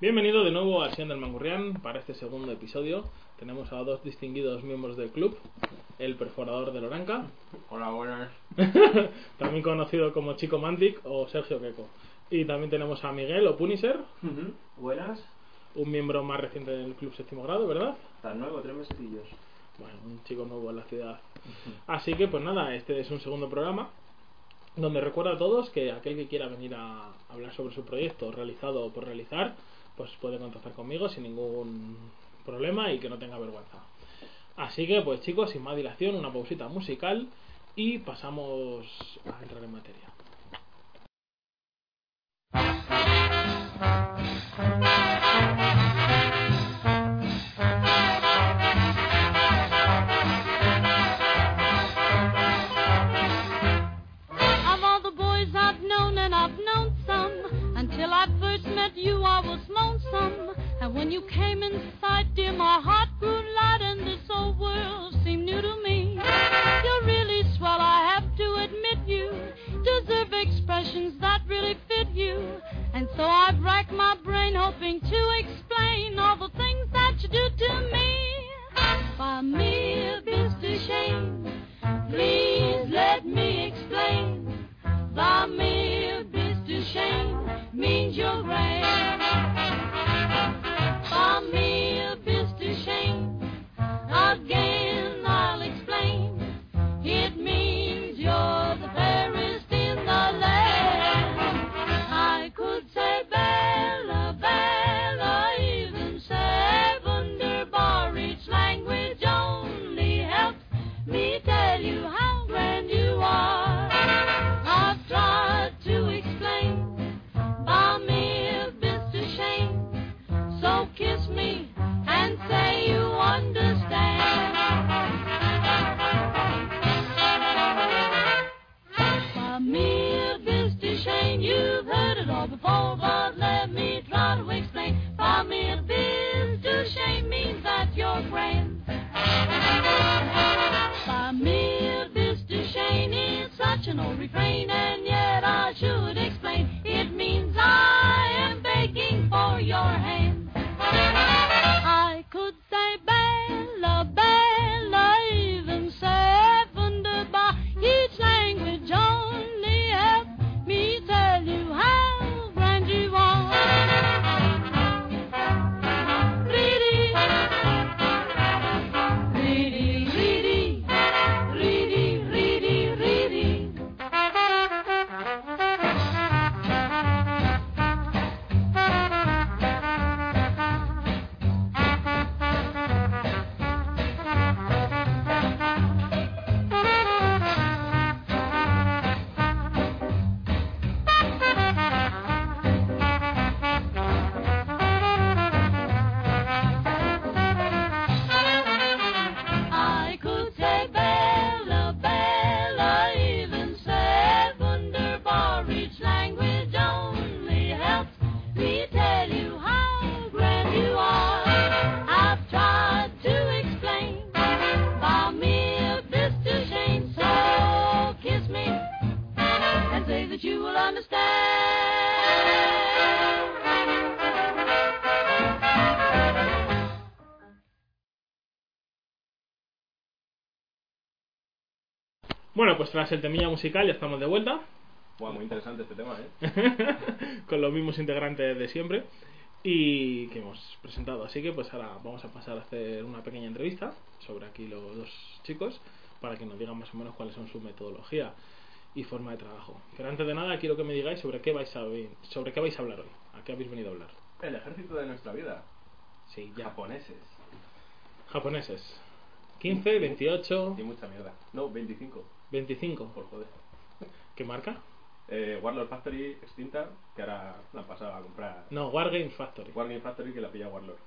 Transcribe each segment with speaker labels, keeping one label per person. Speaker 1: Bienvenido de nuevo a Hacienda el Mangurrián. Para este segundo episodio tenemos a dos distinguidos miembros del club, el perforador de Loranca,
Speaker 2: Hola, buenas.
Speaker 1: también conocido como Chico Mantic o Sergio Queco. Y también tenemos a Miguel o Punisher,
Speaker 2: Buenas.
Speaker 1: un miembro más reciente del club séptimo grado, ¿verdad?
Speaker 2: Tan nuevo, tres mesecillos.
Speaker 1: Bueno, un chico nuevo en la ciudad. Así que pues nada, este es un segundo programa donde recuerdo a todos que aquel que quiera venir a hablar sobre su proyecto realizado o por realizar, pues puede contactar conmigo sin ningún problema y que no tenga vergüenza. Así que pues chicos, sin más dilación, una pausita musical y pasamos a entrar en materia.
Speaker 3: Of all the boys I've known, and I've known some, until I first met you, I was lonesome. And when you came in sight, dear, my heart grew light, and this old world seemed new to me. You're really swell, I have to admit you deserve expressions that really fit you. And so I've racked my brain, hoping to explain all the things that you do to me. By mere business shame, please let me explain. By mere business shame means your rain. By mere business shame, again I'll explain. It means you're the fairest in the land. I could say Bella, Bella, even seven der bar. Each language only helps me tell you how grand you are. I've tried to explain by mere business shame. So kiss me and say you understand. By mere business shame, you've heard it all before, but let me try to explain. By mere business shame means that you're grand. By mere business shame is such an old refrain, and yet I should explain. It means I am begging for your hand. I could say Bella, Bella, even seven to by each language only help me tell you how grand you are. Reedy, reedy, reedy, reedy, reedy, reedy. I could say Bella, Bella, even seven der bar. Each language only helps me tell you how grand you are. I've tried to explain by mere business shame. So kiss me and say that you will understand.
Speaker 1: Bueno, pues tras el temilla musical ya estamos de vuelta.
Speaker 2: Guau, muy interesante este tema, ¿eh?
Speaker 1: con los mismos integrantes de siempre y que hemos presentado. Así que pues ahora vamos a pasar a hacer una pequeña entrevista sobre aquí los dos chicos para que nos digan más o menos cuáles son su metodología y forma de trabajo. Pero antes de nada quiero que me digáis sobre qué vais a vi- sobre qué vais a hablar hoy, a qué habéis venido a hablar.
Speaker 2: El ejército de nuestra vida.
Speaker 1: Sí, ya.
Speaker 2: Japoneses.
Speaker 1: Japoneses. 15, 28,
Speaker 2: Y mucha mierda. No, 25,
Speaker 1: 25.
Speaker 2: por joder.
Speaker 1: ¿Qué marca?
Speaker 2: Eh, Warlord Factory extinta, que ahora la han pasado a comprar.
Speaker 1: No, Wargames Factory.
Speaker 2: Wargame Factory que la pilla Warlord,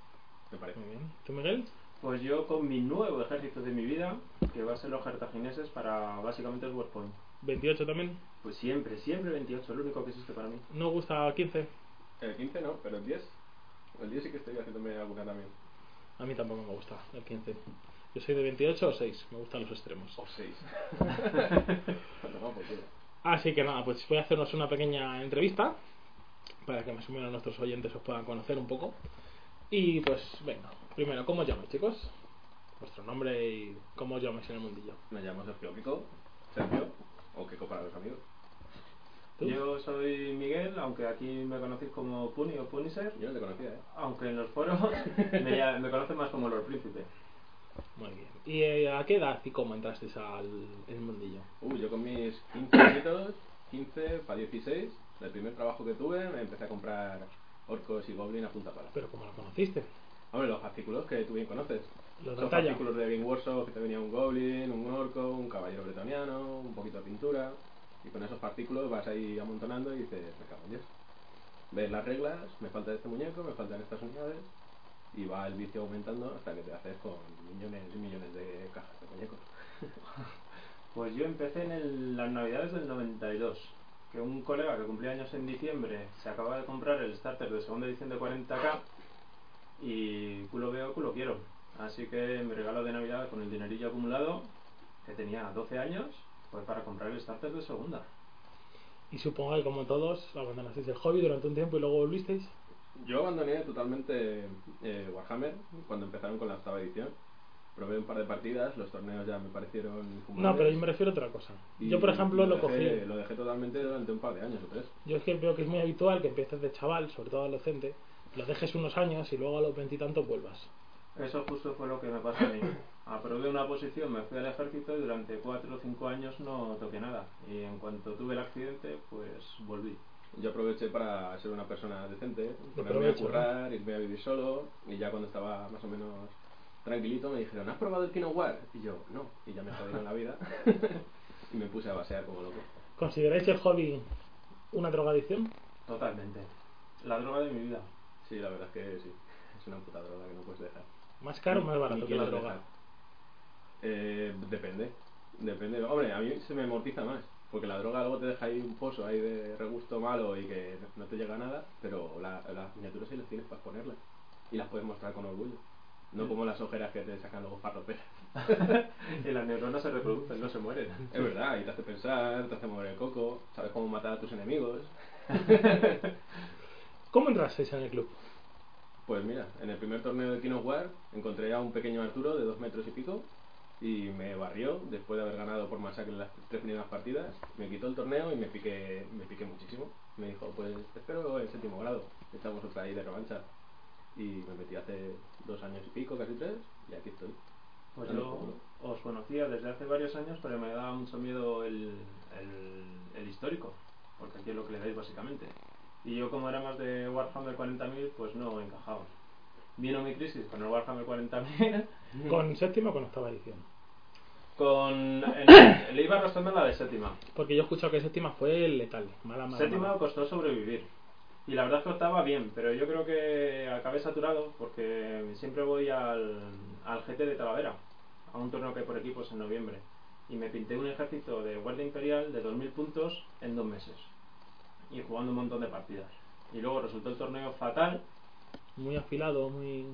Speaker 2: me parece.
Speaker 1: Muy bien. ¿Tú, Miguel?
Speaker 4: Pues yo con mi nuevo ejército de mi vida, que va a ser los cartagineses para básicamente el Warpoint.
Speaker 1: ¿28 también?
Speaker 4: Pues siempre, siempre 28, el único que existe para mí.
Speaker 1: No gusta 15.
Speaker 2: El 15 no, pero el 10. El 10 sí que estoy haciéndome alguna también.
Speaker 1: A mí tampoco me gusta el 15. Yo soy de 28 o 6. Me gustan los extremos.
Speaker 2: O 6.
Speaker 1: Así que nada, pues voy a hacernos una pequeña entrevista para que más o menos nuestros oyentes os puedan conocer un poco. Y pues, venga, primero, ¿cómo os llamáis, chicos? Vuestro nombre y cómo os llamáis en el mundillo.
Speaker 2: Me llamo Sergio Kiko, Sergio, o Kiko para los amigos.
Speaker 1: ¿Tú?
Speaker 4: Yo soy Miguel, aunque aquí me conocéis como Puni o Punisher,
Speaker 2: Yo no te conocía, ¿eh?
Speaker 4: aunque en los foros me, ll- me conocen más como Lord Príncipe.
Speaker 1: Muy bien. ¿Y eh, a qué edad y cómo entrasteis al el mundillo?
Speaker 2: Uh, yo con mis 15 añitos, 15 para 16, el primer trabajo que tuve, me empecé a comprar orcos y goblin a punta pala.
Speaker 1: ¿Pero cómo lo conociste?
Speaker 2: Hombre, los fascículos que tú bien conoces.
Speaker 1: Los de
Speaker 2: Son
Speaker 1: talla.
Speaker 2: fascículos de Game Workshop que te venía un goblin, un orco, un caballero bretoniano, un poquito de pintura. Y con esos fascículos vas ahí amontonando y dices, me cago en Dios. Ves las reglas, me falta este muñeco, me faltan estas unidades. Y va el vicio aumentando hasta que te haces con millones y millones de cajas de muñecos.
Speaker 4: Pues yo empecé en el- las navidades del 92, que un colega que cumplía años en diciembre se acaba de comprar el starter de segunda edición de 40k y culo veo, culo quiero. Así que me regalo de navidad con el dinerillo acumulado, que tenía 12 años, pues para comprar el starter de segunda.
Speaker 1: Y supongo que como todos, abandonasteis el hobby durante un tiempo y luego volvisteis.
Speaker 2: Yo abandoné totalmente eh, Warhammer cuando empezaron con la octava edición. Probé un par de partidas, los torneos ya me parecieron
Speaker 1: No, pero
Speaker 2: infumables.
Speaker 1: yo me refiero a otra cosa.
Speaker 2: Y
Speaker 1: Yo, por ejemplo, lo cogí.
Speaker 2: dejé- Lo dejé totalmente durante un par de años o tres.
Speaker 1: Yo es que veo que es muy habitual que empieces de chaval, sobre todo adolescente, lo dejes unos años y luego a los veintitantos vuelvas.
Speaker 4: Eso justo fue lo que me pasó a mí. Aprobé una posición, me fui al ejército y durante 4 o 5 años no toqué nada. Y en cuanto tuve el accidente, pues volví.
Speaker 2: Yo aproveché para ser una persona decente,
Speaker 1: De
Speaker 2: ponerme a
Speaker 1: provecho, ¿no?
Speaker 2: currar, irme a vivir solo. Y ya cuando estaba más o menos tranquilito me dijeron, ¿has probado el Kino War? Y yo, no. Y ya me jodieron la vida. y me puse a basear como loco.
Speaker 1: ¿Consideráis el hobby una drogadicción?
Speaker 4: Totalmente. La droga de mi vida.
Speaker 2: Sí, la verdad es que sí. Es una puta droga que no puedes dejar.
Speaker 1: ¿Más caro o más
Speaker 2: Ni
Speaker 1: barato que la
Speaker 2: quieres
Speaker 1: droga?
Speaker 2: dejar. Eh, depende. Depende. Hombre, a mí se me amortiza más. Porque la droga luego te deja ahí un pozo ahí de regusto malo y que no te llega a nada. Pero la- las miniaturas sí las tienes para ponerlas. Y las puedes mostrar con orgullo. No como las ojeras que te sacan luego farroperas.
Speaker 4: Y las neuronas se reproducen, no se mueren.
Speaker 2: Es verdad, y te hace pensar, te hace mover el coco, sabes cómo matar a tus enemigos.
Speaker 1: ¿Cómo entrasteis en el club?
Speaker 2: Pues mira, en el primer torneo de Kino War encontré a un pequeño Arturo de dos metros y pico y me barrió después de haber ganado por masacre las tres primeras partidas. Me quitó el torneo y me piqué, me piqué muchísimo. Me dijo, pues te espero en séptimo grado, echamos otra ahí de revancha. Y me metí hace dos años y pico, casi tres, y aquí estoy.
Speaker 4: Pues
Speaker 2: Vale,
Speaker 4: yo
Speaker 2: seguro.
Speaker 4: os conocía desde hace varios años, pero me daba mucho miedo el, el- el histórico, porque aquí es lo que le dais básicamente. Y yo como era más de Warhammer 40.000, pues no encajaba. Vino mi crisis con el Warhammer 40.000,
Speaker 1: ¿Con séptima o con octava edición?
Speaker 4: con... el- le iba arrastrando la de séptima.
Speaker 1: Porque yo he escuchado que séptima fue letal, mala, mala.
Speaker 4: Séptima
Speaker 1: mala.
Speaker 4: costó sobrevivir. Y la verdad es que octava bien, pero yo creo que acabé saturado porque siempre voy al, al GT de Talavera, a un torneo que hay por equipos en noviembre. Y me pinté un ejército de Guardia Imperial de 2.000 puntos en dos meses. Y jugando un montón de partidas. Y luego resultó el torneo fatal,
Speaker 1: Muy afilado, muy...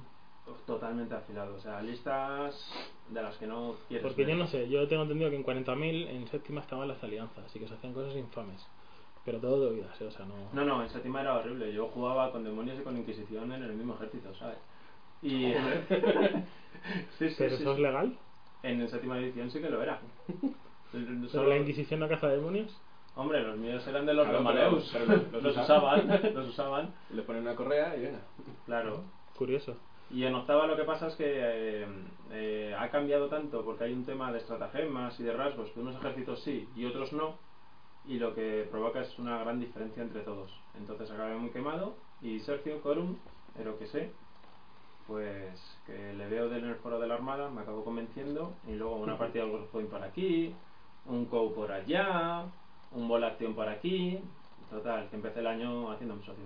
Speaker 4: totalmente afilado. O sea, listas de las que no quieres.
Speaker 1: Porque
Speaker 4: ver.
Speaker 1: yo no sé, yo tengo entendido que en 40.000 en séptima estaban las alianzas, así que se hacían cosas infames. Pero todo de oídas, ¿eh? o sea, no...
Speaker 4: No, no, en séptima era horrible. Yo jugaba con demonios y con Inquisición en el mismo ejército, ¿sabes? Y. sí, sí,
Speaker 1: ¿Pero
Speaker 4: sí,
Speaker 1: eso
Speaker 4: sí.
Speaker 1: es legal?
Speaker 4: En el séptima edición sí que lo era.
Speaker 1: ¿Pero la Inquisición no caza demonios?
Speaker 4: Hombre, los míos eran de los
Speaker 2: Claro,
Speaker 4: Romaleus.
Speaker 2: pero- pero los-
Speaker 4: los,
Speaker 2: los
Speaker 4: usaban, los usaban,
Speaker 2: Le ponen una correa y venga.
Speaker 4: claro.
Speaker 1: Curioso.
Speaker 4: Y en octava lo que pasa es que eh, eh, ha cambiado tanto porque hay un tema de estratagemas y de rasgos que unos ejércitos sí y otros no. Y lo que provoca es una gran diferencia entre todos. Entonces acabé muy quemado. Y Sergio Corum, de lo que sé, pues que le veo del en el foro de la Armada, me acabo convenciendo. Y luego una partida de Warpoint para aquí, un COU por allá, un bola acción por aquí. Total, que empecé el año haciendo un socio.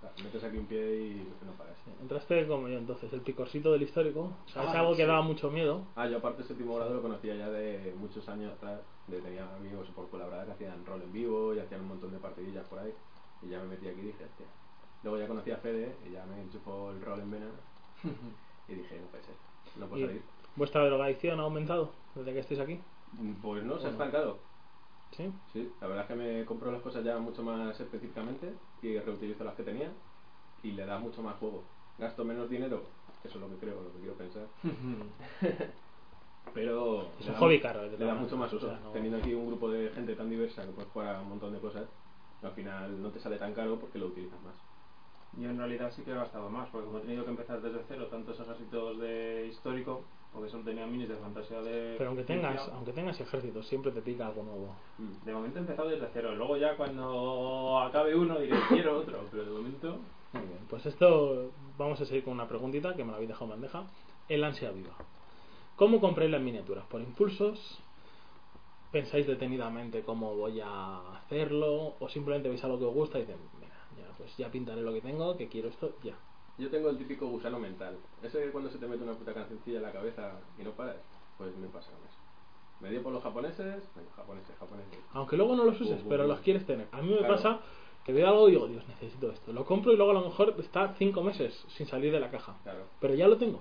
Speaker 2: Claro, metes aquí un pie y no paras.
Speaker 1: Entraste como yo entonces, el picorcito del histórico. O sea, es
Speaker 2: Ah,
Speaker 1: algo que
Speaker 2: sí.
Speaker 1: daba mucho miedo.
Speaker 2: Ah, yo aparte séptimo grado lo conocía ya de muchos años atrás, de tenía amigos por colaborar que hacían rol en vivo y hacían un montón de partidillas por ahí. Y ya me metí aquí y dije, hostia. Luego ya conocí a Fede y ya me enchufó el rol en vena y dije, no puede ser, no puedo
Speaker 1: Y-
Speaker 2: salir.
Speaker 1: ¿Vuestra drogadicción ha aumentado desde que estáis aquí?
Speaker 2: Mm, Pues no, se ha
Speaker 1: Bueno.
Speaker 2: estancado.
Speaker 1: ¿Sí?
Speaker 2: Sí, la verdad es que me compro las cosas ya mucho más específicamente y reutilizo las que tenía y le da mucho más juego. Gasto menos dinero, eso es lo que creo, lo que quiero pensar. Pero
Speaker 1: Es
Speaker 2: le
Speaker 1: un
Speaker 2: da
Speaker 1: hobby
Speaker 2: mu-
Speaker 1: caro, de
Speaker 2: Le
Speaker 1: todas
Speaker 2: da
Speaker 1: maneras,
Speaker 2: mucho más
Speaker 1: o
Speaker 2: uso.
Speaker 1: sea, no-
Speaker 2: Teniendo aquí un grupo de gente tan diversa que puedes jugar a un montón de cosas, al final no te sale tan caro porque lo utilizas más.
Speaker 4: Yo en realidad sí que he gastado más, porque como he tenido que empezar desde cero tantos ejércitos de histórico, porque solo tenía minis de fantasía de...
Speaker 1: Pero aunque tengas,
Speaker 4: ciencia,
Speaker 1: aunque tengas ejército, siempre te pica algo nuevo.
Speaker 2: Mm.
Speaker 4: De momento he empezado desde cero, luego ya cuando acabe uno diré quiero otro, pero de momento...
Speaker 1: Muy bien, pues esto vamos a seguir con una preguntita que me la habéis dejado en bandeja. El ansia viva. ¿Cómo compráis las miniaturas? ¿Por impulsos? ¿Pensáis detenidamente cómo voy a hacerlo? ¿O simplemente veis algo que os gusta y dicen, mira, ya, pues ya pintaré lo que tengo, que quiero esto, ya?
Speaker 2: Yo tengo el típico gusano mental. Eso que cuando se te mete una puta cancioncilla en la cabeza y no paras, pues me pasa con eso. Me dio por los japoneses, venga, japoneses, japoneses.
Speaker 1: Aunque luego no los uses,
Speaker 2: Ujú.
Speaker 1: pero los quieres tener. A mí me
Speaker 2: Claro.
Speaker 1: pasa que veo algo y digo, Dios, necesito esto. Lo compro y luego a lo mejor está cinco meses sin salir de la caja.
Speaker 2: Claro.
Speaker 1: Pero ya lo tengo.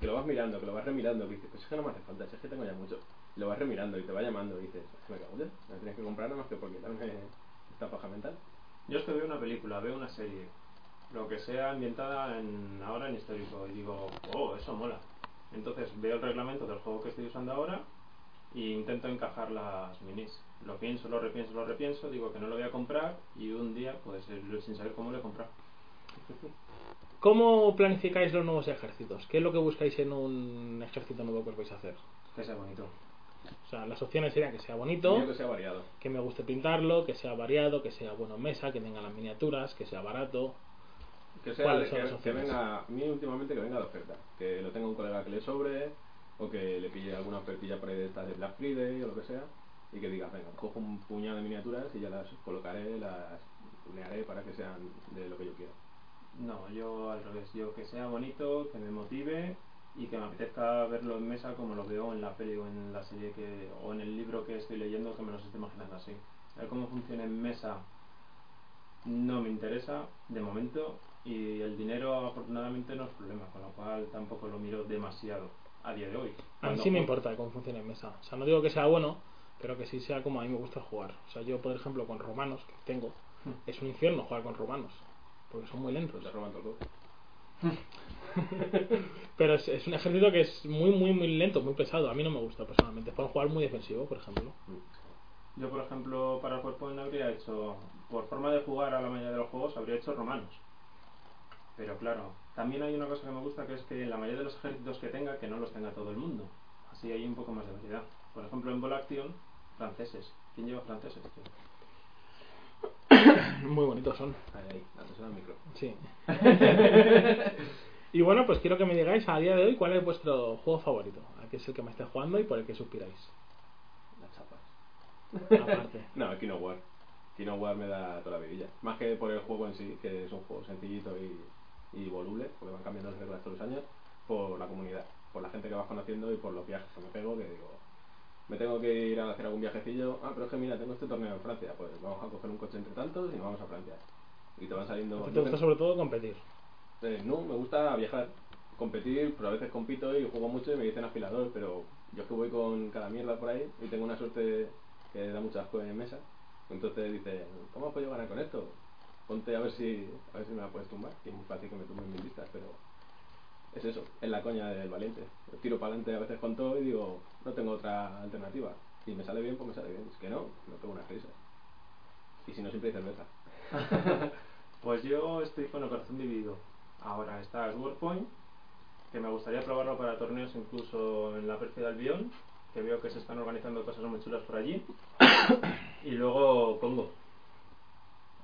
Speaker 2: que lo vas mirando, que lo vas remirando, que dices, pues es que no me hace falta, si es que tengo ya mucho. Y lo vas remirando y te va llamando y dices, "Ah, me cago en Dios, me tienes que comprar nada más que porque dame esta paja mental.
Speaker 4: Yo es que veo una película, veo una serie, lo que sea ambientada en, ahora en histórico, y digo, oh, eso mola. Entonces veo el reglamento del juego que estoy usando ahora e intento encajar las minis. Lo pienso, lo repienso, lo repienso, digo que no lo voy a comprar y un día, pues el- sin saber cómo lo he comprado.
Speaker 1: ¿Cómo planificáis los nuevos ejércitos? ¿Qué es lo que buscáis en un ejército nuevo que os vais a hacer?
Speaker 4: Que sea bonito.
Speaker 1: O sea, las opciones serían que sea bonito,
Speaker 2: Yo que sea variado.
Speaker 1: que me guste pintarlo, que sea variado, que sea bueno en mesa, que tenga las miniaturas, que sea barato.
Speaker 2: Que sea
Speaker 1: ¿Cuáles
Speaker 2: de-
Speaker 1: son las
Speaker 2: que, que
Speaker 1: opciones?
Speaker 2: venga, a mí últimamente que venga de oferta, que lo tenga un colega que le sobre, o que le pille alguna ofertilla por ahí de estas de Black Friday o lo que sea, y que diga, venga, cojo un puñado de miniaturas y ya las colocaré, las tunearé para que sean de lo que yo quiera.
Speaker 4: No, yo al revés, yo que sea bonito, que me motive y que me apetezca verlo en mesa como lo veo en la peli o en la serie que, o en el libro que estoy leyendo que me los estoy imaginando así. Ver cómo funciona en mesa no me interesa de momento y el dinero afortunadamente no es problema, con lo cual tampoco lo miro demasiado a día de hoy.
Speaker 1: A mí
Speaker 4: Cuando
Speaker 1: sí me
Speaker 4: ju-
Speaker 1: importa cómo funciona en mesa. O sea, no digo que sea bueno, pero que sí sea como a mí me gusta jugar. O sea, yo, por ejemplo, con romanos, que tengo, es un infierno jugar con romanos, porque son muy lentos.
Speaker 2: Pues te roban todo el juego.
Speaker 1: Pero es, es un ejército que es muy, muy, muy lento, muy pesado. A mí no me gusta personalmente. Es para jugar muy defensivo, por ejemplo.
Speaker 4: Yo, por ejemplo, para el cuerpo no habría hecho, por forma de jugar a la mayoría de los juegos, habría hecho romanos. Pero claro, también hay una cosa que me gusta que es que la mayoría de los ejércitos que tenga, que no los tenga todo el mundo. Así hay un poco más de variedad. Por ejemplo, en Ball Action, franceses. ¿Quién lleva franceses? tío?
Speaker 1: Muy bonitos son.
Speaker 2: Ahí, ahí, atesora el micro.
Speaker 1: Sí. y bueno, pues quiero que me digáis a día de hoy cuál es vuestro juego favorito. ¿A qué es el que me estáis jugando y por el que suspiráis?
Speaker 2: Las chapas.
Speaker 1: Aparte.
Speaker 2: No, Kino War. Kino War me da toda la vidilla. Más que por el juego en sí, que es un juego sencillito y, y voluble, porque van cambiando las reglas todos los años, por la comunidad, por la gente que vas conociendo y por los viajes que me pego, que digo, me tengo que ir a hacer algún viajecillo. Ah, pero es que mira, tengo este torneo en Francia, pues vamos a coger un coche entre tantos y nos vamos a Francia. Y te van
Speaker 1: ¿A
Speaker 2: saliendo...
Speaker 1: ti te gusta sobre todo competir?
Speaker 2: Eh, no, me gusta viajar, competir, pero a veces compito y juego mucho y me dicen afilador, pero yo es que voy con cada mierda por ahí y tengo una suerte que da muchas cosas en mesa. Entonces dice, ¿cómo puedo ganar con esto? Ponte a ver si a ver si me la puedes tumbar, que es muy fácil que me tumben mis listas, pero es eso, es la coña del valiente. Yo tiro para adelante a veces con todo y digo, no tengo otra alternativa. Si me sale bien, pues me sale bien. Es que no, me pego una risa. Y si no, siempre hay cerveza.
Speaker 4: Pues yo estoy con el corazón dividido. Ahora está Swordpoint, que me gustaría probarlo para torneos incluso en la Perfida del Bion, que veo que se están organizando cosas muy chulas por allí. y luego Congo,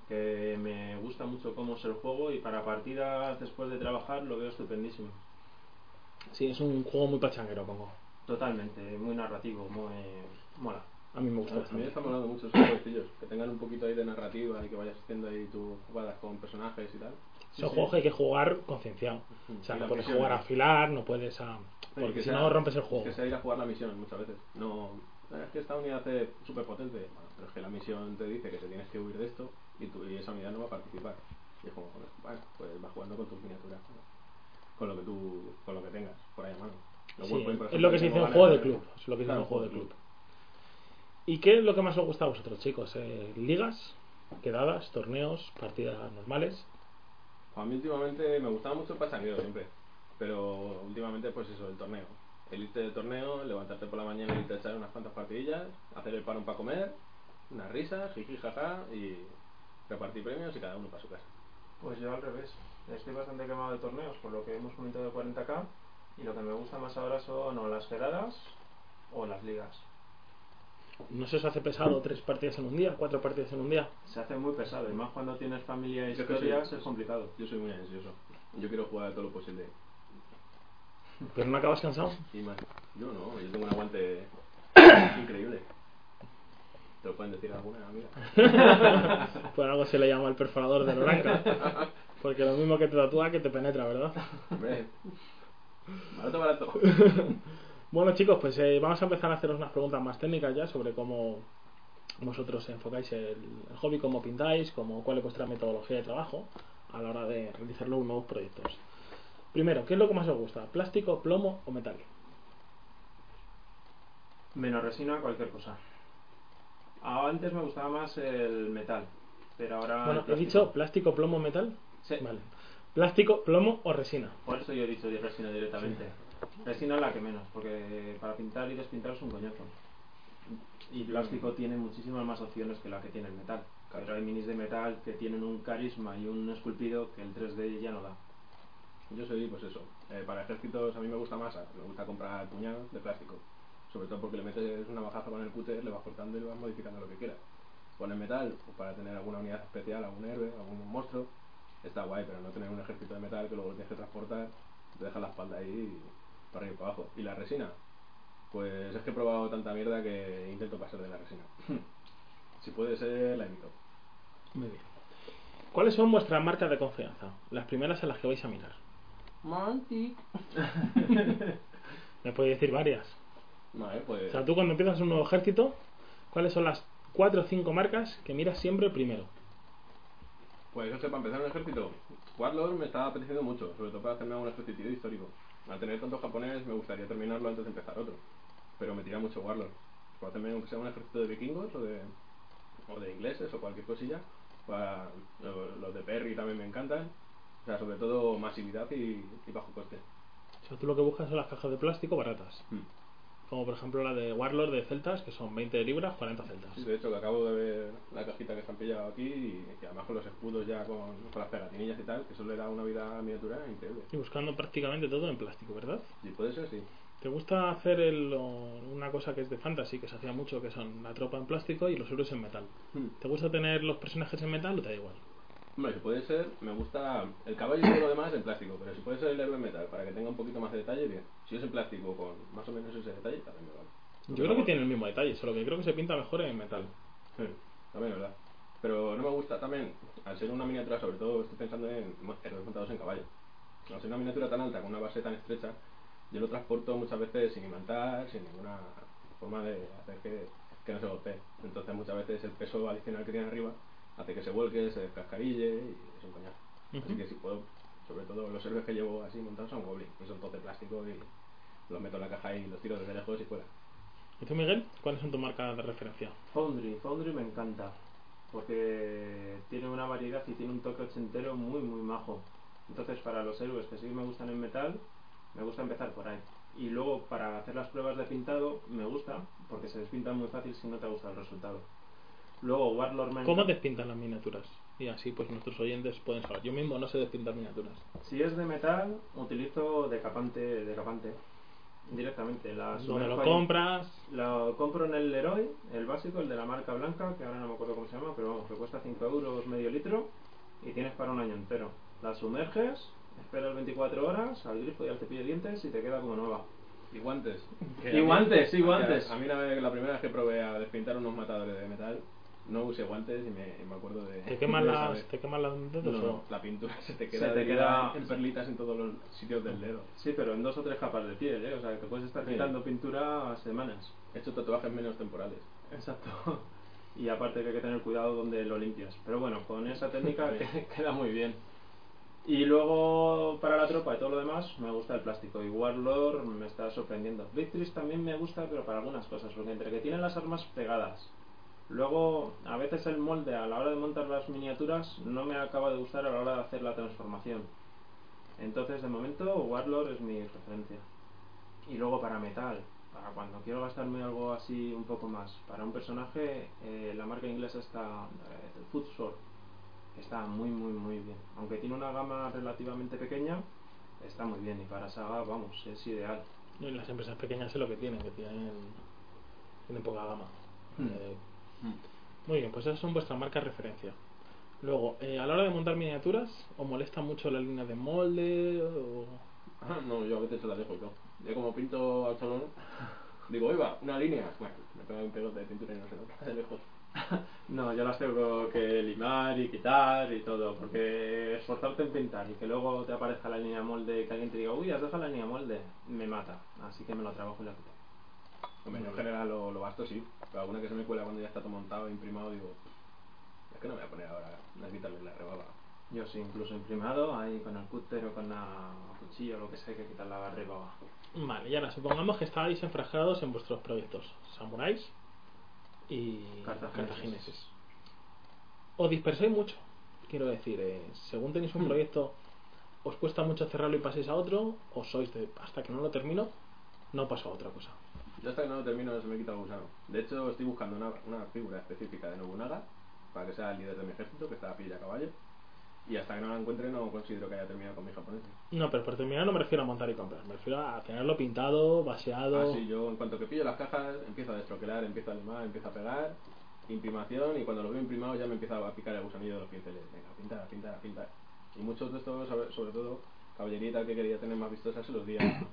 Speaker 4: que me gusta mucho cómo es el juego y para partidas después de trabajar lo veo estupendísimo.
Speaker 1: Sí, es un juego muy pachanguero, Congo.
Speaker 4: Totalmente, muy narrativo, muy... mola.
Speaker 1: A mí me gusta
Speaker 2: A mí me
Speaker 1: bastante.
Speaker 2: están molando mucho esos jueguecillos, que tengan un poquito ahí de narrativa y que vayas haciendo ahí tus jugadas con personajes y tal.
Speaker 1: Son juegos que hay que jugar concienciado. O sea,
Speaker 2: Y
Speaker 1: no
Speaker 2: las
Speaker 1: puedes
Speaker 2: misiones.
Speaker 1: jugar a afilar, no puedes a.
Speaker 2: Sí, que
Speaker 1: Porque si
Speaker 2: sea-
Speaker 1: no rompes el juego.
Speaker 2: Que sea ir a jugar la misión muchas veces. No, "Ah, es que esta unidad es súper potente. Bueno, pero es que la misión te dice que te tienes que huir de esto y, tú, y esa unidad no va a participar. Y es como, joder, bueno, pues vas jugando con tus miniaturas, ¿no? con lo que tú, con lo que tengas por ahí a mano. Los
Speaker 1: Sí,
Speaker 2: Warpoint, por
Speaker 1: es
Speaker 2: ejemplo,
Speaker 1: lo que se dice
Speaker 2: tengo
Speaker 1: en
Speaker 2: ganas
Speaker 1: juego de club. Es lo que se dice
Speaker 2: Claro,
Speaker 1: en juego de club. ¿Y qué es lo que más os gusta a vosotros, chicos? Eh, ¿Ligas? ¿Quedadas? ¿Torneos? ¿Partidas normales?
Speaker 2: A mí últimamente me gustaba mucho el pachangueo siempre, pero últimamente pues eso, el torneo. El irte del torneo, levantarte por la mañana y irte a echar unas cuantas partidillas, hacer el parón para comer, una risa, jiji, jaja y repartir premios y cada uno para su casa.
Speaker 4: Pues yo al revés. Estoy bastante quemado de torneos, por lo que hemos comentado de 40k. Y lo que me gusta más ahora son o las quedadas o las ligas.
Speaker 1: ¿No se os hace pesado tres partidas en un día? ¿Cuatro partidas en un día?
Speaker 4: Se hace muy pesado, y más cuando tienes familia y
Speaker 2: Yo que
Speaker 4: historias
Speaker 2: sí.
Speaker 4: es complicado.
Speaker 2: Yo soy muy ansioso, yo quiero jugar todo lo posible
Speaker 1: ¿Pero Pues no acabas cansado?
Speaker 2: y más. Yo no, yo tengo un aguante increíble. ¿Te lo pueden decir alguna Ah, amiga?
Speaker 1: Por Pues algo se le llama el perforador del oranca. Porque lo mismo que te tatúa que te penetra, ¿verdad?
Speaker 2: Hombre, barato, barato.
Speaker 1: Bueno chicos, pues eh, vamos a empezar a haceros unas preguntas más técnicas ya sobre cómo vosotros enfocáis el, el hobby, cómo pintáis, cómo, cuál es vuestra metodología de trabajo a la hora de realizar los nuevos proyectos. Primero, ¿qué es lo que más os gusta? ¿Plástico, plomo o metal?
Speaker 4: Menos resina, cualquier cosa. Ah, Antes me gustaba más el metal, pero
Speaker 2: Ah,
Speaker 4: ahora.
Speaker 1: bueno,
Speaker 4: el
Speaker 1: he
Speaker 4: plástico.
Speaker 1: dicho plástico, plomo, metal.
Speaker 4: Sí,
Speaker 1: Vale. ¿Plástico, plomo o resina?
Speaker 4: Por eso yo he dicho de resina directamente. Resina es la que menos, porque para pintar y despintar es un coñazo. Y plástico tiene muchísimas más opciones que la que tiene el metal. Pero hay minis de metal que tienen un carisma y un esculpido que el 3D ya no da.
Speaker 2: Yo soy, pues eso, eh, para ejércitos a mí me gusta masa, me gusta comprar puñados de plástico, sobre todo porque le metes una bajaza con el cúter, le vas cortando y le vas modificando lo que quieras. Con el metal, pues para tener alguna unidad especial, algún héroe, algún monstruo, está guay, pero no tener un ejército de metal que luego lo tienes que transportar, te deja la espalda ahí para arriba y para abajo. ¿Y la resina? Pues es que he probado tanta mierda que intento pasar de la resina. si puede ser, la evito.
Speaker 1: Muy bien. ¿Cuáles son vuestras marcas de confianza? Las primeras en las que vais a mirar. ¿Me podéis decir varias?
Speaker 2: Vale,
Speaker 1: O
Speaker 2: pues...
Speaker 1: sea, tú cuando empiezas un nuevo ejército, ¿cuáles son las cuatro o cinco marcas que miras siempre primero?
Speaker 2: Pues eso que para empezar un ejército, Warlord me estaba apeteciendo mucho, sobre todo para hacerme un ejército histórico. Al tener tantos japoneses me gustaría terminarlo antes de empezar otro, pero me tira mucho Warlord. Para hacerme aunque sea un ejército de vikingos o de, o de ingleses o cualquier cosilla, para, lo- los de Perry también me encantan, o sea, sobre todo masividad y, y bajo coste.
Speaker 1: O sea, tú lo que buscas son las cajas de plástico baratas. Como por ejemplo la de Warlord de celtas, que son 20 libras, 40 celtas.
Speaker 2: Sí, de hecho, que acabo de ver la cajita que se han pillado aquí y, y además con los escudos ya con, con las pegatinillas y tal, que eso le da una vida a la miniatura increíble.
Speaker 1: Y buscando prácticamente todo en plástico, ¿verdad?
Speaker 2: Si puede ser, sí.
Speaker 1: ¿Te gusta hacer el- lo- una cosa que es de fantasy, que se hacía mucho, que son la tropa en plástico y los héroes en metal?
Speaker 2: Hmm.
Speaker 1: ¿Te gusta tener los personajes en metal o te da igual?
Speaker 2: Hombre, si puede ser, me gusta el caballo y todo lo demás en plástico, pero si puede ser el héroe en metal para que tenga un poquito más de detalle, bien. Si es en plástico con más o menos ese detalle, también me vale.
Speaker 1: Yo creo que tiene el mismo detalle, solo que creo que se pinta mejor en metal.
Speaker 2: Sí, también es verdad. Pero no me gusta también, al ser una miniatura, sobre todo estoy pensando en mo- héroes montados en caballo. Al ser una miniatura tan alta, con una base tan estrecha, yo lo transporto muchas veces sin imantar, sin ninguna forma de hacer que, que no se golpee. Entonces muchas veces el peso adicional que tiene arriba hace que se vuelque, se descascarille y es un coñazo. Así
Speaker 1: Ujú.
Speaker 2: que si puedo, sobre todo los héroes que llevo así montados son goblins, que son todos de plástico y los meto en la caja y los tiro desde lejos y fuera.
Speaker 1: ¿Y tú, Miguel? ¿Cuáles son tus marcas de referencia?
Speaker 4: Foundry, Foundry me encanta, porque tiene una variedad y tiene un toque ochentero muy, muy majo. Entonces, para los héroes que sí me gustan en metal, me gusta empezar por ahí. Y luego, para hacer las pruebas de pintado, me gusta, porque se despintan muy fácil si no te gusta el resultado. Luego, Warlord me
Speaker 1: ¿Cómo
Speaker 4: encanta.
Speaker 1: despintan las miniaturas? Y así pues nuestros oyentes pueden saber. Yo mismo no sé despintar miniaturas.
Speaker 4: Si es de metal, utilizo decapante, decapante directamente.
Speaker 2: Ah,
Speaker 4: La
Speaker 1: Donde
Speaker 4: Super
Speaker 1: lo
Speaker 4: Fine-
Speaker 1: compras,
Speaker 4: Lo compro en el Leroy, el básico, el de la marca blanca, que ahora no me acuerdo cómo se llama, pero vamos, que cuesta 5 euros medio litro y tienes para un año entero. La sumerges, esperas 24 horas al grifo y al cepillo de dientes y te queda como nueva.
Speaker 2: Y guantes.
Speaker 4: Y guantes, sí, guantes.
Speaker 2: A mí una vez- la primera vez que probé a despintar unos matadores de metal, no usé guantes y me, y me acuerdo de...
Speaker 1: ¿Te queman
Speaker 2: de esa
Speaker 1: las,
Speaker 2: vez.
Speaker 1: te queman las dedos
Speaker 2: No, no,
Speaker 1: o?
Speaker 2: la pintura se te queda,
Speaker 4: te
Speaker 2: adherida
Speaker 4: queda-
Speaker 2: en perlitas en todos los sitios del dedo.
Speaker 4: Sí, pero en dos o tres capas de piel, ¿eh? O sea, que puedes estar
Speaker 2: Sí.
Speaker 4: quitando pintura a semanas.
Speaker 2: He hecho tatuajes menos temporales.
Speaker 4: Exacto. Y aparte que hay que tener cuidado donde lo limpias. Pero bueno, con esa técnica que- queda muy bien. Y luego, para la tropa y todo lo demás, me gusta el plástico. Y Warlord me está sorprendiendo. Victrix también me gusta, pero para algunas cosas. Porque entre que tienen las armas pegadas, luego a veces el molde a la hora de montar las miniaturas no me acaba de gustar a la hora de hacer la transformación. Entonces, de momento, Warlord es mi referencia. Y luego para metal, para cuando quiero gastarme algo así un poco más. Para un personaje, eh, la marca inglesa está, eh, Footsword, está muy, muy, muy bien. Aunque tiene una gama relativamente pequeña, está muy bien. Y para saga, vamos, es ideal.
Speaker 1: En las empresas pequeñas es lo que tienen, que tienen, tienen poca gama. Eh, muy bien, pues esas son vuestras marcas referencia. Luego, eh, a la hora de montar miniaturas, ¿os molesta mucho la línea de molde? O...
Speaker 2: Ah, no, yo a veces se las dejo y todo. Yo como pinto al salón, digo, oiga, una línea. Bueno, me pego un pegote de pintura y no se nota de lejos.
Speaker 4: No, yo las tengo que limar y quitar y todo, porque esforzarte en pintar y que luego te aparezca la línea molde, que alguien te diga, uy, has dejado la línea molde, me mata. Así que me lo trabajo y la quito.
Speaker 2: Hombre, yo en general lo, lo gasto, sí. Pero alguna que se me cuela cuando ya está todo montado, e imprimado, digo, es que no me voy a poner ahora a quitarle la rebaba.
Speaker 4: Yo sí, incluso imprimado, ahí con el cúter o con la cuchilla o lo que sea, hay que quitar la barriga.
Speaker 1: Vale, y ahora supongamos que estáis enfrascados en vuestros proyectos, samuráis y
Speaker 4: Cartagineses.
Speaker 1: cartagineses. Os dispersáis mucho, quiero decir, eh, según tenéis un proyecto, os cuesta mucho cerrarlo y paséis a otro, o sois de hasta que no lo termino, no paso a otra cosa.
Speaker 2: Yo hasta que no lo termino se me quita el gusano. De hecho, estoy buscando una, una figura específica de Nobunaga para que sea el líder de mi ejército, que está a pie y a caballo. Y hasta que no la encuentre no considero que haya terminado con mi japonés.
Speaker 1: No, pero por terminar no me refiero a montar y comprar, me refiero a tenerlo pintado, baseado.
Speaker 2: Ah, sí, yo en cuanto que pillo las cajas empiezo a destroquelar, empiezo a limar, empiezo a pegar, imprimación y cuando lo veo imprimado ya me empieza a picar el gusanillo de los pinceles. Venga, pintar, pintar, pintar. Y muchos de estos, sobre- sobre todo, caballería y tal, que quería tener más vistosas, se los di a,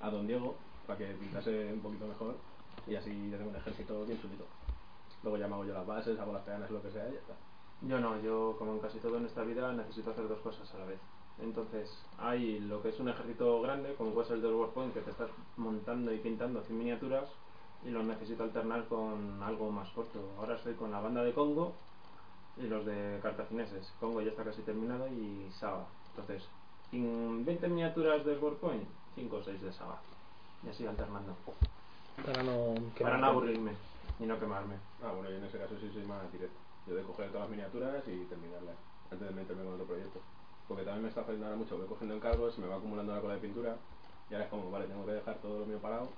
Speaker 2: a don Diego para que pintase un poquito mejor y así ya tengo un ejército bien chulito. Luego ya me hago yo las bases, hago las peganas, lo que sea y ya está.
Speaker 4: Yo no, yo como en casi todo en esta vida necesito hacer dos cosas a la vez. Entonces, hay lo que es un ejército grande, como puede ser el de Warpoint, que te estás montando y pintando 100 miniaturas, y los necesito alternar con algo más corto. Ahora estoy con la banda de Congo y los de cartagineses. Congo ya está casi terminado y Saba. Entonces, en 20 miniaturas de Warpoint, 5 o 6 de Saba. Y así alternando.
Speaker 1: Para no, que
Speaker 4: Para
Speaker 1: no-
Speaker 4: no aburrirme y no quemarme.
Speaker 2: Ah, bueno, yo en ese caso sí soy más directo. Yo de coger todas las miniaturas y terminarlas antes de meterme con otro proyecto. Porque también me está afectando ahora mucho. Voy cogiendo encargos, se me va acumulando la cola de pintura y ahora es como, vale, tengo que dejar todo lo mío parado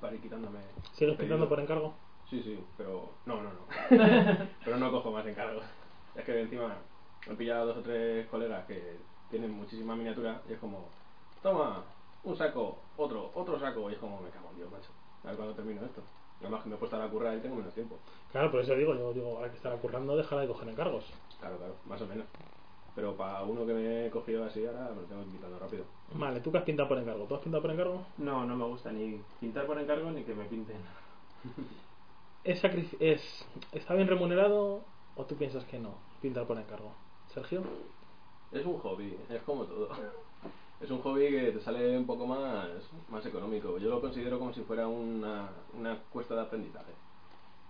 Speaker 2: para ir quitándome.
Speaker 1: ¿Sigues
Speaker 2: pedidos.
Speaker 1: pintando por encargo?
Speaker 2: Sí, sí, pero. No, no, no. pero no cojo más encargos. Es que encima he pillado a dos o tres colegas que tienen muchísima miniatura y es como, toma, un saco, otro, otro saco. Y es como, me cago en Dios, macho. A ver cuándo termino esto. Además que me he puesto ahora a currar y tengo menos tiempo.
Speaker 1: Claro, por eso digo, yo digo, ahora que estará currando, déjala de coger encargos.
Speaker 2: Claro, claro, más o menos. Pero para uno que me he cogido así ahora me lo tengo invitando rápido.
Speaker 1: Vale, ¿tú que has pintado por encargo? ¿Tú has pintado por encargo?
Speaker 4: No, no me gusta ni pintar por encargo ni que me pinten.
Speaker 1: ¿Es, sacrif- es está bien remunerado o tú piensas que no? Pintar por encargo. Sergio,
Speaker 2: Es un hobby, es como todo. Es un hobby que te sale un poco más, más económico. Yo lo considero como si fuera una, una cuesta de aprendizaje.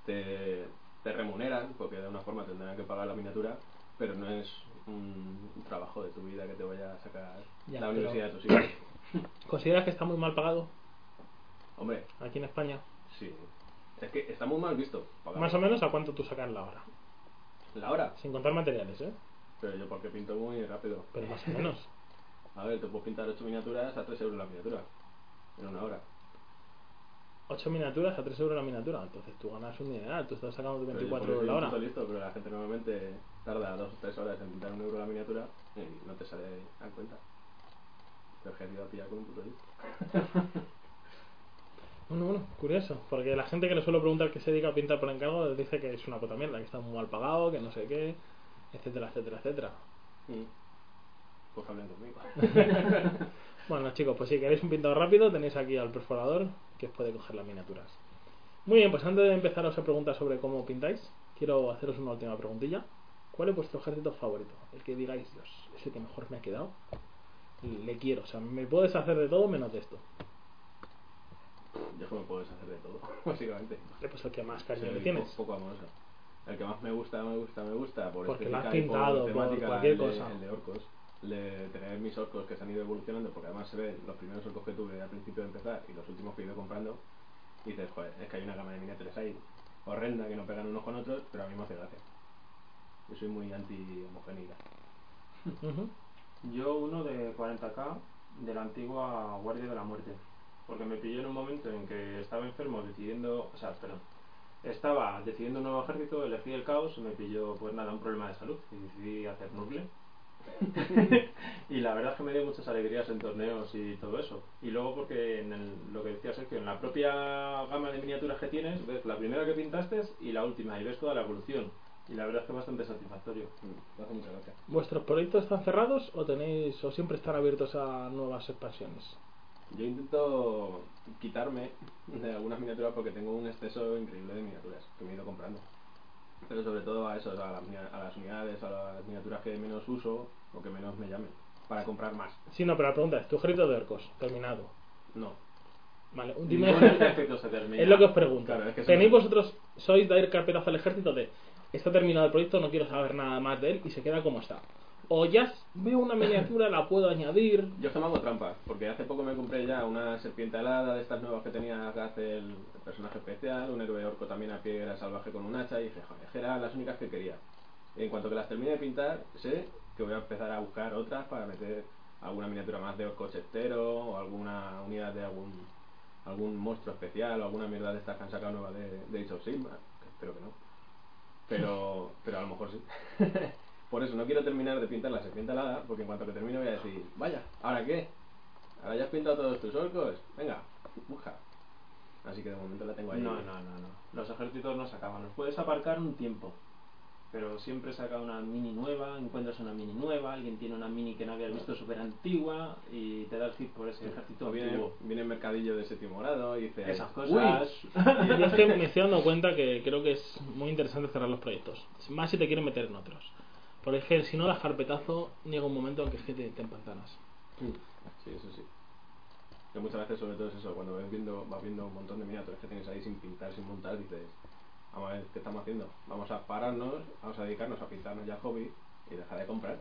Speaker 2: Te, te remuneran, porque de una forma tendrán que pagar la miniatura, pero no es un, un trabajo de tu vida que te vaya a sacar
Speaker 1: Ya,
Speaker 2: la
Speaker 1: pero-
Speaker 2: universidad de tus hijos.
Speaker 1: ¿consideras que está muy mal pagado
Speaker 2: Hombre,
Speaker 1: aquí en España?
Speaker 2: sí. Es que está muy mal visto. pagar
Speaker 1: Más o menos a cuánto tú sacas la hora.
Speaker 2: La hora.
Speaker 1: Sin contar materiales, ¿eh?
Speaker 2: Pero yo porque pinto muy rápido.
Speaker 1: Pero más o menos.
Speaker 2: A ver, te puedo pintar 8 miniaturas a 3 euros la miniatura. En una hora.
Speaker 1: 8 miniaturas a 3 euros la miniatura. Entonces tú ganas un dineral, tú estás sacando
Speaker 2: Pero yo
Speaker 1: 24
Speaker 2: por
Speaker 1: euros la
Speaker 2: eso
Speaker 1: hora.
Speaker 2: pinto listo, pero la gente normalmente tarda 2 o 3 horas en pintar un euro la miniatura y no te sale a cuenta. Te has ido a pillar con un puto listo.
Speaker 1: Bueno, bueno, curioso. Porque la gente que le suelo preguntar que se dedica a pintar por encargo les dice que es una puta mierda, que está muy mal pagado, que no sé qué, etcétera, etcétera, etcétera.
Speaker 2: Pues hablen conmigo.
Speaker 1: Bueno, chicos, pues si queréis un pintado rápido, tenéis aquí al perforador que os puede coger las miniaturas. Muy bien, pues antes de empezaros a preguntar sobre cómo pintáis, quiero haceros una última preguntilla. ¿Cuál es vuestro ejército favorito? El que digáis, Dios, es el que mejor me ha quedado. Le quiero, o sea, me puedo deshacer de todo menos de esto.
Speaker 2: Yo me puedo deshacer de todo, básicamente.
Speaker 1: Eh, Pues el que más cariño
Speaker 2: Soy
Speaker 1: le
Speaker 2: po-
Speaker 1: tienes.
Speaker 2: poco amoroso. El que más me gusta, me gusta, me gusta. Por
Speaker 1: Porque lo has
Speaker 2: estética y
Speaker 1: pintado, por
Speaker 2: temática,
Speaker 1: cualquier
Speaker 2: el de-
Speaker 1: cosa.
Speaker 2: El de orcos. El de tener mis orcos que se han ido evolucionando, porque además se ven los primeros orcos que tuve al principio de empezar y los últimos que he ido comprando. Y dices, joder, es que hay una gama de miniaturas ahí horrenda que no pegan unos con otros, pero a mí me hace gracia. Yo soy muy anti-homogeneidad.
Speaker 1: Ujú.
Speaker 4: Yo uno de 40k de la antigua Guardia de la Muerte. Porque me pilló en un momento en que estaba enfermo decidiendo, o sea, perdón, estaba decidiendo un nuevo ejército, elegí el caos y me pilló, pues nada, un problema de salud y decidí hacer nucle. y la verdad es que me dio muchas alegrías en torneos y todo eso. Y luego porque en el- lo que decía Sergio, en la propia gama de miniaturas que tienes, ves la primera que pintaste y la última y ves toda la evolución. Y la verdad es que es bastante satisfactorio.
Speaker 2: Mm, Me hace mucha gracia.
Speaker 1: ¿Vuestros proyectos están cerrados o tenéis o siempre están abiertos a nuevas expansiones?
Speaker 2: Yo intento quitarme de algunas miniaturas porque tengo un exceso increíble de miniaturas que me he ido comprando. Pero sobre todo a eso, a las, mini- a las unidades, a las miniaturas que menos uso o que menos me llamen. Para comprar más.
Speaker 1: Sí, no, pero la pregunta es, tu ejército de orcos, terminado.
Speaker 2: No.
Speaker 1: Vale, un- dime...
Speaker 4: Ningún ejército se termina.
Speaker 1: es lo que os pregunto.
Speaker 2: Claro, es que
Speaker 1: ¿Tenéis
Speaker 2: siempre-
Speaker 1: vosotros, sois de ir carpetazo al ejército de está terminado el proyecto, no quiero saber nada más de él y se queda como está? O ya s- veo una miniatura, la puedo añadir.
Speaker 2: Yo es que me hago trampa, porque hace poco me compré ya una serpiente alada de estas nuevas que tenía que hacer el personaje especial, un héroe orco también a piedra salvaje con un hacha, y dije, joder, que eran las únicas que quería. En cuanto que las termine de pintar, sé que voy a empezar a buscar otras para meter alguna miniatura más de orco chestero, o alguna unidad de algún algún monstruo especial, o alguna mierda de estas que han sacado nueva de, de Age of Sigma, que espero que no. Pero, pero a lo mejor sí. Por eso no quiero terminar de pintar la serpiente alada, porque en cuanto que termine voy a decir, vaya, ¿ahora qué? ¿Ahora ya has pintado todos tus orcos? Venga, busca. Así que de momento la tengo ahí.
Speaker 4: No, no, no, no. Los ejércitos no se acaban. Los puedes aparcar un tiempo. Pero siempre saca una mini nueva, encuentras una mini nueva, alguien tiene una mini que no habías visto súper antigua y te da el hit por ese ejército
Speaker 2: O Viene,
Speaker 4: antiguo.
Speaker 2: viene el mercadillo de séptimo grado y dice...
Speaker 4: Esas
Speaker 2: "Uy,
Speaker 4: cosas.
Speaker 1: Yo es que este me estoy dando cuenta que creo que es muy interesante cerrar los proyectos. Más si te quieren meter en otros. Porque es que si no das carpetazo, llega un momento en que es que te, te empantanas.
Speaker 2: Sí, eso sí. Que muchas veces sobre todo es eso, cuando ves viendo, vas viendo un montón de miniaturas que tienes ahí sin pintar, sin montar, dices, vamos a ver qué estamos haciendo. Vamos a pararnos, vamos a dedicarnos a pintarnos ya el hobby y dejar de comprar,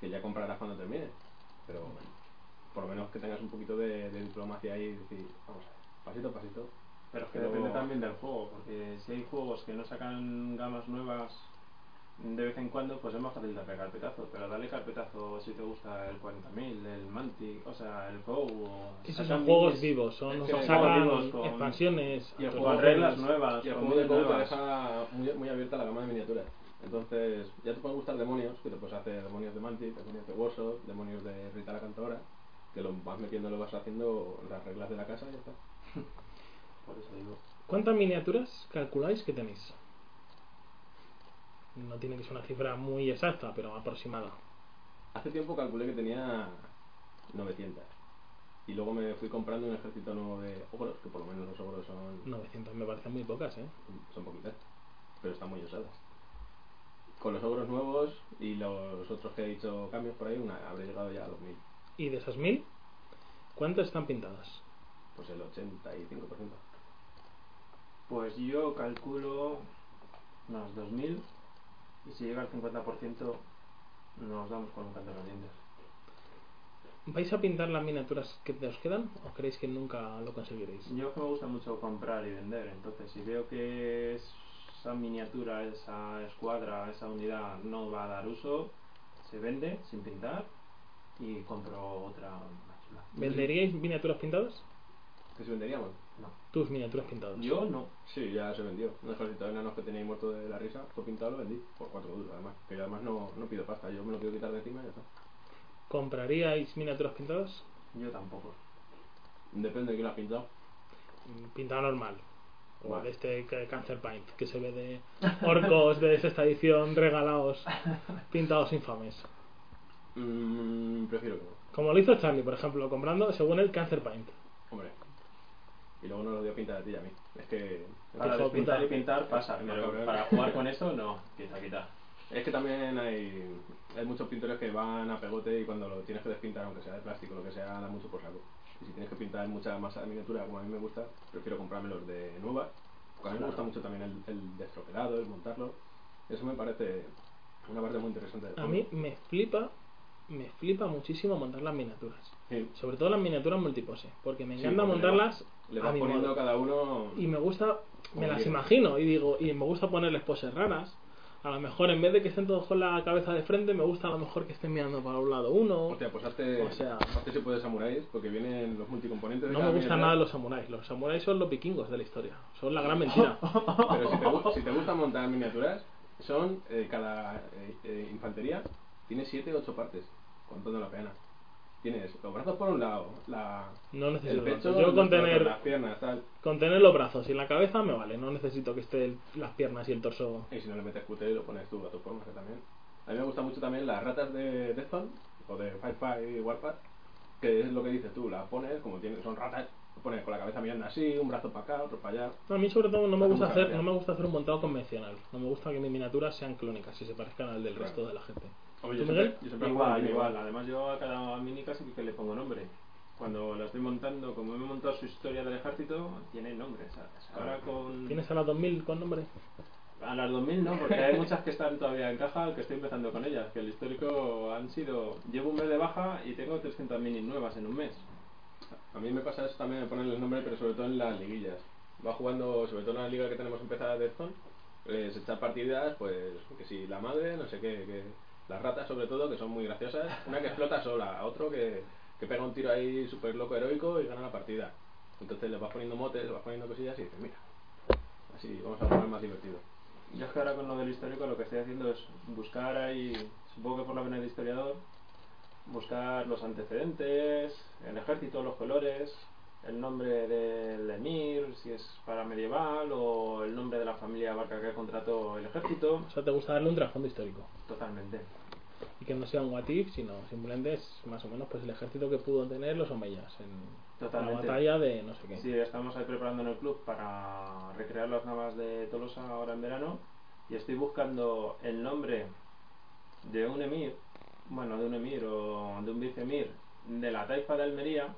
Speaker 2: que ya comprarás cuando termine. Pero por lo menos que tengas un poquito de, de diplomacia ahí y decir, vamos a ver, pasito a pasito.
Speaker 4: Pero es que
Speaker 2: Pero-
Speaker 4: depende también del juego, porque si hay juegos que no sacan gamas nuevas de vez en cuando, pues es más fácil darle carpetazo. Pero dale carpetazo si te gusta el 40.000, el Mantic, o sea, el Go. O
Speaker 1: Esos
Speaker 4: sacan
Speaker 1: son juegos
Speaker 4: minis
Speaker 1: vivos, son,
Speaker 2: es que
Speaker 1: sacan
Speaker 4: juegos vivos con-
Speaker 1: expansiones,
Speaker 2: y el juego
Speaker 4: Con
Speaker 1: actualizaciones.
Speaker 4: Pues reglas nuevas,
Speaker 2: Y el
Speaker 4: con
Speaker 2: juego de
Speaker 4: minis
Speaker 2: Go te
Speaker 4: nuevas.
Speaker 2: deja muy, muy abierta la gama de miniaturas. Entonces, ya te pueden gustar demonios, que te puedes hacer demonios de Mantis, demonios de Warsaw, demonios de Rita la Cantora, que lo vas metiendo, lo vas haciendo las reglas de la casa y ya está.
Speaker 4: Por eso digo.
Speaker 1: ¿Cuántas miniaturas calculáis que tenéis? No tiene que ser una cifra muy exacta, pero aproximada.
Speaker 2: Hace tiempo calculé que tenía 900. Y luego me fui comprando un ejército nuevo de ogros, que por lo menos los ogros son,
Speaker 1: 900 me parecen muy pocas, ¿eh?
Speaker 2: son poquitas, pero están muy usadas. Con los ogros nuevos y los otros que he hecho cambios por ahí, una, habré llegado ya a 2000.
Speaker 1: ¿Y de esas 1000? ¿Cuántas están pintadas?
Speaker 2: Pues el 85%.
Speaker 4: Pues yo calculo unos 2.000 y si llega al 50% nos damos con un canto de los dientes.
Speaker 1: ¿Vais a pintar las miniaturas que te os quedan o creéis que nunca lo conseguiréis?
Speaker 4: Yo es que me gusta mucho comprar y vender, entonces si veo que esa miniatura, esa escuadra, esa unidad no va a dar uso, se vende sin pintar y compro otra más chula.
Speaker 1: ¿Venderíais miniaturas pintadas?
Speaker 2: ¿Que si venderíamos?
Speaker 4: No.
Speaker 1: Tus miniaturas pintadas.
Speaker 4: Yo no.
Speaker 2: Sí, ya se vendió. Un ejército de enanos que tenía ahí muerto de la risa, fue pintado, lo vendí. Por cuatro duros, además. Que yo además no, no pido pasta, yo me lo quiero quitar de encima y ya está.
Speaker 1: ¿Compraríais miniaturas pintadas?
Speaker 4: Yo tampoco.
Speaker 2: Depende de quién lo ha pintado.
Speaker 1: Mm, Pintada normal. O
Speaker 2: Vale.
Speaker 1: de este ca- Cancer Paint, que se ve de orcos de sexta edición regalados, pintados infames.
Speaker 2: Mm, prefiero que no.
Speaker 1: Como lo hizo Charlie, por ejemplo, comprando, según él, Cancer Paint.
Speaker 2: Hombre. Y luego no lo dio pintar a ti y a mí. Es que.
Speaker 4: Para
Speaker 1: Fijo,
Speaker 4: despintar y
Speaker 1: pintar.
Speaker 4: pintar pasa,
Speaker 2: No,
Speaker 4: pero
Speaker 2: cabrón.
Speaker 4: para jugar con eso no, quita, quita.
Speaker 2: Es que también hay, hay muchos pintores que van a pegote y cuando lo tienes que despintar, aunque sea de plástico, lo que sea, da mucho por saco. Y si tienes que pintar mucha masa de miniatura, como a mí me gusta, prefiero comprármelos de nuevas. Porque a mí me
Speaker 4: Claro.
Speaker 2: gusta mucho también el, el destropelado, el montarlo. Eso me parece una parte muy interesante del
Speaker 1: A
Speaker 2: juego.
Speaker 1: mí me flipa, me flipa muchísimo montar las miniaturas.
Speaker 2: Sí.
Speaker 1: Sobre todo las miniaturas multipose, porque me
Speaker 2: Sí,
Speaker 1: encanta
Speaker 2: porque le va-
Speaker 1: montarlas
Speaker 2: Le
Speaker 1: a
Speaker 2: vas
Speaker 1: mi
Speaker 2: poniendo
Speaker 1: modo.
Speaker 2: a cada uno.
Speaker 1: y me gusta, me
Speaker 2: Como
Speaker 1: las
Speaker 2: quieras.
Speaker 1: imagino y digo, y me gusta ponerles poses raras. A lo mejor en vez de que estén todos con la cabeza de frente, me gusta a lo mejor que estén mirando para un lado uno.
Speaker 2: Hostia, pues hazte,
Speaker 1: O sea-
Speaker 2: hazte si puedes samuráis, porque vienen los multicomponentes. de
Speaker 1: no
Speaker 2: cada
Speaker 1: me gustan
Speaker 2: miniatura.
Speaker 1: nada los samuráis. Los samuráis son los vikingos de la historia. Son la gran mentira.
Speaker 2: Pero si te, gu- si te gusta montar miniaturas, son eh, cada eh, eh, infantería tiene 7 o 8 partes, contando la peana. Tienes los brazos por un lado, la,
Speaker 1: No
Speaker 2: el
Speaker 1: necesito
Speaker 2: pecho,
Speaker 1: brazos. Yo
Speaker 2: los
Speaker 1: con
Speaker 2: brazos,
Speaker 1: tener,
Speaker 2: las piernas, tal.
Speaker 1: con tener los brazos y la cabeza me vale. No necesito que estén las piernas y el torso
Speaker 2: Y si no le metes cutre, lo pones tú a tu forma, que también. A mí me gustan mucho también las ratas de Deathstone o de Firefly y Warpath, que es lo que dices tú, las pones como tienen, son ratas, las pones con la cabeza mirando así, un brazo para acá, otro para allá.
Speaker 1: No, a mí sobre todo no me
Speaker 2: Hace
Speaker 1: gusta
Speaker 2: mucha
Speaker 1: hacer
Speaker 2: gracia.
Speaker 1: no me gusta hacer un montado convencional. No me gusta que mis miniaturas sean clónicas y se parezcan al del
Speaker 2: Claro.
Speaker 1: resto de la gente.
Speaker 2: Hombre,
Speaker 1: ¿Tú,
Speaker 2: yo
Speaker 1: Miguel?
Speaker 2: siempre, yo siempre hago
Speaker 4: Igual,
Speaker 2: un
Speaker 4: igual. Además yo a cada mini casi que le pongo nombre. Cuando la estoy montando, como he montado su historia del ejército, tiene nombre, ¿sabes? Ahora con...
Speaker 1: ¿Tienes a las 2000 con nombre?
Speaker 4: A las 2000 no, porque hay muchas que están todavía en caja, que estoy empezando con ellas, que el histórico han sido... Llevo un mes de baja y tengo 300 minis nuevas en un mes.
Speaker 2: A mí me pasa eso también de ponerle el nombre, pero sobre todo en las liguillas. Va jugando, sobre todo en la liga que tenemos empezada de Zone, eh, se echan partidas, pues, que si la madre, no sé qué, que las ratas sobre todo, que son muy graciosas, una que explota sola, otro que, que pega un tiro ahí súper loco heroico y gana la partida. Entonces le vas poniendo motes, le vas poniendo cosillas y dices, mira, así vamos a jugar más divertido.
Speaker 4: Yo es que ahora con lo del histórico lo que estoy haciendo es buscar ahí, supongo que por la vena del historiador, buscar los antecedentes, el ejército, los colores, el nombre del emir, si es para medieval, o el nombre de la familia barca que contrató el ejército.
Speaker 1: O sea, te gusta darle un trasfondo histórico.
Speaker 4: Totalmente.
Speaker 1: Y que no sea un what if, sino simplemente es más o menos pues el ejército que pudo tener los omeyas en la
Speaker 4: Totalmente.
Speaker 1: batalla de no sé qué.
Speaker 4: Sí, estamos ahí preparando en el club para recrear las navas de Tolosa ahora en verano y estoy buscando el nombre de un emir, bueno, de un emir o de un viceemir de la taifa de Almería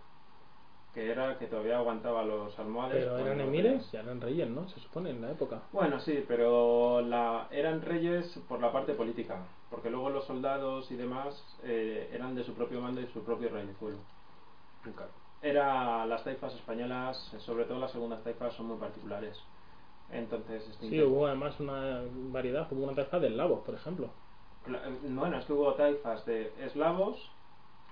Speaker 4: que era que todavía aguantaba los almohades.
Speaker 1: Pero eran
Speaker 4: cuando-
Speaker 1: emires, ya eran reyes, ¿no? Se supone en la época.
Speaker 4: Bueno, sí, pero la, eran reyes por la parte política, porque luego los soldados y demás eh, eran de su propio mando y su propio reyezuelo
Speaker 2: Nunca.
Speaker 4: era las taifas españolas, sobre todo las segundas taifas, son muy particulares. Entonces, este
Speaker 1: Sí,
Speaker 4: intento-
Speaker 1: hubo además una variedad, hubo una taifa de eslavos, por ejemplo.
Speaker 4: Cla- eh, bueno, es que hubo taifas de eslavos,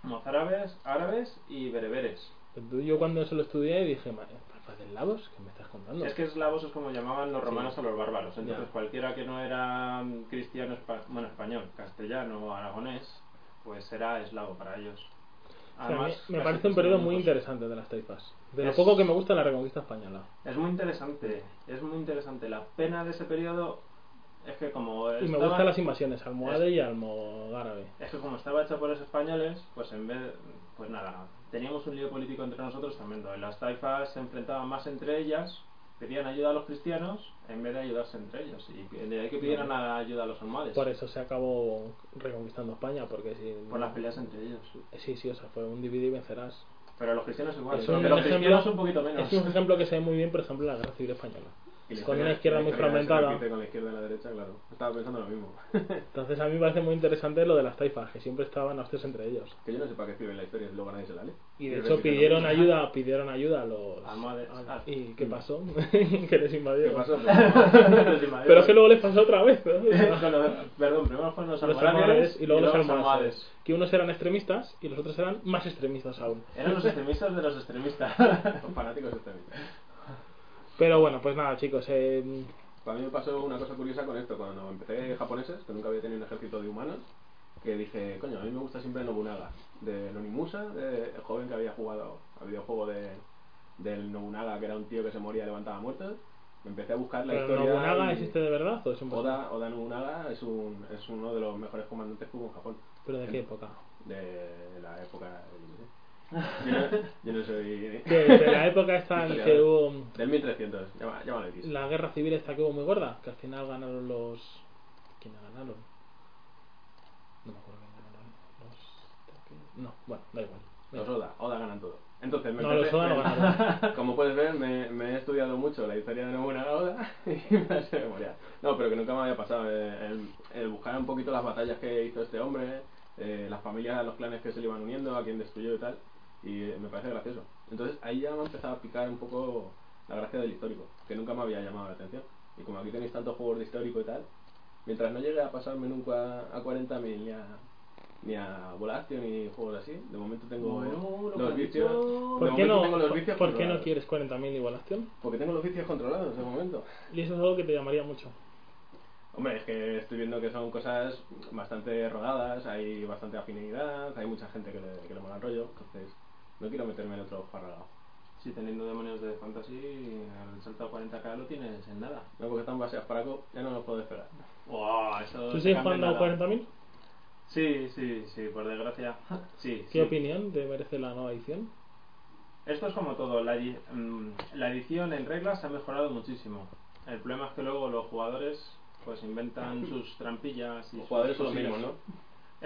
Speaker 4: mozárabes, árabes y bereberes.
Speaker 1: Entonces, Yo cuando eso lo estudié dije, "Ma- ¿taifa de eslavos? ¿Qué me estás contando?
Speaker 4: Es que eslavos es como llamaban los romanos a los bárbaros. Entonces,
Speaker 1: Ya.
Speaker 4: cualquiera que no era mm, cristiano, espa- bueno, español, castellano o aragonés, pues era eslavo para ellos.
Speaker 1: O sea, a mí
Speaker 4: Además,
Speaker 1: me
Speaker 4: casi
Speaker 1: parece un
Speaker 4: que son
Speaker 1: periodo
Speaker 4: los
Speaker 1: muy
Speaker 4: únicos-
Speaker 1: interesante de las taifas. De lo
Speaker 4: Es-
Speaker 1: poco que me gusta la Reconquista Española.
Speaker 4: Es muy interesante, es muy interesante. La pena de ese periodo es que como...
Speaker 1: Y me
Speaker 4: estaba-
Speaker 1: gustan las invasiones, almohade y almogárabe.
Speaker 4: Es que como estaba hecha por los españoles, pues en vez, pues nada, teníamos un lío político entre nosotros tremendo. Las taifas se enfrentaban más entre ellas, pedían ayuda a los cristianos en vez de ayudarse entre ellos. Y que- de ahí que pidieran ayuda a los almohades
Speaker 1: Por
Speaker 4: por,
Speaker 1: eso se acabó reconquistando España, porque si...
Speaker 4: las peleas entre ellos.
Speaker 1: Sí, sí, o sea, fue un divide y vencerás. Eh,
Speaker 4: Pero los cristianos igual.
Speaker 1: Es
Speaker 4: pero
Speaker 1: un
Speaker 4: que los
Speaker 1: ejemplo-
Speaker 4: cristianos un poquito menos.
Speaker 1: Es un ejemplo que se ve muy bien, por ejemplo, en la Guerra Civil Española.
Speaker 2: Y la
Speaker 1: Con una
Speaker 2: historia-
Speaker 1: izquierda
Speaker 2: la
Speaker 1: muy
Speaker 2: historia se
Speaker 1: fragmentada.
Speaker 2: repite Con la izquierda y la derecha, claro. Estaba pensando lo mismo.
Speaker 1: Entonces a mí me parece muy interesante lo de las taifas, que siempre estaban hostias entre ellos.
Speaker 2: que yo no sé para qué escriben la historia si luego nadie se la lee.
Speaker 1: Y de
Speaker 2: Yo
Speaker 1: hecho
Speaker 2: repito lo
Speaker 1: pidieron
Speaker 2: mismo.
Speaker 1: ayuda, pidieron ayuda a los...
Speaker 4: Almohades.
Speaker 1: a- ¿Y qué pasó? que les
Speaker 2: ¿Qué
Speaker 1: invadieron.
Speaker 2: pasó?
Speaker 4: Los invasores.
Speaker 1: Pero es que luego les pasó otra vez. ¿no? O sea,
Speaker 4: Con los- perdón, primero fueron
Speaker 1: los
Speaker 4: los, almohades
Speaker 1: almohades y luego los almohades.
Speaker 4: almohades.
Speaker 1: Que unos eran extremistas y los otros eran más extremistas aún.
Speaker 4: Eran los extremistas de los extremistas.
Speaker 2: Son fanáticos de esta vida.
Speaker 1: Pero bueno, pues nada, chicos. eh,
Speaker 2: Para mí me pasó una cosa curiosa con esto, cuando empecé japoneses, que nunca había tenido un ejército de humanos, que dije, coño, a mí me gusta siempre Nobunaga, de Nonimusa, de- el joven que había jugado al videojuego de, del Nobunaga, que era un tío que se moría y levantaba muertos. Empecé a buscar la
Speaker 1: ¿Pero
Speaker 2: historia.
Speaker 1: Nobunaga
Speaker 2: y-
Speaker 1: existe de verdad o es un personaje?
Speaker 2: Oda, Oda Nobunaga es, un, es uno de los mejores comandantes que hubo en Japón.
Speaker 1: ¿Pero de qué época?
Speaker 2: de la época. Yo no, sé. Yo no- yo no soy.
Speaker 1: De, de la época esta en que
Speaker 2: historiador.
Speaker 1: hubo
Speaker 2: Del 1300, llama- llámalo X.
Speaker 1: la guerra civil esta que hubo muy gorda, que al final ganaron los... ¿Quién ganaron? No me acuerdo quién ganaron. Los... No, bueno, da igual. Da
Speaker 2: Los
Speaker 1: igual.
Speaker 2: Oda, Oda ganan todo. Entonces, me
Speaker 1: No, los
Speaker 2: empecé-
Speaker 1: Oda no
Speaker 2: me-
Speaker 1: ganaron.
Speaker 2: Como puedes ver, me, me he estudiado mucho la historia de Nobunaga Oda y me la sé de memoria. No, pero que nunca me había pasado. eh, El, el buscar un poquito las batallas que hizo este hombre, eh, las familias, los clanes que se le iban uniendo, a quien destruyó y tal. Y eh, me parece gracioso. Entonces ahí ya me ha empezado a picar un poco la gracia del histórico, que nunca me había llamado la atención. Y como aquí tenéis tantos juegos de histórico y tal, mientras no llegue a pasarme nunca a 40.000 ni a, ni a Volactio ni juegos así, de momento tengo
Speaker 4: Bueno, lo que
Speaker 2: los
Speaker 4: has
Speaker 2: vicios.
Speaker 4: dicho.
Speaker 1: ¿Por
Speaker 2: de
Speaker 1: qué
Speaker 2: momento
Speaker 1: no,
Speaker 2: tengo los
Speaker 1: por-
Speaker 2: vicios
Speaker 1: por qué no
Speaker 2: controlados.
Speaker 1: quieres 40.000 igualación?
Speaker 2: Porque tengo los vicios controlados de momento.
Speaker 1: Y eso es algo que te llamaría mucho.
Speaker 2: Hombre, es que estoy viendo que son cosas bastante rodadas, hay bastante afinidad, hay mucha gente que le, que le mola el rollo, entonces no quiero meterme en otro farragado.
Speaker 4: Si teniendo demonios de fantasy, el salto a 40k lo tienes en nada.
Speaker 2: No, porque están baseados para co, ya no los puedo esperar.
Speaker 4: Wow, eso
Speaker 1: ¿Tú
Speaker 4: te
Speaker 1: sigues
Speaker 4: cambia
Speaker 1: jugando
Speaker 4: nada.
Speaker 1: 40.000?
Speaker 4: Sí, sí, sí, por desgracia. Sí,
Speaker 1: Ah, ¿Qué
Speaker 4: sí.
Speaker 1: opinión te merece la nueva edición?
Speaker 4: Esto es como todo, la, edi- mm, la edición en reglas ha mejorado muchísimo. El problema es que luego los jugadores pues inventan sus trampillas y
Speaker 2: Los jugadores son
Speaker 4: sus
Speaker 2: los mismos, ¿no?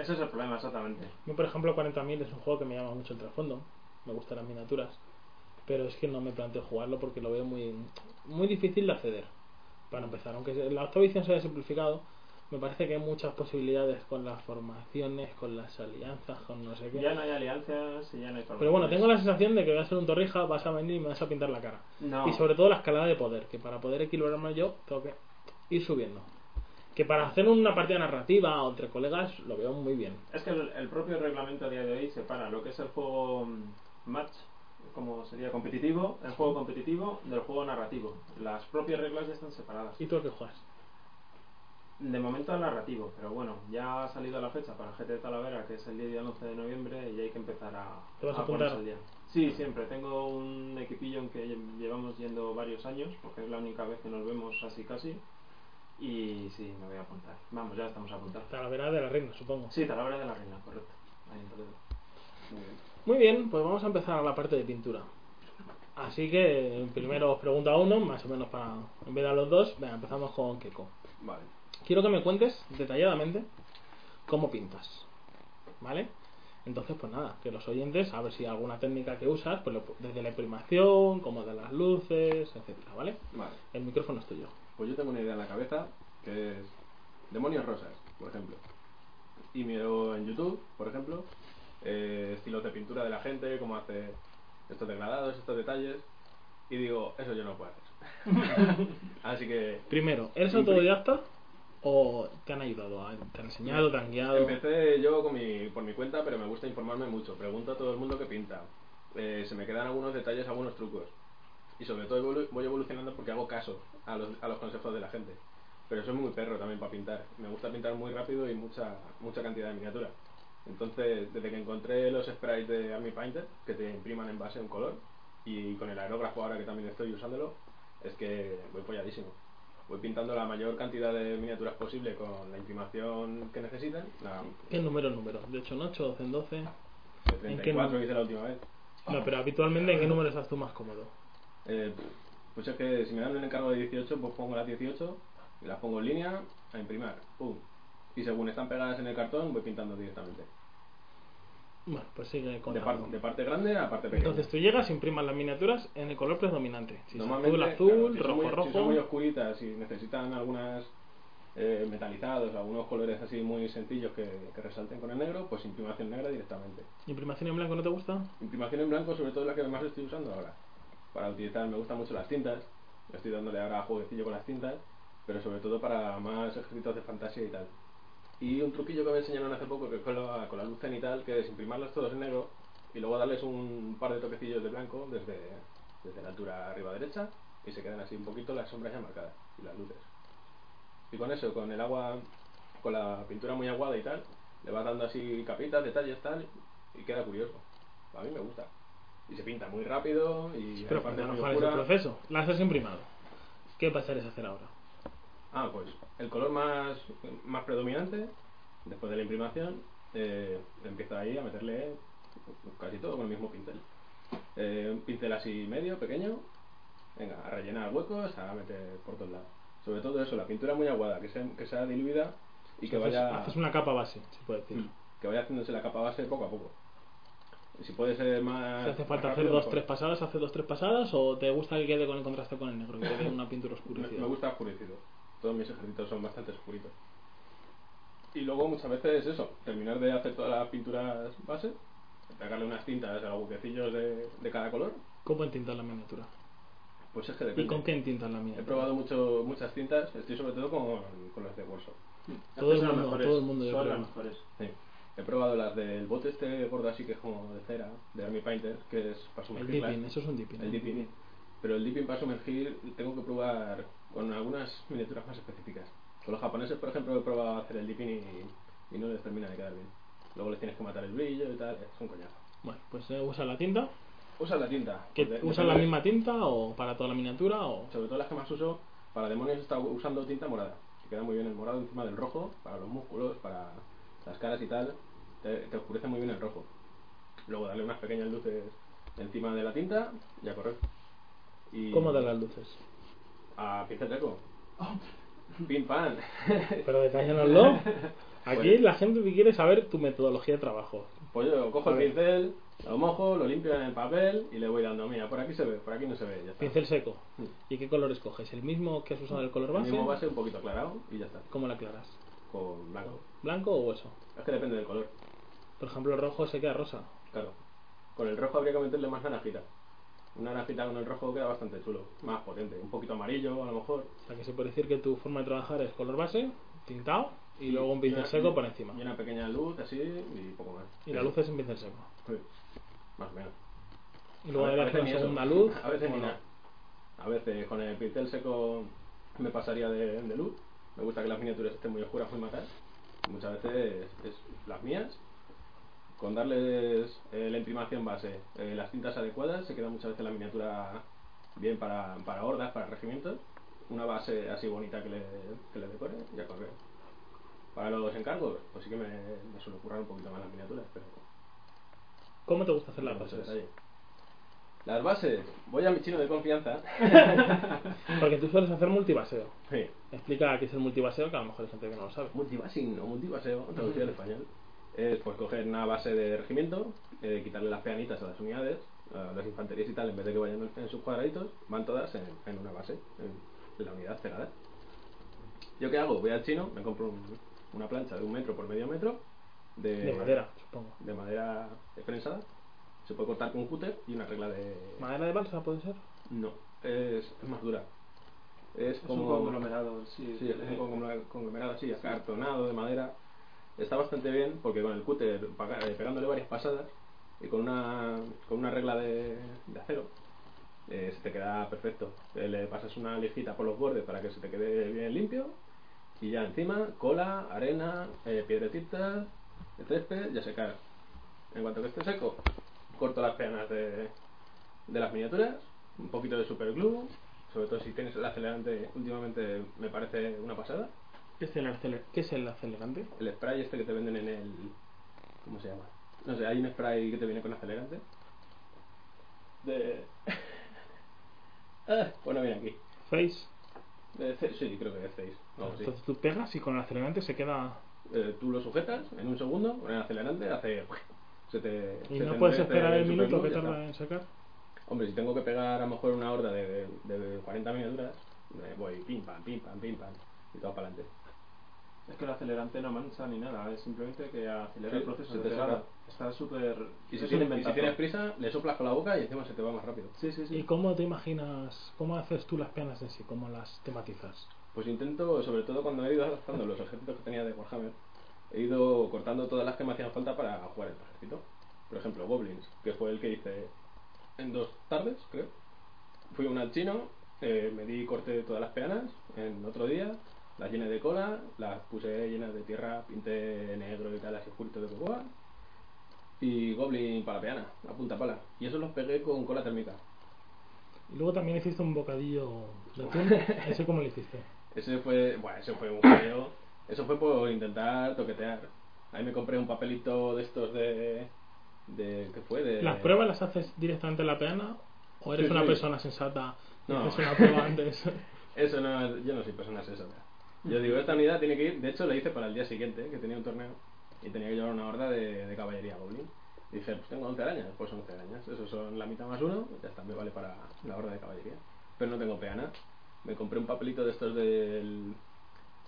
Speaker 4: Ese es el problema, exactamente.
Speaker 1: Yo, por ejemplo, 40.000 es un juego que me llama mucho el trasfondo. Me gustan las miniaturas. Pero es que no me planteo jugarlo porque lo veo muy, muy difícil de acceder. Para empezar, aunque se- la octava edición se haya simplificado, me parece que hay muchas posibilidades con las formaciones, con las alianzas, con no sé qué.
Speaker 4: Ya no hay alianzas y ya no hay
Speaker 1: Pero bueno,
Speaker 4: formaciones.
Speaker 1: tengo la sensación de que voy a ser un torrija, vas a venir y me vas a pintar la cara.
Speaker 4: No.
Speaker 1: Y sobre todo la escalada de poder, que para poder equilibrarme yo tengo que ir subiendo. Que para hacer una partida narrativa o entre colegas lo veo muy bien.
Speaker 4: Es que el, el propio reglamento a día de hoy separa lo que es el juego mm, match, como sería competitivo, el juego competitivo del juego narrativo. Las propias reglas ya están separadas.
Speaker 1: ¿Y tú a qué juegas?
Speaker 4: De momento al narrativo, pero bueno, ya ha salido la fecha para GT de Talavera, que es el 10 y el 11 de noviembre, y hay que empezar a,
Speaker 1: ¿Te vas a
Speaker 4: ponerse
Speaker 1: apuntar?
Speaker 4: al día. Sí, siempre. Tengo un equipillo en que lle- llevamos yendo varios años, porque es la única vez que nos vemos así casi. Y sí, me voy a apuntar. Vamos, ya estamos apuntados.
Speaker 1: Talavera de la Reina, supongo.
Speaker 4: Sí, Talavera de la Reina, correcto. Ahí en Toledo.
Speaker 2: Muy bien.
Speaker 1: Muy bien, pues vamos a empezar a la parte de pintura. Así que primero os pregunto a uno, más o menos para en vez de a los dos, venga, empezamos con Keiko.
Speaker 2: Vale.
Speaker 1: Quiero que me cuentes detalladamente cómo pintas. ¿Vale? Entonces, pues nada, que los oyentes, a ver si alguna técnica que usas, pues lo pu- desde la imprimación, como de las luces, etcétera, ¿vale?
Speaker 2: Vale.
Speaker 1: El micrófono es tuyo.
Speaker 2: Pues yo tengo una idea en la cabeza que es demonios rosas, por ejemplo. Y miro en YouTube, por ejemplo, eh, estilos de pintura de la gente, cómo hace estos degradados, estos detalles. Y digo, eso yo no lo puedo hacer. Así que
Speaker 1: Primero, ¿eres
Speaker 2: Imprim-
Speaker 1: autodidacta o te han ayudado? ¿Te han enseñado, te han guiado?
Speaker 2: Empecé yo con mi, por mi cuenta, pero me gusta informarme mucho. Pregunto a todo el mundo que pinta. Eh, se me quedan algunos detalles, algunos trucos. Y sobre todo evolu- voy evolucionando porque hago caso a los, a los consejos de la gente. Pero soy muy perro también para pintar. Me gusta pintar muy rápido y mucha, mucha cantidad de miniatura. Entonces, desde que encontré los sprites de Army Painter, que te impriman en base a un color, y con el aerógrafo ahora que también estoy usándolo, es que voy folladísimo voy pintando la mayor cantidad de miniaturas posible con la imprimación que necesitan. La
Speaker 1: ¿Qué número es número? ¿De 8 en 8, 12 en 12?
Speaker 2: de
Speaker 1: ¿En qué
Speaker 2: 34
Speaker 1: número?
Speaker 2: que hice la última vez.
Speaker 1: No, pero habitualmente, ¿en qué número estás tú más cómodo?
Speaker 2: Eh, pues es que si me dan un encargo de 18, pues pongo las 18 y las pongo en línea a imprimir. Pum. Y según están pegadas en el cartón, voy pintando directamente.
Speaker 1: Bueno, pues sigue con
Speaker 2: De, par- de parte grande a parte pequeña.
Speaker 1: Entonces tú llegas, imprimas las miniaturas en el color predominante. Si es azul,
Speaker 2: Normalmente,
Speaker 1: azul,
Speaker 2: claro, si son
Speaker 1: rojo,
Speaker 2: muy-
Speaker 1: rojo.
Speaker 2: Si son muy oscuritas y necesitan algunas eh, metalizados, algunos colores así muy sencillos que, que resalten con el negro, pues imprimación negra directamente.
Speaker 1: ¿Imprimación en blanco no te gusta?
Speaker 2: Imprimación en blanco, sobre todo es la que más estoy usando ahora. Para utilizar, me gustan mucho las tintas. Estoy dándole ahora jueguecillo con las tintas, pero sobre todo para más escritos de fantasía y tal. Y un truquillo que me enseñaron hace poco, que es con la, con la luz cenital, que es imprimarlas todos en negro y luego darles un par de toquecillos de blanco desde, desde la altura arriba derecha y se quedan así un poquito las sombras ya marcadas y las luces. Y con eso, con el agua, con la pintura muy aguada y tal, le vas dando así capitas, detalles, tal, y queda curioso. A mí me gusta. Y se pinta muy rápido y
Speaker 1: Pero
Speaker 2: hay partes
Speaker 1: bueno,
Speaker 2: muy
Speaker 1: ¿cuál es el
Speaker 2: oscuras.
Speaker 1: proceso? Las has imprimado. ¿Qué pasaréis a hacer ahora?
Speaker 2: Ah, pues el color más, más predominante, después de la imprimación, eh, empieza ahí a meterle casi todo con el mismo pincel. Eh, un pincel así medio, pequeño, venga, a rellenar huecos, a meter por todos lados. Sobre todo eso, la pintura muy aguada, que sea, que sea diluida y que
Speaker 1: Entonces,
Speaker 2: vaya,
Speaker 1: Haces una capa base, se puede decir.
Speaker 2: Mm, que vaya haciéndose la capa base poco a poco. Si puede ser más.
Speaker 1: Si hace falta
Speaker 2: más
Speaker 1: hacer
Speaker 2: Ah, rápido, pues
Speaker 1: dos, tres
Speaker 2: mejor.
Speaker 1: pasadas, haces dos, tres pasadas o te gusta que quede con el contraste con el negro, que quede una pintura
Speaker 2: Me,
Speaker 1: oscurecida.
Speaker 2: me gusta oscurecido. Todos mis ejercicios son bastante oscuritos. Y luego muchas veces eso, terminar de hacer todas las pinturas base, pegarle unas tintas a los buquecillos de, de cada color,
Speaker 1: ¿Cómo entintas la miniatura?
Speaker 2: pues es que depende.
Speaker 1: ¿Y con qué entintas la miniatura?
Speaker 2: He probado mucho, muchas cintas, estoy sobre todo con, con las de Warsaw.
Speaker 1: Todo el
Speaker 4: Estas son las
Speaker 1: mundo,
Speaker 4: mejores,
Speaker 1: todo el mundo, yo
Speaker 4: son
Speaker 1: creo.
Speaker 4: las mejores.
Speaker 2: Sí. He probado las del bote este gordo así que es como de cera, de Army Painter, que es para
Speaker 1: El
Speaker 2: sumergirla.
Speaker 1: dipping, eso es un dipping.
Speaker 2: El dipping. Pero el dipping para sumergir tengo que probar con algunas miniaturas más específicas. Con los japoneses, por ejemplo, he probado hacer el dipping y, y no les termina de quedar bien. Luego les tienes que matar el brillo y tal, es un coñazo.
Speaker 1: Bueno, pues eh, usa la tinta.
Speaker 2: Usa la tinta.
Speaker 1: ¿Que
Speaker 2: porque
Speaker 1: ¿Usas la
Speaker 2: depende-
Speaker 1: misma tinta o para toda la miniatura? o
Speaker 2: Sobre todo las que más uso, para demonios está usando tinta morada. Que queda muy bien el morado encima del rojo, para los músculos, para las caras y tal. Te, te oscurece muy bien el rojo. Luego darle unas pequeñas luces encima de la tinta y a correr. Y
Speaker 1: ¿Cómo dar las luces?
Speaker 2: A pincel seco.
Speaker 1: Oh.
Speaker 2: Pim pam.
Speaker 1: Pero detállanoslo. Aquí
Speaker 2: Bueno.
Speaker 1: la gente que quiere saber tu metodología de trabajo.
Speaker 2: Pues yo cojo
Speaker 1: A
Speaker 2: el
Speaker 1: ver.
Speaker 2: pincel, lo mojo, lo limpio en el papel y le voy dando. Mira, por aquí se ve, por aquí no se ve. Ya está.
Speaker 1: Pincel seco.
Speaker 2: Mm.
Speaker 1: ¿Y qué color escoges? ¿El mismo que has usado el color base?
Speaker 2: El mismo base un poquito aclarado y ya está.
Speaker 1: ¿Cómo la aclaras?
Speaker 2: Con blanco.
Speaker 1: ¿Blanco o hueso?
Speaker 2: Es que depende del color.
Speaker 1: Por ejemplo, el rojo se queda rosa.
Speaker 2: Claro. Con el rojo habría que meterle más naranjita. Una naranjita con el rojo queda bastante chulo, más potente. Un poquito amarillo, a lo mejor.
Speaker 1: O sea, que se puede decir que tu forma de trabajar es color base, tintado y luego un pincel
Speaker 2: una-
Speaker 1: seco por encima.
Speaker 2: Y una pequeña luz así y poco más.
Speaker 1: Y la luz es un pincel seco.
Speaker 2: Sí. Más o menos.
Speaker 1: Y luego
Speaker 2: Ah, A
Speaker 1: le
Speaker 2: veces
Speaker 1: das una
Speaker 2: ni eso.
Speaker 1: segunda luz.
Speaker 2: A veces ni
Speaker 1: bueno,
Speaker 2: nada. A veces con el pincel seco me pasaría de, de luz. Me gusta que las miniaturas estén muy oscuras, muy matas. Muchas veces es las mías. Con darles eh, la imprimación base, eh, las tintas adecuadas, se queda muchas veces la miniatura bien para, para hordas, para regimientos. Una base así bonita que le, que le decore y a correr. Para los encargos, pues sí que me, me suele currar un poquito más las miniaturas, pero
Speaker 1: ¿Cómo te gusta hacer las
Speaker 2: Vamos a
Speaker 1: bases?
Speaker 2: ver ahí. Las bases. Voy a mi chino de confianza.
Speaker 1: Porque tú sueles hacer multibaseo.
Speaker 2: sí.
Speaker 1: Explica qué es el multibaseo, que a lo mejor hay gente que no lo sabe.
Speaker 2: Multibasing o multibaseo, traducido al español. Es pues coger una base de regimiento, eh, quitarle las peanitas a las unidades, a las infanterías y tal, en vez de que vayan en sus cuadraditos, van todas en, en una base, en, en la unidad pegada. ¿Yo qué hago? Voy al chino, me compro un- una plancha de un metro por medio metro de,
Speaker 1: De madera, supongo.
Speaker 2: de madera prensada. Se puede cortar con un cúter y una regla de
Speaker 1: ¿Madera de balsa puede ser?
Speaker 2: No, es, es más dura. Es,
Speaker 4: Es
Speaker 2: como
Speaker 4: un conglomerado, sí.
Speaker 2: Sí, es un
Speaker 4: eh,
Speaker 2: conglomerado- conglomerado así, acartonado de madera. Está bastante bien porque con el cúter paga- eh, pegándole varias pasadas y con una, con una regla de, de acero eh, se te queda perfecto. Eh, Le pasas una lijita por los bordes para que se te quede bien limpio y ya encima cola, arena, eh, piedrecitas, césped, ya se cae. En cuanto que esté seco, corto las peanas de, de las miniaturas, un poquito de superglue, sobre todo si tienes el acelerante, últimamente me parece una pasada.
Speaker 1: ¿Qué es el, aceler- qué es el acelerante?
Speaker 2: El spray este que te venden en el... ¿Cómo se llama? No sé, hay un spray que te viene con acelerante. De... Ah, bueno, viene aquí.
Speaker 1: Face.
Speaker 2: De C- sí, creo que es 6.
Speaker 1: Entonces tú pegas y con el acelerante se queda.
Speaker 2: Eh, tú lo sujetas en un segundo, con el acelerante, hace... Se te,
Speaker 1: Y
Speaker 2: se
Speaker 1: no
Speaker 2: te
Speaker 1: puedes
Speaker 2: endurece
Speaker 1: esperar el
Speaker 2: superglue
Speaker 1: minuto
Speaker 2: y
Speaker 1: que
Speaker 2: ya está.
Speaker 1: tarda en sacar.
Speaker 2: Hombre, si tengo que pegar a lo mejor una horda de, de, de 40 miniaturas, eh, voy pim pam, pim pam, pim pam, y todo para adelante.
Speaker 4: Es que el acelerante no mancha ni nada, es simplemente que acelera
Speaker 2: Sí,
Speaker 4: el proceso
Speaker 2: se
Speaker 4: de
Speaker 2: te
Speaker 4: pegada.
Speaker 2: saca.
Speaker 4: Está súper.
Speaker 2: Y
Speaker 4: es
Speaker 2: si, tienes, y
Speaker 4: un
Speaker 2: si
Speaker 4: inventazo.
Speaker 2: tienes prisa, le soplas con la boca y encima se te va más rápido.
Speaker 4: Sí, sí, sí.
Speaker 1: ¿Y cómo te imaginas, cómo haces tú las peanas en sí? ¿Cómo las tematizas?
Speaker 2: Pues intento, sobre todo cuando he ido adaptando los ejércitos que tenía de Warhammer, he ido cortando todas las que me hacían falta para jugar el ejército. Por ejemplo, Goblins, que fue el que hice en dos tardes, creo. Fui una al chino, eh, me di corte de todas las peanas en otro día, las llené de cola, las puse llenas de tierra, pinté negro y tal, así oscurito de cocoa. Y Goblin para peana, a punta pala. Y eso los pegué con cola térmica.
Speaker 1: Y luego también hiciste un bocadillo de atún. ¿Ese cómo lo hiciste?
Speaker 2: Ese fue, bueno, ese fue un jaleo. Eso fue por intentar toquetear. Ahí me compré un papelito de estos de. de ¿Qué fue? De,
Speaker 1: ¿Las pruebas las haces directamente en la peana? ¿O eres
Speaker 2: Eh, Sí,
Speaker 1: una
Speaker 2: sí.
Speaker 1: persona sensata? y
Speaker 2: No.
Speaker 1: haces una prueba antes.
Speaker 2: Eso no, yo no soy persona asesora. Yo digo, esta unidad tiene que ir, de hecho la hice para el día siguiente, que tenía un torneo, y tenía que llevar una horda de, de caballería goblin. Y dije, pues tengo 11 arañas, pues 11 arañas, eso son la mitad más uno, ya está, me vale para la horda de caballería. Pero no tengo peana. Me compré un papelito de estos del...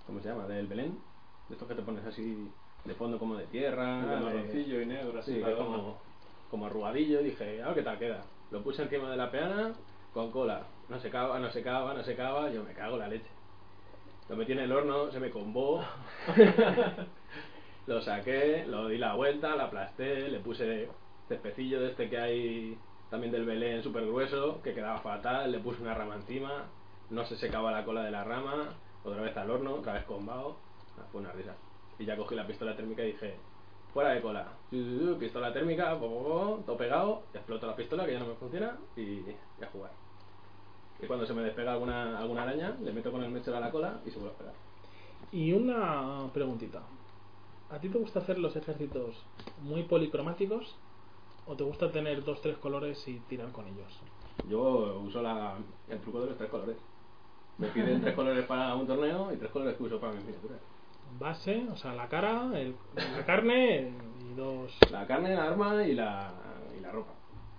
Speaker 2: ¿Cómo se llama? Del Belén. De estos que te pones así de fondo como de tierra,
Speaker 4: Ah,
Speaker 2: de-
Speaker 4: marroncillo y negro, así
Speaker 2: Sí, que
Speaker 4: para
Speaker 2: como, como arrugadillo, dije, a ver qué tal queda. Lo puse encima de la peana con cola. No se cava, no se cava, no se cava, yo me cago en la leche. Lo metí en el horno, se me combó. lo saqué, lo di la vuelta, la aplasté, le puse cespecillo de este que hay también del Belén súper grueso, que quedaba fatal, le puse una rama encima, no se secaba la cola de la rama, otra vez al horno, otra vez combado. Ah, Fue una risa. Y ya cogí la pistola térmica y dije, fuera de cola. Su, su, su, Pistola térmica, po, po, po, todo pegado, exploto la pistola que ya no me funciona y, y a jugar. Y cuando se me despega alguna, alguna araña, le meto con el mechero a la cola y se vuelve a pegar.
Speaker 1: Y una preguntita. ¿A ti te gusta hacer los ejércitos muy policromáticos o te gusta tener dos, tres colores y tirar con ellos?
Speaker 2: Yo uso la, el truco de los tres colores. Me piden tres colores para un torneo y tres colores que uso para mis miniaturas.
Speaker 1: Base, o sea, la cara, el- la carne y dos...
Speaker 2: La carne, la arma y la, y la ropa,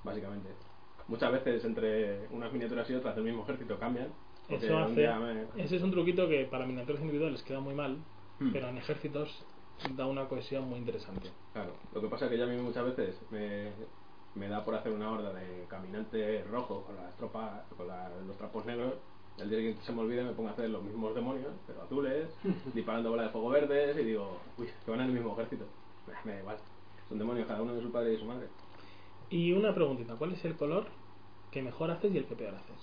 Speaker 2: básicamente. Muchas veces entre unas miniaturas y otras del mismo ejército cambian. porque
Speaker 1: Eso
Speaker 2: un
Speaker 1: hace...
Speaker 2: día me-
Speaker 1: Ese es un truquito que para miniaturas individuales queda muy mal,
Speaker 2: Hmm.
Speaker 1: pero en ejércitos da una cohesión muy interesante.
Speaker 2: Claro, lo que pasa es que ya a mí muchas veces me, me da por hacer una horda de caminantes rojos con las tropas, con la- los trapos negros. El día que se me olvida me pongo a hacer los mismos demonios, pero azules, disparando bolas de fuego verdes y digo, uy, que van en el mismo ejército. Bah, Me da igual, son demonios cada uno de su padre y de su madre.
Speaker 1: Y una preguntita, ¿cuál es el color que mejor haces y el que peor haces?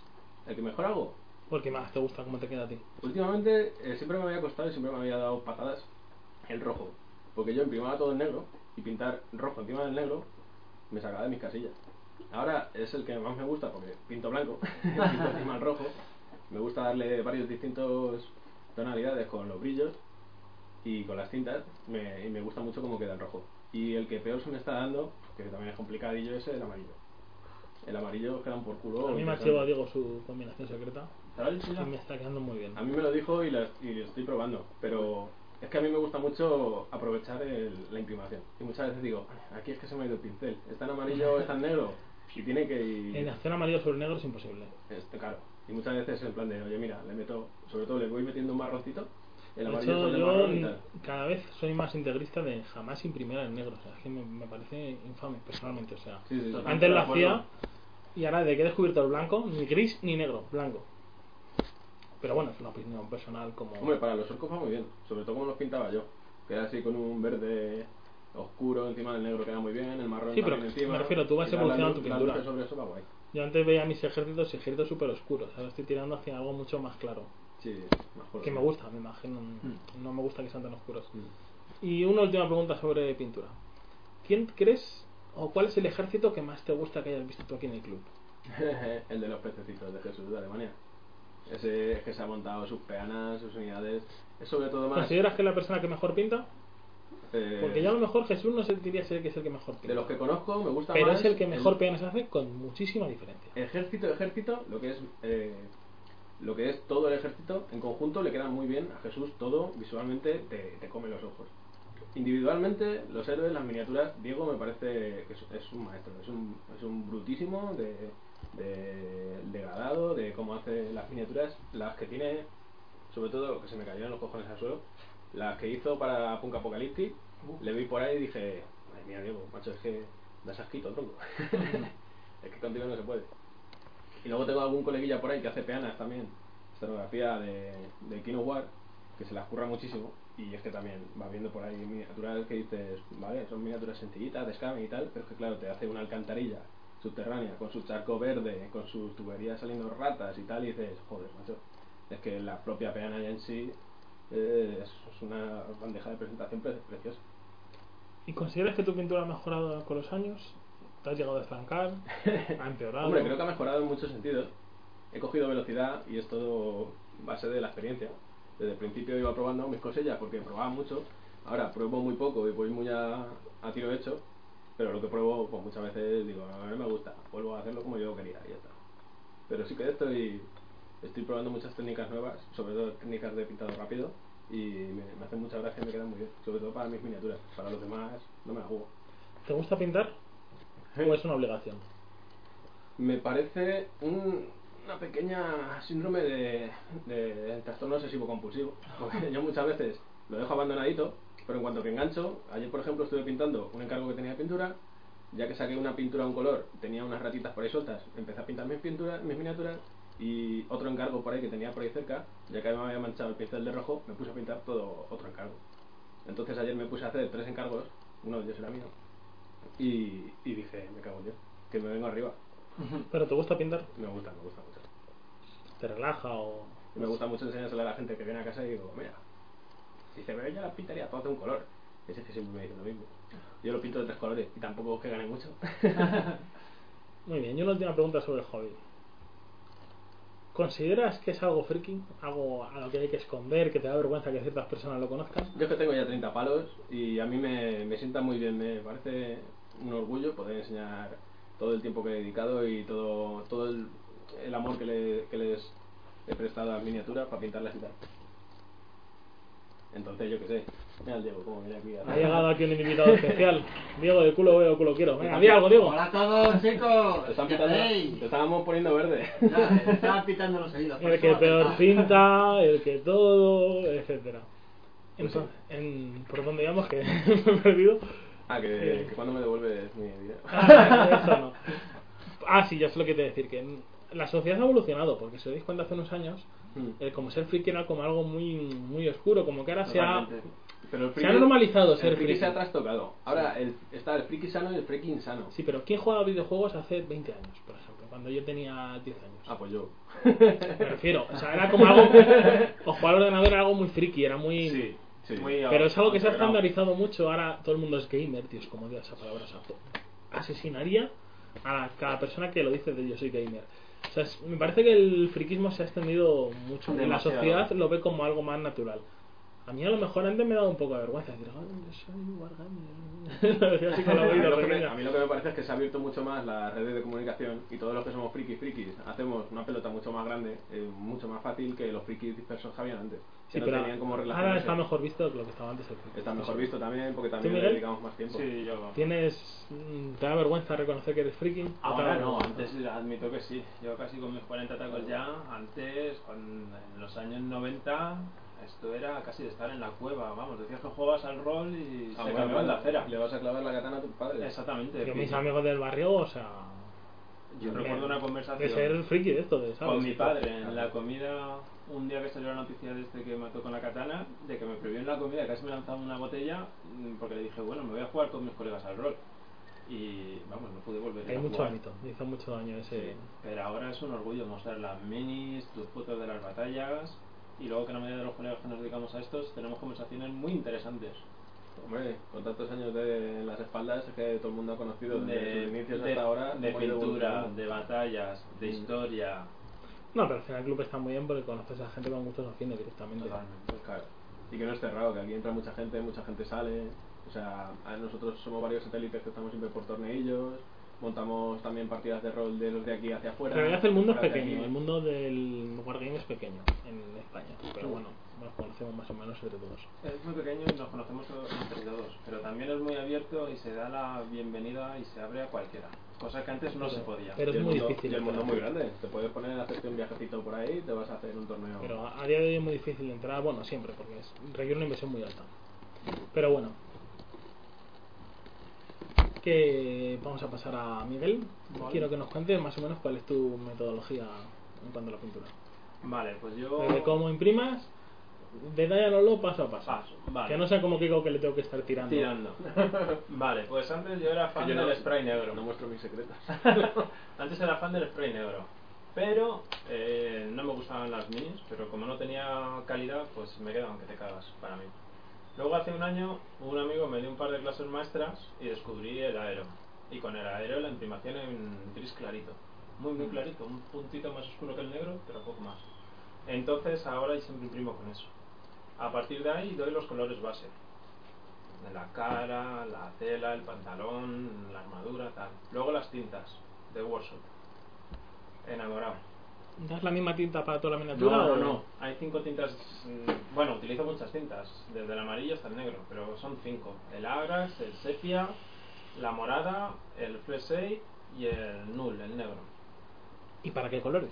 Speaker 2: El que mejor hago,
Speaker 1: Porque más te gusta cómo te queda a ti.
Speaker 2: últimamente eh, siempre me había costado y siempre me había dado patadas el rojo, porque yo imprimaba todo en negro y pintar rojo encima del negro me sacaba de mis casillas. Ahora es el que más me gusta porque pinto blanco, pinto encima el rojo, me gusta darle varios distintos tonalidades con los brillos y con las tintas me, y me gusta mucho cómo queda el rojo. Y el que peor se me está dando, que también es complicadillo, es el amarillo. El amarillo queda un por culo.
Speaker 1: a mí me ha
Speaker 2: Oh, interesante.
Speaker 1: llevado Diego su combinación secreta
Speaker 4: ¿Sabes el
Speaker 1: y me
Speaker 4: chino?
Speaker 1: está quedando muy bien.
Speaker 2: A mí me lo dijo y lo, y lo estoy probando, pero es que a mí me gusta mucho aprovechar el- la imprimación. Y muchas veces digo, aquí es que se me ha ido el pincel, está en amarillo, está en negro, y tiene que ir...
Speaker 1: En hacer amarillo sobre negro es imposible.
Speaker 2: Este, claro. Y muchas veces en plan de, oye, mira, le meto, sobre todo le voy metiendo un marroncito, el
Speaker 1: De
Speaker 2: amarillo
Speaker 1: hecho,
Speaker 2: sobre el
Speaker 1: yo
Speaker 2: marrón y tal.
Speaker 1: cada vez soy más integrista de jamás imprimir en negro. O sea, es que me, me parece infame personalmente. O sea,
Speaker 2: Sí, sí, sí.
Speaker 1: antes lo
Speaker 4: de acuerdo.
Speaker 1: hacía y ahora de que he descubierto el blanco, ni gris ni negro, blanco. Pero bueno, es una opinión personal como...
Speaker 2: Hombre, para los orcos va muy bien, sobre todo como los pintaba yo, que era así con un verde oscuro encima del negro queda muy bien, el marrón
Speaker 1: Sí, pero
Speaker 2: también encima.
Speaker 1: me refiero, tú vas
Speaker 2: y la- la
Speaker 1: evolucionando
Speaker 2: luz-
Speaker 1: tu
Speaker 2: la
Speaker 1: pintura.
Speaker 2: luz sobre eso va guay.
Speaker 1: Yo antes veía mis ejércitos y ejércitos súper oscuros. Ahora estoy tirando hacia algo mucho más claro.
Speaker 2: Pues Sí, Mm. mejor. Mm.
Speaker 1: Que me gusta, me imagino. No me gusta que sean tan oscuros. Y una última pregunta sobre pintura. ¿Quién crees o cuál es el ejército que más te gusta que hayas visto tú aquí en el club?
Speaker 2: el de los pececitos de Jesús de Alemania. Ese que se ha montado sus peanas, sus unidades. Es sobre todo más.
Speaker 1: ¿Consideras que es la persona que mejor pinta?
Speaker 2: eh,
Speaker 1: Pues Porque ya a lo mejor Jesús no se diría ser que es el que mejor pinta.
Speaker 2: De los que conozco, me gusta
Speaker 1: pero
Speaker 2: más.
Speaker 1: es el que mejor peones hace con muchísima diferencia.
Speaker 2: Ejército, ejército, lo que es. eh, lo que es todo el ejército en conjunto le queda muy bien a Jesús todo visualmente te, te come los ojos individualmente los héroes las miniaturas Diego me parece que es, es un maestro es un, es un brutísimo de, de degradado de cómo hace las miniaturas las que tiene sobre todo que se me cayeron los cojones al suelo, las que hizo para Punk Apocalyptic, le vi por ahí y dije, madre mía Diego, macho, es que das asquito, tronco. es que contigo no se puede. Y luego tengo algún coleguilla por ahí que hace peanas también, escenografía de, de Kino War, que se las curra muchísimo, y es que también va viendo por ahí miniaturas que dices, vale, son miniaturas sencillitas, de escame y tal, pero es que claro, te hace una alcantarilla subterránea, con su charco verde, con sus tuberías saliendo ratas y tal, y dices, joder, macho, es que la propia peana ya en sí eh, es es una bandeja de presentación pre- preciosa.
Speaker 1: ¿Y consideras que tu pintura ha mejorado con los años? ¿Te has llegado a estancar? ¿Ha empeorado?
Speaker 2: Hombre, creo que ha mejorado en muchos sentidos. He cogido velocidad y es todo base de la experiencia. Desde el principio iba probando mis cosillas porque probaba mucho Ahora pruebo muy poco y voy muy a, a tiro hecho, pero lo que pruebo, pues muchas veces digo, a ver, me gusta, vuelvo a hacerlo como yo quería y ya está. Pero sí que estoy, estoy probando muchas técnicas nuevas, sobre todo técnicas de pintado rápido, y me, me hacen mucha gracia y me quedan muy bien, sobre todo para mis miniaturas. Para los demás, no me la juego.
Speaker 1: ¿Te gusta pintar? ¿O es una obligación?
Speaker 2: Me parece un- una pequeña síndrome de, de trastorno obsesivo compulsivo. Porque yo muchas veces lo dejo abandonadito, pero en cuanto que engancho, ayer por ejemplo estuve pintando un encargo que tenía de pintura, ya que saqué una pintura a un color, tenía unas ratitas por ahí sueltas, empecé a pintar mis pinturas, mis miniaturas, y otro encargo por ahí que tenía por ahí cerca, ya que me había manchado el pincel de rojo, me puse a pintar todo otro encargo. Entonces ayer me puse a hacer tres encargos, uno de ellos era mío, y, y dije, me cago en Dios, que me vengo arriba. Mm.
Speaker 1: ¿Pero te gusta pintar?
Speaker 2: Me gusta, me gusta mucho.
Speaker 1: ¿Te relaja o...?
Speaker 2: Y me gusta mucho enseñárselo a la gente que viene a casa y digo, mira, dice, pero yo la pintaría todas de un color. Y ese que siempre me dicen lo mismo. Yo lo pinto de tres colores y tampoco es que gane mucho.
Speaker 1: Muy bien, y una última pregunta sobre el hobby. ¿Consideras que es algo friki? ¿Algo a lo que hay que esconder? ¿Que te da vergüenza que ciertas personas lo conozcan?
Speaker 2: Yo es que tengo ya 30 palos y a mí me, me sienta muy bien, me parece un orgullo poder enseñar todo el tiempo que he dedicado y todo, todo el, el amor que, le- que les he prestado a las miniaturas para pintarlas y tal. Entonces yo qué sé, mira el Diego, como viene aquí. a-
Speaker 1: Ha llegado aquí un invitado especial. Diego, de culo veo, culo quiero. Venga, di algo, Diego.
Speaker 5: Hola a todos, chicos.
Speaker 2: Te están
Speaker 5: ¿Qué
Speaker 2: pitando-
Speaker 5: hacéis?
Speaker 2: te estábamos poniendo verde.
Speaker 5: Ya, me estaban pitando los oídos. por
Speaker 1: El
Speaker 5: eso
Speaker 1: que
Speaker 5: va a
Speaker 1: peor
Speaker 5: pitar.
Speaker 1: pinta, el que todo, etcétera.
Speaker 2: Pues sí.
Speaker 1: Entonces, en- ¿por dónde íbamos? Que me he perdido.
Speaker 2: Ah, que, que cuando me devuelves mi dinero.
Speaker 1: Ah, eso no. Ah, sí, ya sé lo que te decir, que la sociedad ha evolucionado, porque si os dais cuenta hace unos años,
Speaker 2: Mm.
Speaker 1: el como ser friki era como algo muy, muy oscuro, como que ahora se ha,
Speaker 5: Totalmente.
Speaker 2: Pero el
Speaker 1: se ha normalizado
Speaker 2: el
Speaker 1: ser friki.
Speaker 2: se ha trastocado. Ahora el- está el friki sano y el friki insano.
Speaker 1: Sí, pero ¿quién jugaba a videojuegos hace 20 años, por ejemplo? Cuando yo tenía 10 años.
Speaker 2: Ah, pues yo.
Speaker 1: Me refiero, o sea, era como algo... o jugar al ordenador era algo muy friki, era muy...
Speaker 4: Sí,
Speaker 2: Sí.
Speaker 4: muy
Speaker 1: Pero es algo que se ha
Speaker 4: integrado.
Speaker 1: estandarizado mucho. Ahora todo el mundo es gamer, tío. Es como dios esa palabra. O sea, asesinaría a cada persona que lo dice de yo soy gamer. O sea, es- me parece que el friquismo se ha extendido mucho. En la
Speaker 4: Demasiado.
Speaker 1: sociedad lo ve como algo más natural. A mí a lo mejor antes me daba un poco de vergüenza decir, "Ay, yo soy un wargamer". Lo decía así con la
Speaker 2: A mí,
Speaker 1: oída
Speaker 2: lo que me,
Speaker 1: pequeña.
Speaker 2: a mí lo que me parece es que se ha abierto mucho más las redes de comunicación y todos los que somos frikis frikis hacemos una pelota mucho más grande, eh, mucho más fácil que los frikis dispersos que habían antes.
Speaker 1: Sí,
Speaker 2: que no
Speaker 1: pero
Speaker 2: tenían como
Speaker 1: ahora
Speaker 2: relaciones.
Speaker 1: está mejor visto que lo que estaba antes. el friquismo.
Speaker 2: Está mejor visto también porque también le
Speaker 1: Miguel?
Speaker 2: dedicamos más tiempo.
Speaker 4: Sí, yo.
Speaker 1: ¿Tienes, mm, ¿Te da vergüenza reconocer que eres friki? ¿O te da
Speaker 2: Ah,
Speaker 4: Ahora Ah, no,
Speaker 1: vergüenza?
Speaker 4: antes admito que sí. Yo casi con mis 40 tacos ya, antes, con- en los años 90, esto era casi de estar en la cueva. Vamos, decías que jugabas al rol y
Speaker 2: Ah,
Speaker 4: se
Speaker 2: bueno,
Speaker 4: cambiaban de acera.
Speaker 2: Le vas a clavar la katana a tus padres.
Speaker 4: Exactamente.
Speaker 1: Yo,
Speaker 4: sí.
Speaker 1: mis amigos del barrio, o sea.
Speaker 4: Yo recuerdo una conversación.
Speaker 1: De ser friki de esto, de, ¿sabes?
Speaker 4: Con mi padre, en la comida, un día que salió la noticia de este que mató con la katana, de que me prohibió en la comida, casi me lanzaba una botella, mm, porque le dije, bueno, me voy a jugar con mis colegas al rol. Y vamos, no pude volver
Speaker 1: Hay
Speaker 4: a
Speaker 1: mucho
Speaker 4: jugar.
Speaker 1: ámbito, me hizo mucho daño ese.
Speaker 4: Sí, pero ahora es un orgullo mostrar las minis, tus fotos de las batallas, y luego que la mayoría de los colegas que nos dedicamos a estos tenemos conversaciones muy interesantes.
Speaker 2: Hombre, con tantos años de en las espaldas es que todo el mundo ha conocido desde sus inicios
Speaker 4: de-
Speaker 2: hasta ahora.
Speaker 4: de
Speaker 2: cómo ha ido
Speaker 4: pintura,
Speaker 2: evolucionando.
Speaker 4: de batallas, de
Speaker 2: Mm.
Speaker 4: historia.
Speaker 1: No, pero al final el club está muy bien porque conoces a gente con gustos afines directamente.
Speaker 4: Totalmente.
Speaker 2: Mm. Claro. Y que no es cerrado, que aquí entra mucha gente, mucha gente sale. O sea, a- nosotros somos varios satélites que estamos siempre por torneillos. Montamos también partidas de rol de los de aquí hacia
Speaker 1: En
Speaker 2: afuera.
Speaker 1: realidad el mundo es
Speaker 2: fuera de
Speaker 1: pequeño,
Speaker 2: aquí.
Speaker 1: el mundo del wargame es pequeño en España, pero bueno, nos conocemos más o menos entre todos.
Speaker 4: Es muy pequeño y nos conocemos todos entre todos, pero también es muy abierto y se da la bienvenida y se abre a cualquiera, cosa que antes no se podía.
Speaker 1: Pero
Speaker 2: Y
Speaker 1: es
Speaker 2: el
Speaker 1: muy
Speaker 2: mundo-
Speaker 1: difícil.
Speaker 2: Y el mundo es
Speaker 1: entrar.
Speaker 2: muy grande. Te puedes poner a hacerte un viajecito por ahí y te vas a hacer un torneo.
Speaker 1: Pero a a día de hoy es muy difícil entrar, bueno, siempre, porque es, requiere una inversión muy alta. Pero bueno. Que vamos a pasar a Miguel.
Speaker 4: Vale.
Speaker 1: Quiero que nos cuentes más o menos cuál es tu metodología en cuanto a la pintura.
Speaker 4: Vale, pues yo...
Speaker 1: Desde cómo imprimas, detállalo paso a paso.
Speaker 4: Paso, vale.
Speaker 1: Que no sea como Kiko que le tengo que estar tirando.
Speaker 4: Tirando. vale, pues antes yo era fan
Speaker 2: Que yo no-
Speaker 4: del spray negro.
Speaker 2: No muestro mis secretos.
Speaker 4: Antes era fan del spray negro, pero eh, no me gustaban las minis, pero como no tenía calidad, pues me quedaban que te cagas para mí. Luego hace un año un amigo me dio un par de clases maestras y descubrí el aero. Y con el aero la imprimación en gris clarito. Muy
Speaker 2: Mm.
Speaker 4: muy clarito, un puntito más oscuro que el negro, pero poco más. Entonces ahora siempre imprimo con eso. A partir de ahí doy los colores base.
Speaker 2: En la cara, la tela, el pantalón, la armadura, tal. Luego las tintas de Warsaw. Enamorado.
Speaker 1: ¿Das la misma tinta para toda la miniatura
Speaker 2: no,
Speaker 1: o
Speaker 2: no, no. Hay cinco tintas. mm, Bueno, utilizo muchas tintas, desde el amarillo hasta el negro, pero son cinco: el agras, el sepia, la morada, el flesei y el null, el negro.
Speaker 1: ¿Y para qué colores?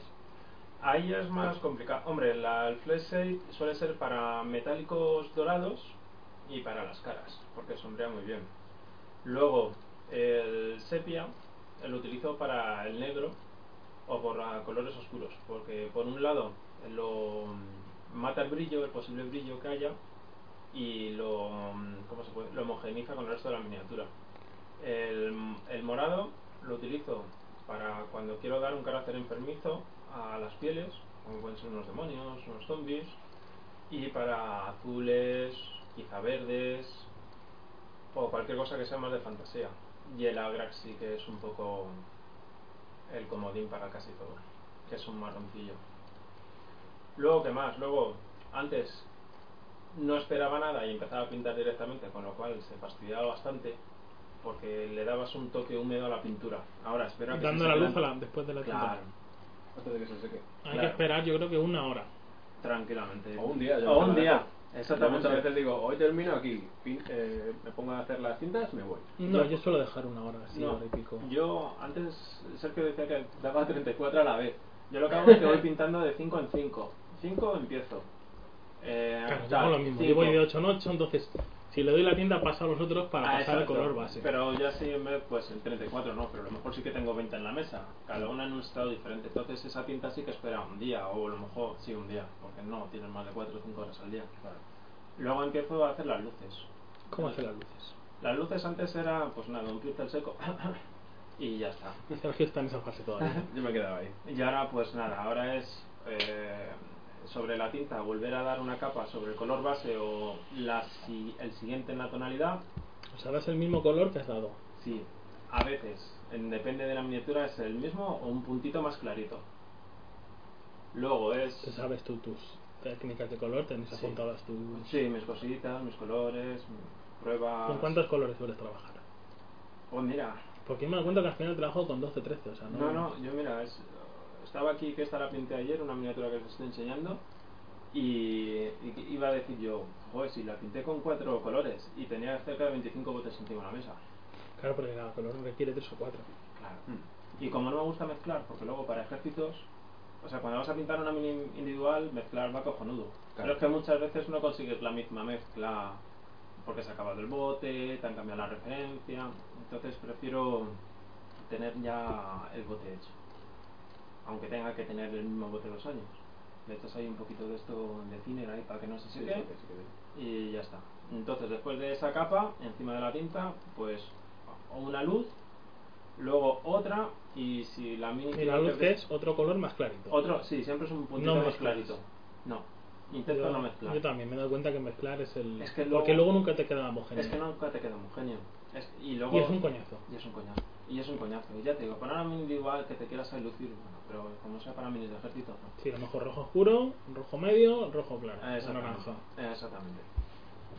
Speaker 2: Ahí es más complicado. Hombre, la, el flesei suele ser para metálicos dorados y para las caras, porque sombrea muy bien. Luego, el sepia lo utilizo para el negro o por ah, colores oscuros, porque por un lado lo mm, mata el brillo, el posible brillo que haya, y lo, mm, ¿cómo se puede? lo homogeniza con el resto de la miniatura. El, el morado lo utilizo para cuando quiero dar un carácter enfermizo a las pieles, como pueden ser unos demonios, unos zombies, y para azules, quizá verdes, o cualquier cosa que sea más de fantasía. Y el Agrax sí que es un poco el comodín para casi todo, que es un marroncillo. Luego, ¿qué más? Luego, antes no esperaba nada y empezaba a pintar directamente, con lo cual se fastidiaba bastante porque le dabas un toque húmedo a la pintura. Ahora, espera que se
Speaker 1: Dando la
Speaker 2: seque
Speaker 1: luz a la- después de la tinta.
Speaker 2: Claro,
Speaker 4: Antes de que se seque.
Speaker 1: Hay que
Speaker 2: claro.
Speaker 1: esperar, yo creo que una hora.
Speaker 2: tranquilamente.
Speaker 4: O un día, ya
Speaker 2: O un
Speaker 4: me
Speaker 2: día.
Speaker 4: Yo muchas
Speaker 2: Exactamente.
Speaker 4: veces digo, hoy termino aquí, pin- eh, me pongo a hacer las cintas, me voy.
Speaker 1: No, yo suelo dejar una hora, así,
Speaker 2: No,
Speaker 1: hora y pico.
Speaker 2: Yo antes Sergio decía que daba 34 a la vez. Yo lo que hago es que voy pintando de 5 en 5. 5 empiezo. Eh,
Speaker 1: Claro, yo
Speaker 2: tal,
Speaker 1: hago lo mismo. Yo
Speaker 2: cinco.
Speaker 1: voy de 8 en 8, entonces si le doy la tinta pasa a los otros para
Speaker 2: Ah,
Speaker 1: pasar al
Speaker 2: exacto.
Speaker 1: color base.
Speaker 2: Pero ya sí, en vez, pues el 34 no, pero a lo mejor sí que tengo 20 en la mesa, cada una en un estado diferente. Entonces esa tinta sí que espera un día, o a lo mejor sí un día, porque no, tienes más de 4 o 5 horas al día. Luego empiezo a hacer las luces.
Speaker 1: ¿Cómo hace las luces?
Speaker 2: Las luces antes era, pues nada, un pincel seco y ya está.
Speaker 1: Sergio está en esa fase todavía.
Speaker 4: Yo me quedaba ahí.
Speaker 2: Y ahora pues nada, ahora es eh, sobre la tinta volver a dar una capa sobre el color base o la, si- el siguiente en la tonalidad.
Speaker 1: O sea, das el mismo color que has dado.
Speaker 2: Sí, a veces, en- depende de la miniatura, es el mismo o un puntito más clarito. Luego es...
Speaker 1: Te sabes tú tus técnicas de color, tenés
Speaker 2: Sí.
Speaker 1: apuntadas tus...
Speaker 2: Sí, mis cositas, mis colores, mi- pruebas...
Speaker 1: ¿Con cuántos colores sueles trabajar?
Speaker 2: Pues mira,
Speaker 1: Porque yo me doy cuenta que al final trabajo con 12, 13, o sea, no...
Speaker 2: No, no, yo mira, es- estaba aquí, que esta la pinté ayer, una miniatura que os estoy enseñando, y, y que iba a decir yo, joder, si la pinté con cuatro colores y tenía cerca de 25 botes encima de la mesa.
Speaker 1: Claro, porque cada color requiere 3 o 4.
Speaker 2: Claro. Y como no me gusta mezclar, porque luego para ejércitos, o sea, cuando vas a pintar una mini individual, mezclar va cojonudo. Pero
Speaker 4: Claro.
Speaker 2: es que muchas veces no consigues la misma mezcla porque se ha acabado el bote, te han cambiado la referencia. Entonces prefiero tener ya el bote hecho. Aunque tenga que tener el mismo bote dos años. Le echas ahí un poquito de esto de thinner ahí para que no se
Speaker 4: Sí,
Speaker 2: seque
Speaker 4: sí, sí, sí.
Speaker 2: y ya está. Entonces, después de esa capa, encima de la tinta, pues o una luz, luego otra y si la mini
Speaker 1: Y la luz que es otro color más clarito.
Speaker 2: otro, sí, siempre es un puntito
Speaker 1: No
Speaker 2: más
Speaker 1: mezclas.
Speaker 2: clarito. No, intento
Speaker 1: yo,
Speaker 2: no mezclar.
Speaker 1: yo también me he dado cuenta que mezclar es el...
Speaker 2: Es que
Speaker 1: Porque
Speaker 2: luego-
Speaker 1: luego nunca te queda homogéneo.
Speaker 2: Es que nunca te queda homogéneo. Es- y luego
Speaker 1: Y es un coñazo.
Speaker 2: y es un coñazo. Y es un coñazo. Y ya te digo, para una mini individual que te quieras ahí lucir, bueno, pero como sea para minis de ejército, no.
Speaker 1: Sí, a lo mejor rojo oscuro, rojo medio, rojo claro,
Speaker 2: Ah,
Speaker 1: o
Speaker 2: Exactamente.
Speaker 1: naranja.
Speaker 2: Exactamente.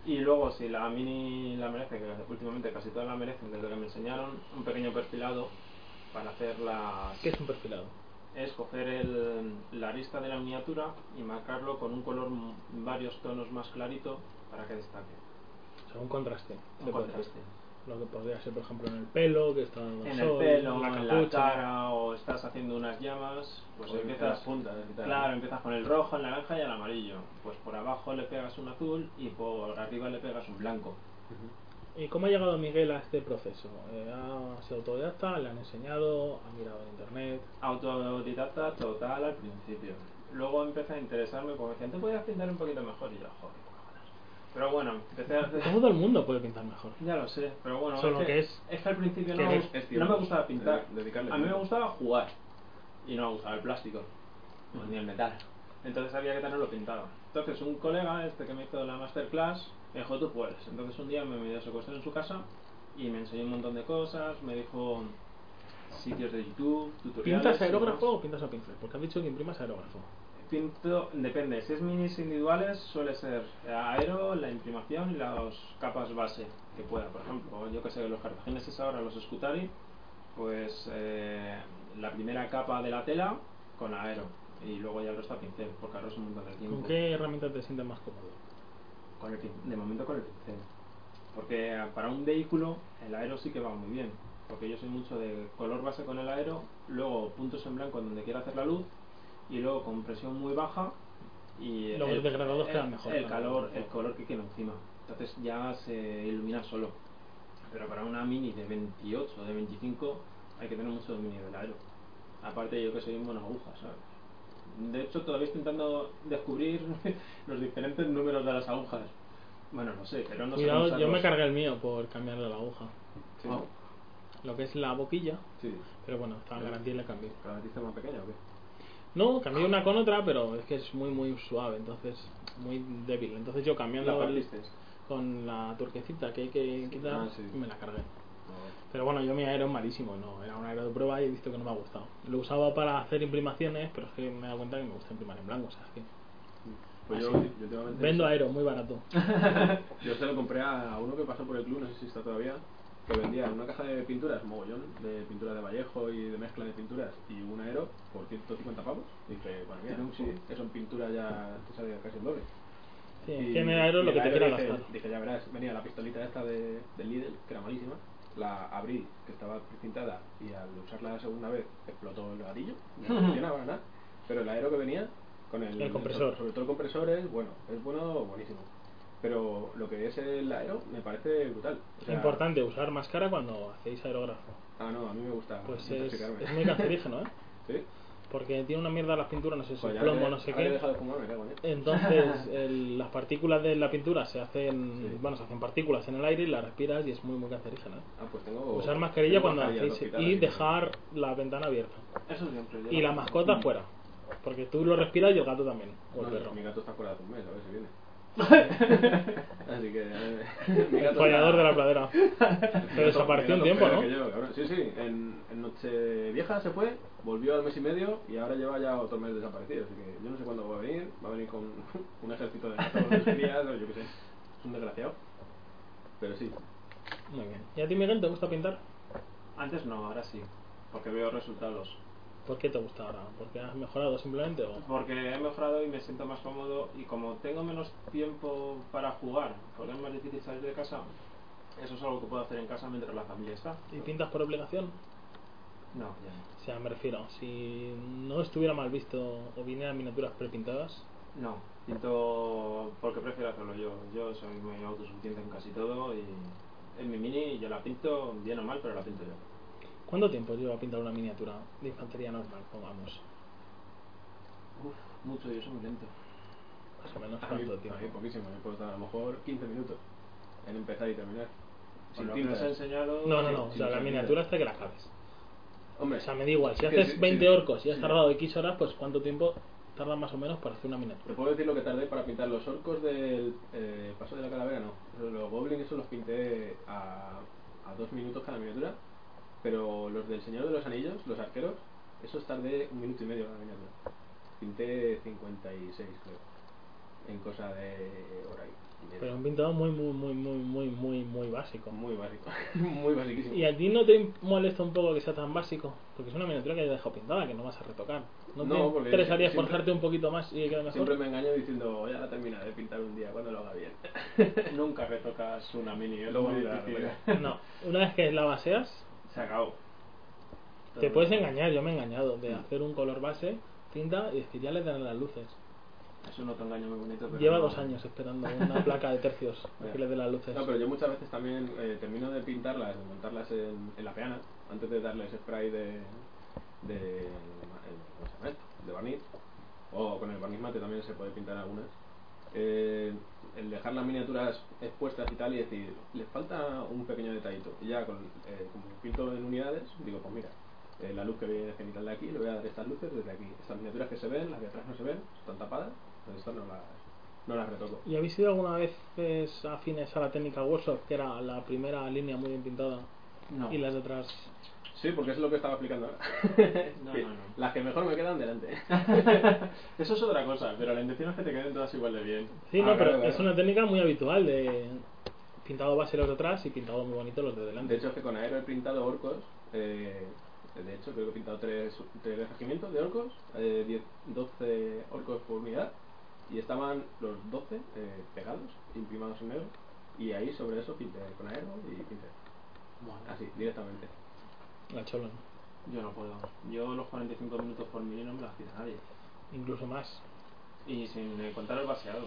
Speaker 2: Y luego, si la mini la merece, que últimamente casi todas la merecen, desde que me enseñaron, un pequeño perfilado para hacer las.
Speaker 1: ¿Qué es un perfilado?
Speaker 2: Es coger el- la arista de la miniatura y marcarlo con un color m- varios tonos más clarito para que destaque.
Speaker 1: O sea, un contraste.
Speaker 2: Un
Speaker 1: se puede
Speaker 2: contraste.
Speaker 1: decir. Lo que podría ser, por ejemplo, en el pelo, que está dando
Speaker 2: En el
Speaker 1: sol,
Speaker 2: pelo, en la
Speaker 1: capucha.
Speaker 2: cara, o estás haciendo unas llamas, pues
Speaker 4: O en
Speaker 2: empiezas.
Speaker 4: las puntas y tal.
Speaker 2: Claro, empiezas con el rojo, el naranja y el amarillo. Pues por abajo le pegas un azul y por arriba le pegas un blanco.
Speaker 1: ¿Y cómo ha llegado Miguel a este proceso? Eh, ¿Ha sido autodidacta? ¿Le han enseñado? ¿Ha mirado en internet?
Speaker 2: Autodidacta total al principio. Luego empecé a interesarme porque me decían, tú podías pintar un poquito mejor y yo, joder, qué cojones". Pero bueno, empecé a hacer...
Speaker 1: Todo el mundo puede pintar mejor.
Speaker 2: Ya lo sé, pero bueno,
Speaker 1: Solo
Speaker 2: es,
Speaker 1: que es-
Speaker 2: que al principio
Speaker 1: que
Speaker 2: no, me
Speaker 1: es-
Speaker 2: gust-
Speaker 4: es
Speaker 2: no
Speaker 4: tiempo.
Speaker 2: me gustaba pintar.
Speaker 4: Ded- dedicarle
Speaker 2: a mí me
Speaker 4: tiempo.
Speaker 2: gustaba jugar y no me gustaba el plástico, ni el metal. Entonces había que tenerlo pintado. Entonces un colega, este que me hizo la masterclass, me dijo, tú puedes. Entonces un día me medio secuestró en su casa y me enseñó un montón de cosas, me dijo sitios de YouTube, tutoriales...
Speaker 1: ¿Pintas
Speaker 2: y demás.
Speaker 1: aerógrafo o pintas a pincel? Porque has dicho que imprimas aerógrafo.
Speaker 4: Pinto, depende, si es minis individuales suele ser aero, la imprimación y las capas base que pueda, por ejemplo, yo que sé, los cartagineses ahora, los Scutari, pues eh, la primera capa de la tela con aero y luego ya el resto a pincel, porque ahora es un mundo de tiempo.
Speaker 1: ¿Con qué herramienta te sientes más cómodo?
Speaker 4: Con el pin- de momento con el pincel. Porque eh, para un vehículo el aero sí que va muy bien. Porque yo soy mucho de color base con el aero, luego puntos en blanco en donde quiera hacer la luz y luego con presión muy baja y
Speaker 1: Luego los degradados
Speaker 4: el-
Speaker 1: quedan mejor,
Speaker 4: El
Speaker 1: claro.
Speaker 4: calor, el color que queda encima. Entonces ya se ilumina solo. Pero para una mini de 28 o de 25 hay que tener mucho dominio del aero. Aparte yo que soy un mono aguja, ¿sabes? De hecho, todavía estoy intentando descubrir los diferentes números de las agujas. Bueno, no sé, pero no sé
Speaker 1: Cuidado, yo
Speaker 4: cómo
Speaker 1: me
Speaker 4: usarlos.
Speaker 1: cargué el mío por cambiarle la aguja.
Speaker 2: Sí,
Speaker 4: Ah.
Speaker 1: Lo que es la boquilla,
Speaker 2: sí.
Speaker 1: pero bueno, estaba en garantía y la cambié.
Speaker 2: ¿Cada vez está más pequeña o qué?
Speaker 1: No, cambié una con otra, pero es que es muy, muy suave, entonces, muy débil. Entonces yo cambiando
Speaker 4: La
Speaker 1: el-
Speaker 4: partiste.
Speaker 1: con la turquecita que hay que quitar,
Speaker 2: Ah, sí.
Speaker 1: me la cargué. Pero bueno, yo mi aero es malísimo, no, era un aero de prueba y he visto que no me ha gustado. Lo usaba para hacer imprimaciones, pero es que me he dado cuenta que me gusta imprimir en blanco, o sea, es que
Speaker 2: Pues
Speaker 1: Ah,
Speaker 2: yo,
Speaker 1: sí.
Speaker 2: yo últimamente-
Speaker 1: vendo aero muy barato.
Speaker 2: Yo se lo compré a uno que pasó por el club, no sé si está todavía, que vendía una caja de pinturas, mogollón, de pinturas de Vallejo y de mezcla de pinturas, y un aero por 150 pavos. Y dije, bueno, mira, sí, que son pinturas ya te sale casi el doble.
Speaker 1: Sí,
Speaker 2: Y-
Speaker 1: es que en el aero
Speaker 2: y
Speaker 1: lo que
Speaker 2: el
Speaker 1: te
Speaker 2: aero
Speaker 1: quiera
Speaker 2: dije-
Speaker 1: gastar.
Speaker 2: Dije, ya verás, venía la pistolita esta de, de Lidl, que era malísima, la abrí, que estaba pintada, y al usarla la segunda vez explotó el gatillo, no funcionaba nada, pero el aero que venía con el,
Speaker 1: El compresor.
Speaker 2: sobre todo el compresor es bueno, es bueno, buenísimo. Pero lo que es el aero me parece brutal. O sea,
Speaker 1: Importante usar máscara cuando hacéis aerógrafo.
Speaker 2: Ah, no, a mí me gusta.
Speaker 1: Pues es,
Speaker 2: intoxicarme.
Speaker 1: es muy cancerígeno, ¿eh?
Speaker 2: ¿Sí?
Speaker 1: Porque tiene una mierda las pinturas, no sé si
Speaker 2: Pues ya
Speaker 1: plomo,
Speaker 2: habré-
Speaker 1: no sé
Speaker 2: habré
Speaker 1: qué.
Speaker 2: dejado de fumar, me cago en él.
Speaker 1: Entonces, el- las partículas de la pintura se hacen,
Speaker 2: Sí.
Speaker 1: bueno, se hacen partículas en el aire y las respiras y es muy, muy cancerígena. ¿eh?
Speaker 2: Ah, pues tengo.
Speaker 1: Usar mascarilla
Speaker 2: tengo
Speaker 1: cuando
Speaker 2: mascarilla de
Speaker 1: hacéis
Speaker 2: hospital,
Speaker 1: y
Speaker 2: así que-
Speaker 1: dejar la ventana abierta.
Speaker 4: Eso siempre. yo
Speaker 1: Y
Speaker 4: lo-
Speaker 1: las mascotas fuera. Porque tú lo respiras y el gato también, o
Speaker 2: Mm. No,
Speaker 1: el perro.
Speaker 2: Mi gato está fuera de un mes, a ver si viene. Así que. eh, mi
Speaker 1: El
Speaker 2: gato
Speaker 1: fallador
Speaker 2: está-
Speaker 1: de la pradera.
Speaker 2: mi
Speaker 1: Se
Speaker 2: gato-
Speaker 1: desapareció
Speaker 2: mi
Speaker 1: un
Speaker 2: gato
Speaker 1: tiempo,
Speaker 2: peor
Speaker 1: ¿no?
Speaker 2: que yo, cabrón. sí, sí. En, en Nochevieja se fue, volvió al mes y medio y ahora lleva ya otro mes desaparecido. Así que yo no sé cuándo va a venir. Va a venir con un ejército de gatos, de crías, o yo qué sé. Es un desgraciado. Pero sí.
Speaker 1: Muy bien. ¿Y a ti, Miguel, te gusta pintar?
Speaker 4: Antes no, ahora sí. Porque veo resultados.
Speaker 1: ¿Por qué te gusta ahora? ¿Porque has mejorado simplemente o...?
Speaker 4: Porque he mejorado y me siento más cómodo y como tengo menos tiempo para jugar, porque es más difícil salir de casa, eso es algo que puedo hacer en casa mientras la familia está.
Speaker 1: ¿Y pintas por obligación?
Speaker 4: No, ya
Speaker 1: O sea, me refiero, si no estuviera mal visto o vinieran miniaturas prepintadas,
Speaker 4: no. No, pinto porque prefiero hacerlo yo. Yo soy muy autosuficiente en casi todo y en mi mini yo la pinto bien o mal, pero la pinto yo.
Speaker 1: ¿cuánto tiempo lleva a pintar una miniatura de infantería normal, pongamos?
Speaker 4: Uf, mucho, yo soy muy lento.
Speaker 1: Más o menos
Speaker 2: A mí,
Speaker 1: cuánto
Speaker 2: a mí
Speaker 1: tiempo.
Speaker 2: poquísimo. Me puedo estar a lo mejor 15 minutos en empezar y terminar.
Speaker 4: Por
Speaker 2: Sin ¿eh?
Speaker 4: lo que os he
Speaker 2: tintas.
Speaker 4: enseñado...
Speaker 1: No, no, no, o
Speaker 2: Sí,
Speaker 1: sea,
Speaker 2: sí,
Speaker 1: la
Speaker 2: sí,
Speaker 1: miniatura
Speaker 2: sí.
Speaker 1: hasta que la acabes.
Speaker 2: Hombre,
Speaker 1: O sea, me da igual, si
Speaker 2: es que
Speaker 1: haces
Speaker 2: sí,
Speaker 1: 20
Speaker 2: sí.
Speaker 1: orcos y has
Speaker 2: Sí.
Speaker 1: tardado X horas, pues cuánto tiempo tarda más o menos para hacer una
Speaker 2: Te
Speaker 1: miniatura.
Speaker 2: puedo decir lo que tardé para pintar los orcos del eh, paso de la calavera, no. Pero Los goblins esos los pinté a, a dos minutos cada miniatura, pero los del Señor de los Anillos, los arqueros, esos tardé un minuto y medio cada miniatura. Pinté 56, creo, en cosa de hora y media.
Speaker 1: Pero un pintado muy, muy, muy, muy, muy, muy, muy básico.
Speaker 2: muy básico, muy basiquísimo.
Speaker 1: ¿Y a ti no te molesta un poco que sea tan básico? Porque es una miniatura que has dejado pintada, que no vas a retocar. ¿No,
Speaker 2: No,
Speaker 1: te
Speaker 2: porque
Speaker 1: interesaría
Speaker 2: siempre-
Speaker 1: esforzarte un poquito más y que quede mejor?
Speaker 2: Siempre me engaño diciendo, ya la termina de pintar un día, cuando lo haga bien.
Speaker 4: Nunca retocas una mini, es
Speaker 2: Lo
Speaker 4: muy
Speaker 2: voy a
Speaker 4: difícil.
Speaker 2: retocar.
Speaker 1: No, una vez que la baseas,
Speaker 4: Se acabó.
Speaker 1: te puedes engañar, yo me he engañado, de hacer un color base, tinta y decir, ya le darán las luces.
Speaker 4: Eso no te engaño muy bonito. Pero
Speaker 1: Lleva
Speaker 4: no.
Speaker 1: dos años esperando una placa de tercios a que le dé las luces.
Speaker 2: No, pero yo muchas veces también eh, termino de pintarlas, de montarlas en, en la peana, antes de darles spray de. de. eh, ¿cómo se llama esto? de barniz. O con el barniz mate también se puede pintar algunas. Eh, el dejar las miniaturas expuestas y tal, y decir, les falta un pequeño detallito. Y ya, con, eh, como pinto en unidades, digo, pues mira, eh, la luz que viene genital de aquí, le voy a dar estas luces desde aquí. Estas miniaturas que se ven, las de atrás no se ven, están tapadas, pues estas no las, no las retoco.
Speaker 1: ¿Y habéis ido alguna vez es, afines a la técnica workshop, que era la primera línea muy bien pintada
Speaker 4: No.
Speaker 1: y las de atrás
Speaker 2: Sí, porque eso es lo que estaba explicando ahora.
Speaker 4: No,
Speaker 2: Que
Speaker 4: no, no.
Speaker 2: Las que mejor me quedan delante.
Speaker 4: Eso es otra cosa, pero la intención es que te queden todas igual de bien.
Speaker 1: Sí,
Speaker 2: Ah,
Speaker 1: no, pero
Speaker 2: claro, claro.
Speaker 1: es una técnica muy habitual de pintado base los de atrás y pintado muy bonito los de
Speaker 2: De
Speaker 1: delante.
Speaker 2: hecho, es que con Aero he pintado orcos. eh, de hecho, creo que he pintado tres, tres regimientos de orcos, eh, 10 12 orcos por unidad. Y estaban los 12 eh, pegados, imprimados en negro. Y ahí sobre eso pinté con Aero y pinté. Así, directamente.
Speaker 1: La cholan.
Speaker 4: Yo no puedo. Yo los 45 minutos por mil no me las pide nadie.
Speaker 1: Incluso más.
Speaker 4: Y sin eh, contar el baseado.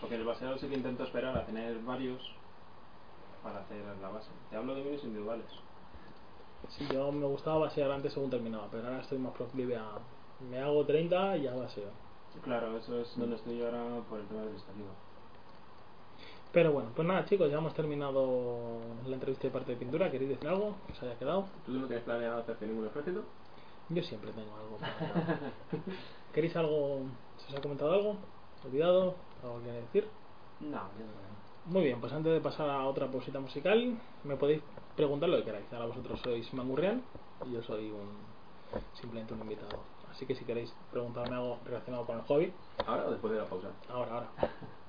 Speaker 4: Porque en el baseado sí que intento esperar a tener varios para hacer la base. Te hablo de minis individuales.
Speaker 1: Si yo me gustaba vaciar antes según terminaba, pero ahora estoy más proclive a... Me hago 30 y ya vacío.
Speaker 4: Claro, eso es donde estoy yo ahora por el tema del estallido.
Speaker 1: Pero bueno, pues nada chicos, ya hemos terminado la entrevista de parte de pintura. ¿Queréis decir algo que os haya quedado?
Speaker 2: ¿Tú no tienes planeado hacerte ningún ejército?
Speaker 1: Yo siempre tengo algo. para- ¿Queréis algo? ¿Se os ha comentado algo? ¿Olvidado? ¿Algo que queréis decir?
Speaker 4: No, yo no.
Speaker 1: Muy bien, pues antes de pasar a otra pausita musical, me podéis preguntar lo que queráis. Ahora vosotros sois Mangurrián y yo soy un simplemente un invitado. Así que si queréis preguntarme algo relacionado con el hobby,
Speaker 2: ¿Ahora o después de la pausa?
Speaker 1: ahora, ahora.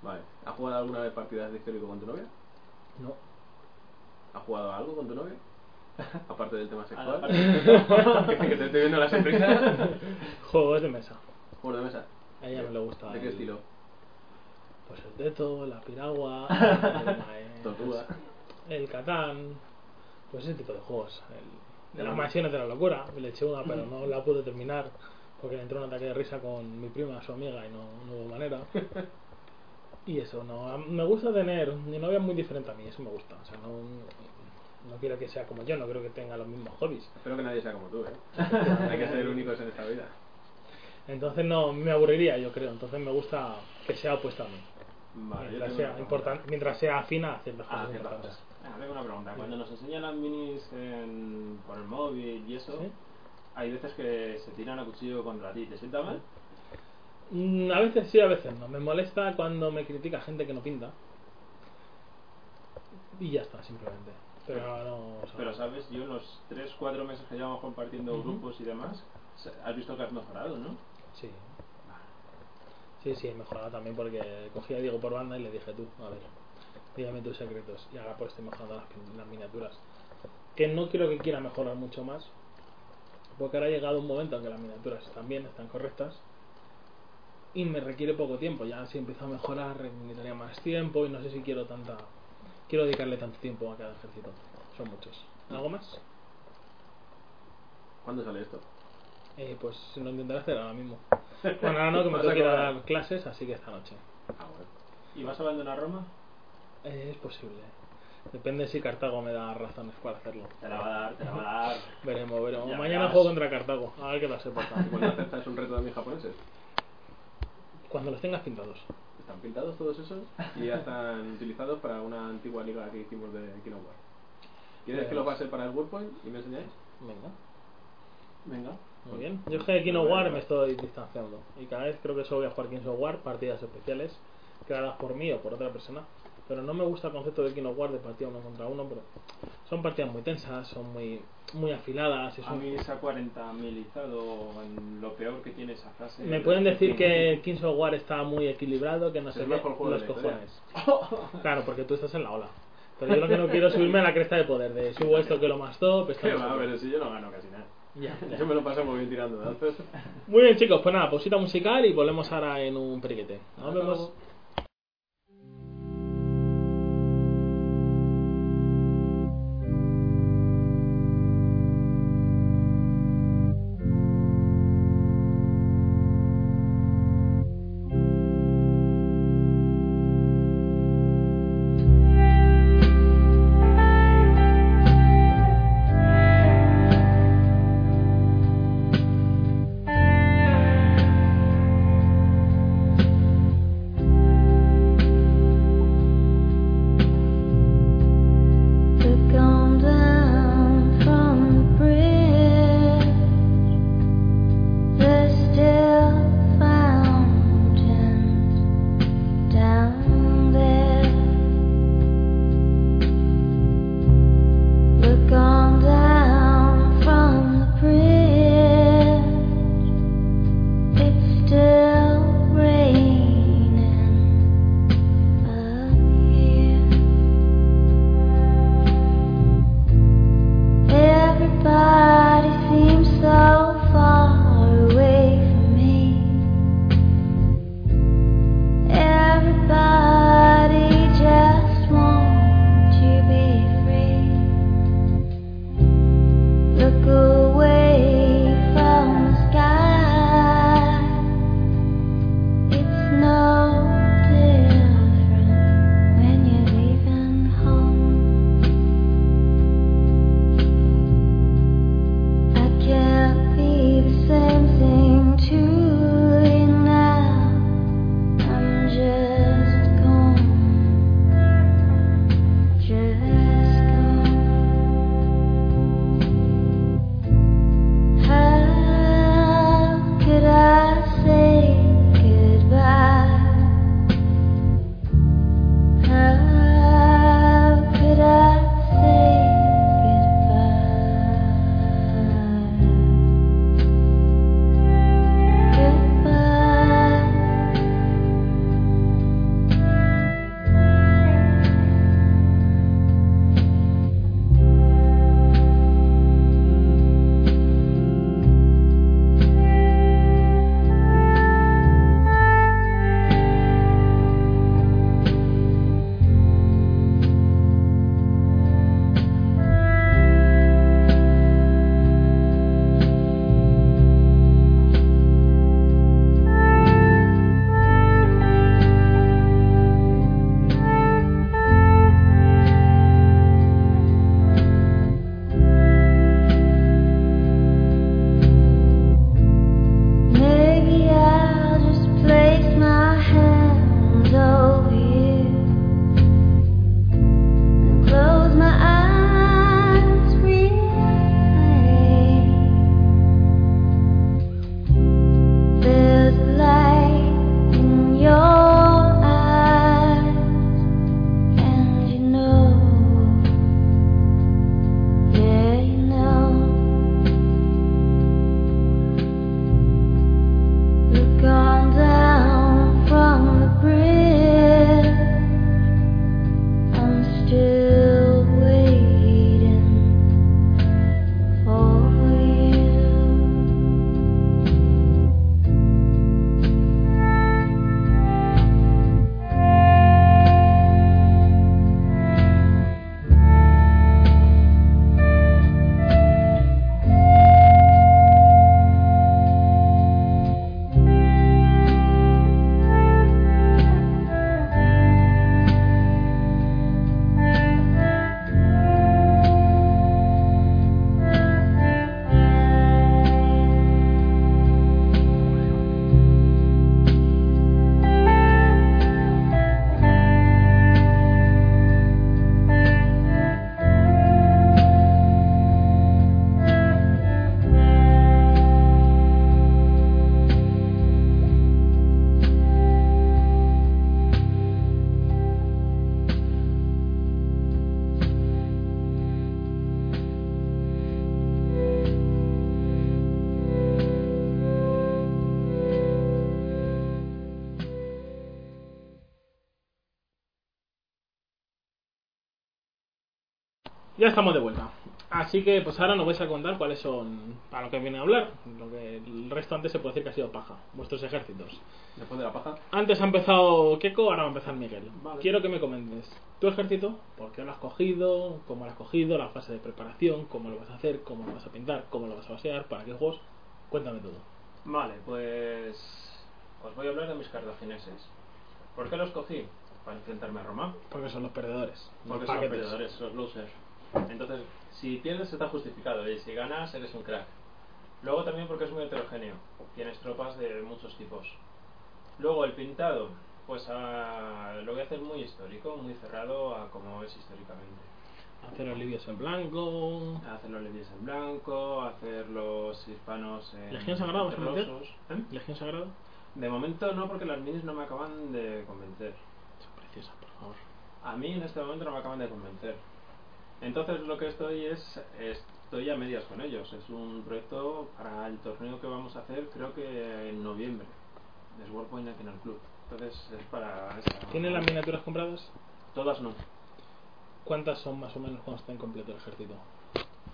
Speaker 2: Vale. ¿Has jugado alguna vez partidas de histórico con tu novia?
Speaker 1: No.
Speaker 2: ¿Has jugado a algo con tu novia? Aparte del tema
Speaker 4: A la
Speaker 2: sexual.
Speaker 4: parte
Speaker 2: que te estoy viendo la sorpresa.
Speaker 1: Juegos de mesa.
Speaker 2: Juegos de mesa.
Speaker 1: A ella no le gusta.
Speaker 2: ¿De qué
Speaker 1: el-
Speaker 2: estilo?
Speaker 1: Pues el teto, la piragua, el,
Speaker 4: Eh,
Speaker 1: maes,
Speaker 2: Tortuga.
Speaker 1: el catán, pues ese tipo de juegos. El, de las
Speaker 2: Ujú.
Speaker 1: mansiones de la locura, me le eché una pero no la pude terminar porque le entró un ataque de risa con mi prima, su amiga, y no, no hubo manera. Y eso, no, a- me gusta tener mi novia es muy diferente a mí, eso me gusta. O sea, no, no quiero que sea como yo, no creo que tenga los mismos hobbies.
Speaker 2: Espero que nadie sea como tú, ¿eh? Hay que ser únicos en esta vida.
Speaker 1: Entonces no me aburriría, yo creo. Entonces me gusta que sea opuesta a mí.
Speaker 4: Vale, yo
Speaker 1: mientras,
Speaker 4: tengo
Speaker 1: sea
Speaker 4: una
Speaker 1: importan- mientras sea afina a ciertas
Speaker 2: Ah,
Speaker 1: cosas.
Speaker 2: ciertas
Speaker 1: importantes.
Speaker 2: cosas.
Speaker 4: Ah, tengo una pregunta. Cuando nos enseñan las minis en- por el móvil y eso,
Speaker 1: ¿Sí?
Speaker 4: hay veces que se tiran a cuchillo contra ti. ¿Te sienta mal?
Speaker 1: Mm, A veces sí, a veces no. Me molesta cuando me critica gente que no pinta. Y ya está, simplemente. Pero no. o sea,
Speaker 4: Pero sabes, yo en los 3-4 meses que llevamos compartiendo
Speaker 1: Ujú.
Speaker 4: grupos y demás, se- has visto que has mejorado, ¿no?
Speaker 1: Sí. Sí, sí, he mejorado también porque cogí a Diego por banda y le dije tú, a ver, dígame tus secretos. Y ahora pues estoy mejorando las, pin- las miniaturas. Que no quiero que quiera mejorar mucho más. Porque ahora ha llegado un momento en que las miniaturas están bien, están correctas. Y me requiere poco tiempo. Ya si empiezo a mejorar, necesitaría más tiempo. Y no sé si quiero tanta. Quiero dedicarle tanto tiempo a cada ejército. Son muchos. ¿Algo más?
Speaker 2: ¿Cuándo sale esto?
Speaker 1: Eh, pues lo intentaré hacer ahora mismo. Bueno, ahora no, que me
Speaker 2: Vas
Speaker 1: tengo
Speaker 2: a
Speaker 1: que ir a
Speaker 2: cobrar.
Speaker 1: dar clases, así que esta noche.
Speaker 2: Ah, bueno.
Speaker 4: ¿Y vas a abandonar Roma?
Speaker 1: Eh, es posible. Depende si Cartago me da razones para hacerlo.
Speaker 4: Te la va a dar, te la va a dar.
Speaker 1: Veremos, veremos.
Speaker 4: Ya
Speaker 1: Mañana
Speaker 4: verás.
Speaker 1: juego contra Cartago. A ver qué tal se
Speaker 2: ¿Y
Speaker 1: porta.
Speaker 2: cuándo aceptas un reto de mis japoneses?
Speaker 1: Cuando los tengas pintados.
Speaker 2: Están pintados todos esos y ya están utilizados para una antigua liga que hicimos de Kino War. ¿Quieres que los pase para el Warpoint y me enseñáis?
Speaker 1: Venga.
Speaker 4: Venga.
Speaker 1: Muy bien. Yo es que de Kino War me estoy distanciando. Y cada vez creo que solo voy a jugar Kino War, partidas especiales, creadas por mí o por otra persona. Pero no me gusta el concepto de Kino War de partida uno contra uno, porque son partidas muy tensas, son muy muy afiladas. Es
Speaker 4: A
Speaker 1: un-
Speaker 4: mí se ha 40 milizado en lo peor que tiene esa frase.
Speaker 1: Me pueden decir que Kings of War está muy equilibrado, que no
Speaker 2: Es
Speaker 1: sé
Speaker 2: el
Speaker 1: qué,
Speaker 2: mejor juego de
Speaker 1: los
Speaker 2: la historia.
Speaker 1: cojones. Claro, porque tú estás en la ola. Pero yo lo que no quiero es subirme a la cresta de poder, de subo esto que lo más top, esto
Speaker 2: Que
Speaker 1: no sé
Speaker 2: va,
Speaker 1: qué.
Speaker 2: pero si yo no gano casi nada.
Speaker 1: Ya, ya.
Speaker 2: Yo me lo paso muy bien tirando dados.
Speaker 1: Muy bien chicos, pues nada, pausita musical y volvemos ahora en un periquete. Nos vemos.
Speaker 2: luego.
Speaker 1: Ya estamos de vuelta. Así que pues ahora nos vais a contar cuáles son, para lo que viene a hablar, lo que el resto antes se puede decir que ha sido paja, vuestros ejércitos.
Speaker 6: Después de la paja.
Speaker 1: Antes ha empezado Keiko, ahora va a empezar Miguel.
Speaker 2: Vale.
Speaker 1: Quiero que me comentes tu ejército, por qué lo has cogido, cómo lo has cogido, la fase de preparación, cómo lo vas a hacer, cómo lo vas a pintar, cómo lo vas a basear, para qué juegos. Cuéntame todo.
Speaker 2: Vale, pues os voy a hablar de mis cartagineses. ¿Por qué los cogí? Para enfrentarme a Roma.
Speaker 1: Porque son los perdedores.
Speaker 2: Porque
Speaker 1: los
Speaker 2: son
Speaker 1: paquetes.
Speaker 2: perdedores, son losers. Entonces, si pierdes está justificado y si ganas eres un crack. Luego también porque es muy heterogéneo. Tienes tropas de muchos tipos. Luego el pintado, pues ah, lo que hace es muy histórico, muy cerrado a como es históricamente.
Speaker 1: Hacer los libios en blanco.
Speaker 2: Hacer los leyes en blanco, hacer los hispanos en
Speaker 1: ¿Legión Sagrada vas a meter?
Speaker 2: terrosos. ¿Eh?
Speaker 1: Legión Sagrada.
Speaker 2: De momento no, porque las minis no me acaban de convencer.
Speaker 1: Son preciosas, por favor.
Speaker 2: A mí en este momento no me acaban de convencer. Entonces lo que estoy es, estoy a medias con ellos. Es un proyecto para el torneo que vamos a hacer creo que en noviembre. De Swordpoint aquí en el club. Entonces es para... esa-
Speaker 1: ¿Tienen las miniaturas compradas?
Speaker 2: Todas no.
Speaker 1: ¿Cuántas son más o menos cuando está en completo el ejército?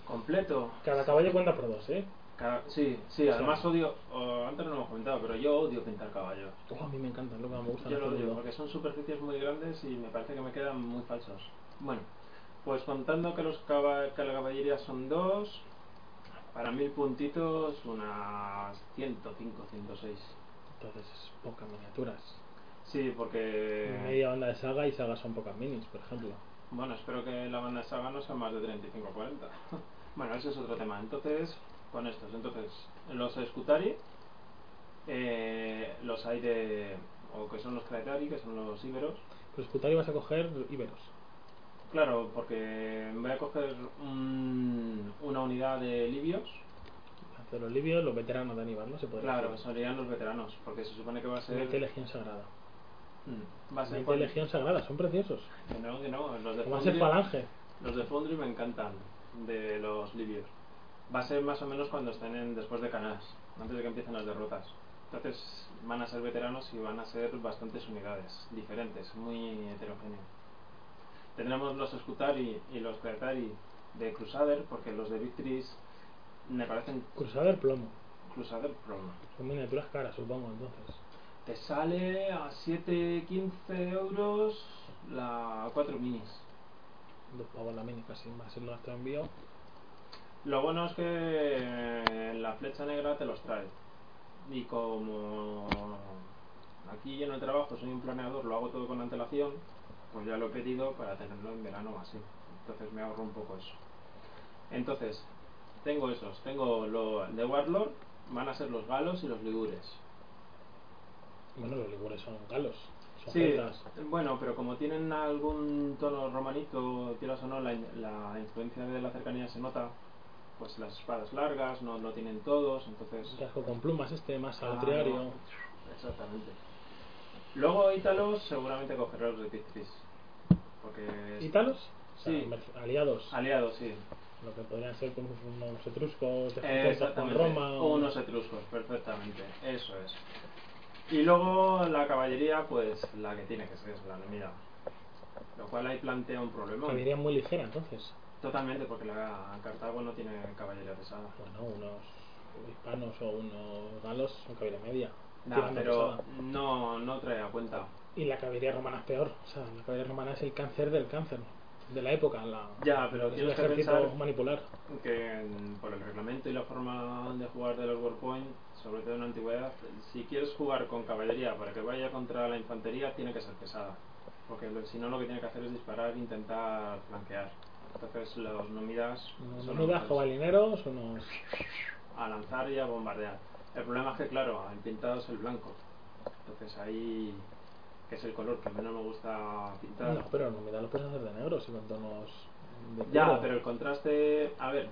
Speaker 2: Completo.
Speaker 1: Cada caballo cuenta por dos, ¿eh?
Speaker 2: Cada- Sí, sí,
Speaker 1: O sea-
Speaker 2: además odio... oh, antes no lo hemos comentado, pero yo odio pintar caballos.
Speaker 1: Oh, a mí me encanta, lo que me gusta.
Speaker 2: Yo lo odio, porque son superficies muy grandes y me parece que me quedan muy falsos. Bueno, pues contando que, los caba- que la caballería son dos, para mil puntitos, unas 105, 106.
Speaker 1: Entonces, pocas miniaturas.
Speaker 2: Sí, porque.
Speaker 1: Media banda de saga y saga son pocas minis, por ejemplo.
Speaker 2: Bueno, espero que la banda de saga no sea más de 35 o 40. bueno, ese es otro tema. Entonces, con estos. Entonces, los Scutari, eh, los hay de. o que son los Craetari, que son los íberos.
Speaker 1: Pues Scutari vas a coger Iberos.
Speaker 2: Claro, porque voy a coger un- una unidad de libios.
Speaker 1: Hacer los libios, los veteranos de Aníbal, ¿no? Se podría
Speaker 2: Claro,
Speaker 1: decir.
Speaker 2: serían los veteranos, porque se supone que va a ser.
Speaker 1: Mete Legión Sagrada.
Speaker 2: Mm, va a ser
Speaker 1: Mete
Speaker 2: con-
Speaker 1: Legión Sagrada, son preciosos.
Speaker 2: Que no, que no, los de
Speaker 1: Va a ser
Speaker 2: Foundry-
Speaker 1: Falange.
Speaker 2: Los de Foundry me encantan, de los libios. Va a ser más o menos cuando estén en- después de Canas, antes de que empiecen las derrotas. Entonces van a ser veteranos y van a ser bastantes unidades, diferentes, muy heterogéneas. Tendremos los Scutari y los Creatari de Crusader, porque los de Victris me parecen
Speaker 1: Crusader Plomo.
Speaker 2: Crusader Pro.
Speaker 1: Son miniaturas caras, supongo, entonces.
Speaker 2: Te sale a 7, 15 euros la 4 minis.
Speaker 1: Dos pavos la mini casi, más el gasto de envío.
Speaker 2: Lo bueno es que eh, la flecha negra te los trae. Y como aquí en el trabajo soy un planeador, lo hago todo con antelación, pues ya lo he pedido para tenerlo en verano o así. Entonces me ahorro un poco eso. Entonces, tengo esos. Tengo lo de Warlord, van a ser los galos y los ligures.
Speaker 1: Bueno, los ligures son galos. Son
Speaker 2: Sí,
Speaker 1: celtas.
Speaker 2: bueno, pero como tienen algún tono romanito, tiras o no, la, la influencia de la cercanía se nota. Pues las espadas largas, no lo tienen todos, entonces.
Speaker 1: Casco con plumas este, más
Speaker 2: Ah,
Speaker 1: altriario.
Speaker 2: no. Exactamente. Luego Ítalos seguramente cogerá los de Pictris. Porque.
Speaker 1: ¿Ítalos? O sea,
Speaker 2: Sí.
Speaker 1: merc- aliados.
Speaker 2: Aliados, sí.
Speaker 1: Lo que podrían ser como unos etruscos,
Speaker 2: Eh,
Speaker 1: descontentos con
Speaker 2: exactamente.
Speaker 1: Roma. o-
Speaker 2: Unos etruscos, perfectamente. Eso es. Y luego la caballería, pues la que tiene que ser, es la mira. Lo cual ahí plantea un problema.
Speaker 1: Caballería muy ligera, entonces.
Speaker 2: Totalmente, porque la Cartago no tiene caballería pesada.
Speaker 1: Bueno, unos hispanos o unos galos son caballería media.
Speaker 2: Nah,
Speaker 1: tirando
Speaker 2: pero
Speaker 1: pesada.
Speaker 2: no, no trae a cuenta.
Speaker 1: Y la caballería romana es peor. O sea, la caballería romana es el cáncer del cáncer. De la época. La...
Speaker 2: Ya, pero
Speaker 1: es el
Speaker 2: tienes que
Speaker 1: ejército
Speaker 2: pensar-
Speaker 1: manipular.
Speaker 2: Que mm, por el reglamento y la forma de jugar de los Warpoint, sobre todo en la antigüedad, si quieres jugar con caballería para que vaya contra la infantería, tiene que ser pesada. Porque lo- si no, lo que tiene que hacer es disparar e intentar flanquear. Entonces, los nómidas
Speaker 1: Unos
Speaker 2: son
Speaker 1: nudas,
Speaker 2: nómidas
Speaker 1: jabalineros, unos.
Speaker 2: a lanzar y a bombardear. El problema es que, claro, el pintado es el blanco. Entonces ahí, que es el color que menos me gusta pintar.
Speaker 1: No, pero no me da, lo puedes hacer de negro, si con tonos. de
Speaker 2: ya,
Speaker 1: puro.
Speaker 2: pero el contraste, a ver,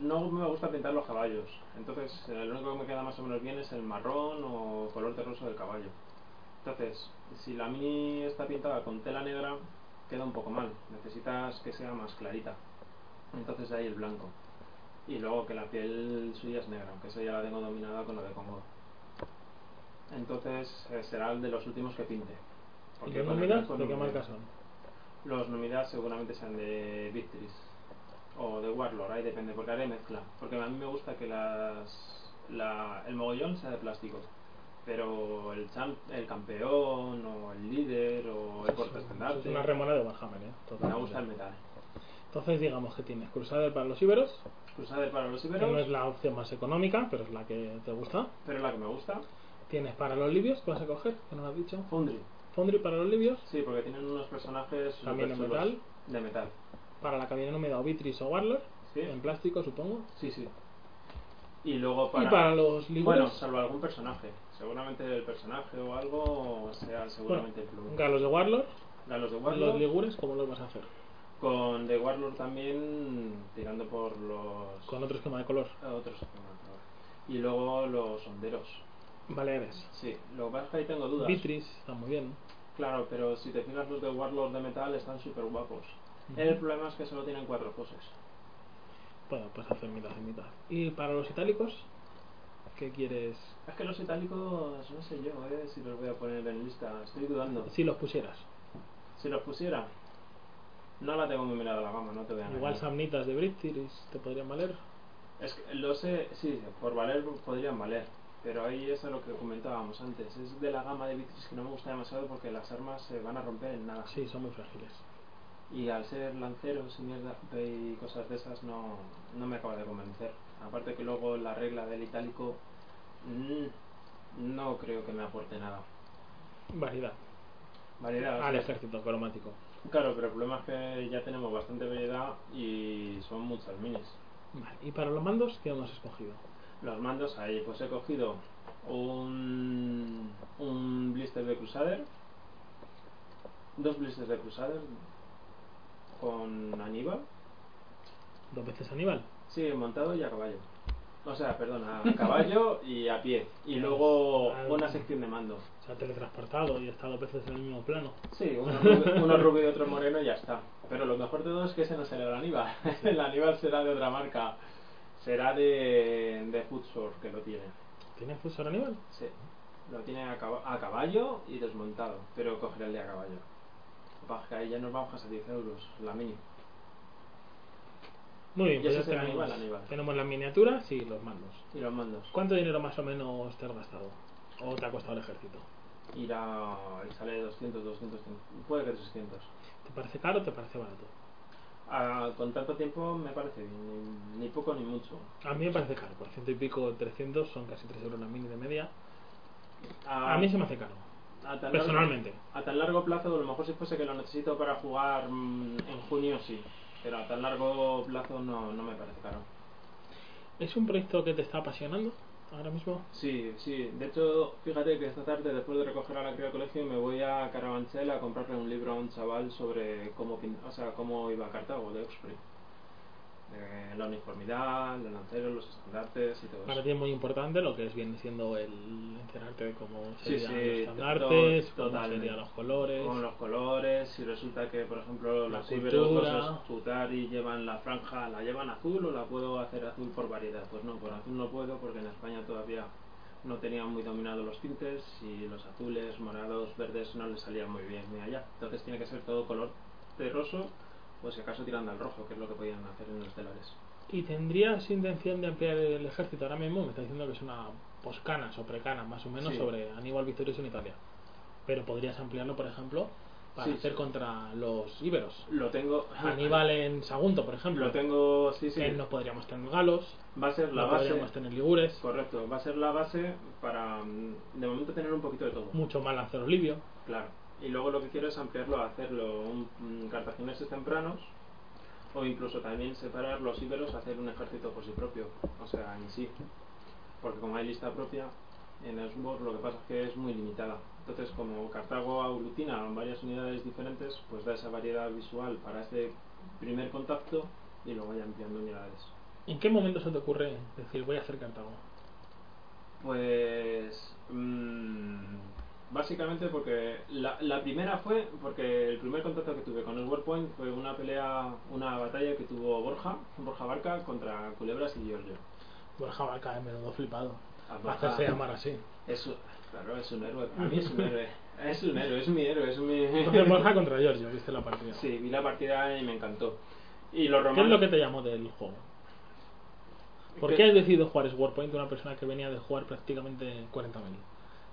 Speaker 2: no me gusta pintar los caballos. Entonces, eh, lo único que me queda más o menos bien es el marrón o color terroso del caballo. Entonces, si la mini está pintada con tela negra, queda un poco mal. Necesitas que sea más clarita. Entonces ahí el blanco. Y luego que la piel suya es negra, aunque esa ya la tengo dominada con lo de Congo. Entonces eh, será el de los últimos que pinte.
Speaker 1: ¿Y
Speaker 2: Porque
Speaker 1: los
Speaker 2: con el
Speaker 1: nómidas?
Speaker 2: blanco
Speaker 1: ¿De
Speaker 2: no
Speaker 1: qué
Speaker 2: me-
Speaker 1: marca son?
Speaker 2: Los nómidas seguramente sean de Victris. o de Warlord, ahí depende, porque haré mezcla. Porque a mí me gusta que las, la- el mogollón sea de plástico. Pero el, champ, el campeón, o el líder, o el
Speaker 1: Es
Speaker 2: portaestandarte.
Speaker 1: una remona de Warhammer, ¿eh?
Speaker 2: Me
Speaker 1: Totalmente.
Speaker 2: gusta el metal.
Speaker 1: Entonces digamos que tienes Crusader para los íberos,
Speaker 2: Crusader Pues para los
Speaker 1: que no
Speaker 2: íberos,
Speaker 1: es la opción más económica, pero es la que te gusta.
Speaker 2: pero la que me gusta.
Speaker 1: Tienes para los libios, que vas a coger, que no lo has dicho.
Speaker 2: Foundry.
Speaker 1: Foundry para los libios,
Speaker 2: Sí, porque tienen unos personajes
Speaker 1: También de
Speaker 2: superchulos.
Speaker 1: metal.
Speaker 2: De metal.
Speaker 1: para la cadena húmeda o Vitris o Warlord,
Speaker 2: Sí.
Speaker 1: en plástico supongo.
Speaker 2: Sí, sí. Y luego para...
Speaker 1: Y para los
Speaker 2: Bueno,
Speaker 1: libros,
Speaker 2: salvo algún personaje. Seguramente el personaje o algo sea seguramente el plum.
Speaker 1: para los de Warlord,
Speaker 2: Galos de
Speaker 1: los
Speaker 2: Warlord.
Speaker 1: ligures, ¿cómo los vas a hacer?
Speaker 2: Con The Warlord también tirando por los...
Speaker 1: Con otro esquema de color.
Speaker 2: Otros. Y luego los honderos.
Speaker 1: Baleares.
Speaker 2: Sí, lo que pasa es que ahí tengo dudas.
Speaker 1: Vitris, está muy bien.
Speaker 2: Claro, pero si te fijas los de Warlord de metal están súper guapos.
Speaker 1: Ujú.
Speaker 2: El problema es que solo tienen cuatro poses.
Speaker 1: Bueno, pues hacer mitad y mitad. Y para los itálicos, ¿qué quieres?
Speaker 2: Es que los itálicos, no sé yo, eh, si los voy a poner en lista. Estoy dudando.
Speaker 1: Si los pusieras.
Speaker 2: Si los pusiera, no la tengo muy mirada la gama, no te voy a
Speaker 1: Igual
Speaker 2: engañar.
Speaker 1: Samnitas de Vitris te podrían valer.
Speaker 2: Es que lo sé, sí, por valer podrían valer. Pero ahí es a lo que comentábamos antes. Es de la gama de Victrix que no me gusta demasiado porque las armas se van a romper en nada.
Speaker 1: Sí, son muy frágiles.
Speaker 2: Y al ser lanceros y mierda y cosas de esas no, no me acaba de convencer. Aparte que luego la regla del itálico mm, no creo que me aporte nada.
Speaker 1: Variedad.
Speaker 2: Variedad. o sea,
Speaker 1: Al ejército cromático.
Speaker 2: Claro, pero el problema es que ya tenemos bastante variedad y son muchas minis.
Speaker 1: Vale, Y para los mandos, ¿qué hemos escogido?
Speaker 2: Los mandos ahí, pues he cogido un, un blister de Crusader, dos blisters de Crusader con Aníbal,
Speaker 1: Dos veces Aníbal.
Speaker 2: sí, montado y a caballo. O sea, perdón, a caballo y a pie. Y luego
Speaker 1: Ah,
Speaker 2: una sección de mando.
Speaker 1: Se ha teletransportado y está dos veces en el mismo plano.
Speaker 2: Sí, uno rubio, uno rubio y otro moreno y ya está. Pero lo mejor de todo es que ese no será el Aníbal. El Aníbal será de otra marca. Será de, de Futsur que lo tiene.
Speaker 1: ¿Tienes pulsar Aníbal?
Speaker 2: Sí, lo tiene a, caba- a caballo y desmontado, pero cogeré el de a caballo. Lo que pasa es que ahí ya nos vamos a 10 euros, la mini.
Speaker 1: Muy bien,
Speaker 2: Y
Speaker 1: pues
Speaker 2: ese
Speaker 1: ya
Speaker 2: es el
Speaker 1: tenemos,
Speaker 2: Aníbal, Aníbal.
Speaker 1: tenemos las miniaturas y los mandos.
Speaker 2: Y los mandos.
Speaker 1: ¿Cuánto dinero más o menos te has gastado? ¿O te ha costado el ejército?
Speaker 2: Irá, y sale 200, 200, puede que 300.
Speaker 1: ¿Te parece caro o te parece barato?
Speaker 2: Ah, con tanto tiempo me parece bien, ni, ni poco ni mucho.
Speaker 1: A mí me parece caro, por ciento y pico, 300 son casi 3 euros la mini de media.
Speaker 2: Ah,
Speaker 1: A mí se me hace caro,
Speaker 2: a tan
Speaker 1: personalmente.
Speaker 2: largo- a tan largo plazo, a lo mejor si fuese que lo necesito para jugar mm, en junio, sí. Pero a tan largo plazo no, no me parece caro.
Speaker 1: ¿Es un proyecto que te está apasionando ahora mismo?
Speaker 2: Sí, sí. De hecho, fíjate que esta tarde, después de recoger a la cría al colegio, me voy a Carabanchel a comprarle un libro a un chaval sobre cómo, pin- o sea, cómo iba Cartago de Oxford. Eh, la uniformidad, los lanceros, los estandartes y todo
Speaker 1: Para
Speaker 2: eso.
Speaker 1: ti es muy importante lo que es viene siendo el enterarte de cómo
Speaker 2: Sí,
Speaker 1: serían
Speaker 2: sí,
Speaker 1: los
Speaker 2: to-
Speaker 1: estandartes,
Speaker 2: to-
Speaker 1: cómo
Speaker 2: totalmente.
Speaker 1: serían los colores.
Speaker 2: Con los colores, y resulta que, por ejemplo,
Speaker 1: La
Speaker 2: los íberos,
Speaker 1: cultura.
Speaker 2: los tutari llevan la franja, ¿la llevan azul o la puedo hacer azul por variedad? Pues no, por azul no puedo porque en España todavía no tenían muy dominados los tintes y los azules, morados, verdes no les salían muy bien ni allá. Entonces tiene que ser todo color terroso o si acaso tirando al rojo, que es lo que podían hacer en los estelares.
Speaker 1: ¿Y tendrías intención de ampliar el ejército ahora mismo? Me está diciendo que es una poscanas o precanas, más o menos,
Speaker 2: Sí.
Speaker 1: sobre Aníbal Victorioso en Italia. Pero podrías ampliarlo, por ejemplo, para
Speaker 2: Sí,
Speaker 1: hacer
Speaker 2: sí.
Speaker 1: contra los íberos.
Speaker 2: Lo tengo...
Speaker 1: Aníbal en Sagunto, por ejemplo.
Speaker 2: Lo tengo... Sí, sí.
Speaker 1: Eh, No podríamos tener galos,
Speaker 2: Va a ser la
Speaker 1: no
Speaker 2: base...
Speaker 1: podríamos tener ligures,
Speaker 2: Correcto, va a ser la base para mm, de momento tener un poquito de todo.
Speaker 1: mucho más lanceros libio.
Speaker 2: Claro. Y luego lo que quiero es ampliarlo a hacerlo un, mm, cartagineses tempranos o incluso también separar los íberos a hacer un ejército por sí propio, o sea, en sí. Porque como hay lista propia en Osborne lo que pasa es que es muy limitada. Entonces, como Cartago aglutina varias unidades diferentes, pues da esa variedad visual para este primer contacto y luego vaya ampliando unidades.
Speaker 1: ¿En qué momento se te ocurre decir voy a hacer Cartago?
Speaker 2: Pues mm, básicamente porque la, la primera fue porque el primer contacto que tuve con el Warpoint fue una pelea, una batalla que tuvo Borja, Borja Barca contra Culebras y Giorgio.
Speaker 1: Borja Barca, eh, menudo flipado.
Speaker 2: A
Speaker 1: Va a
Speaker 2: Borja
Speaker 1: hacerse llamar así.
Speaker 2: es un- claro, es un héroe, para mí es un héroe, es un héroe, es mi héroe, es mi
Speaker 1: Entonces Borja contra Giorgio, viste la partida.
Speaker 2: Sí, vi la partida y me encantó. Y los
Speaker 1: ¿Qué es lo
Speaker 2: romanos.
Speaker 1: que te llamó del juego? ¿Por qué has decidido jugar Swordpoint de una persona que venía de jugar prácticamente 40.000?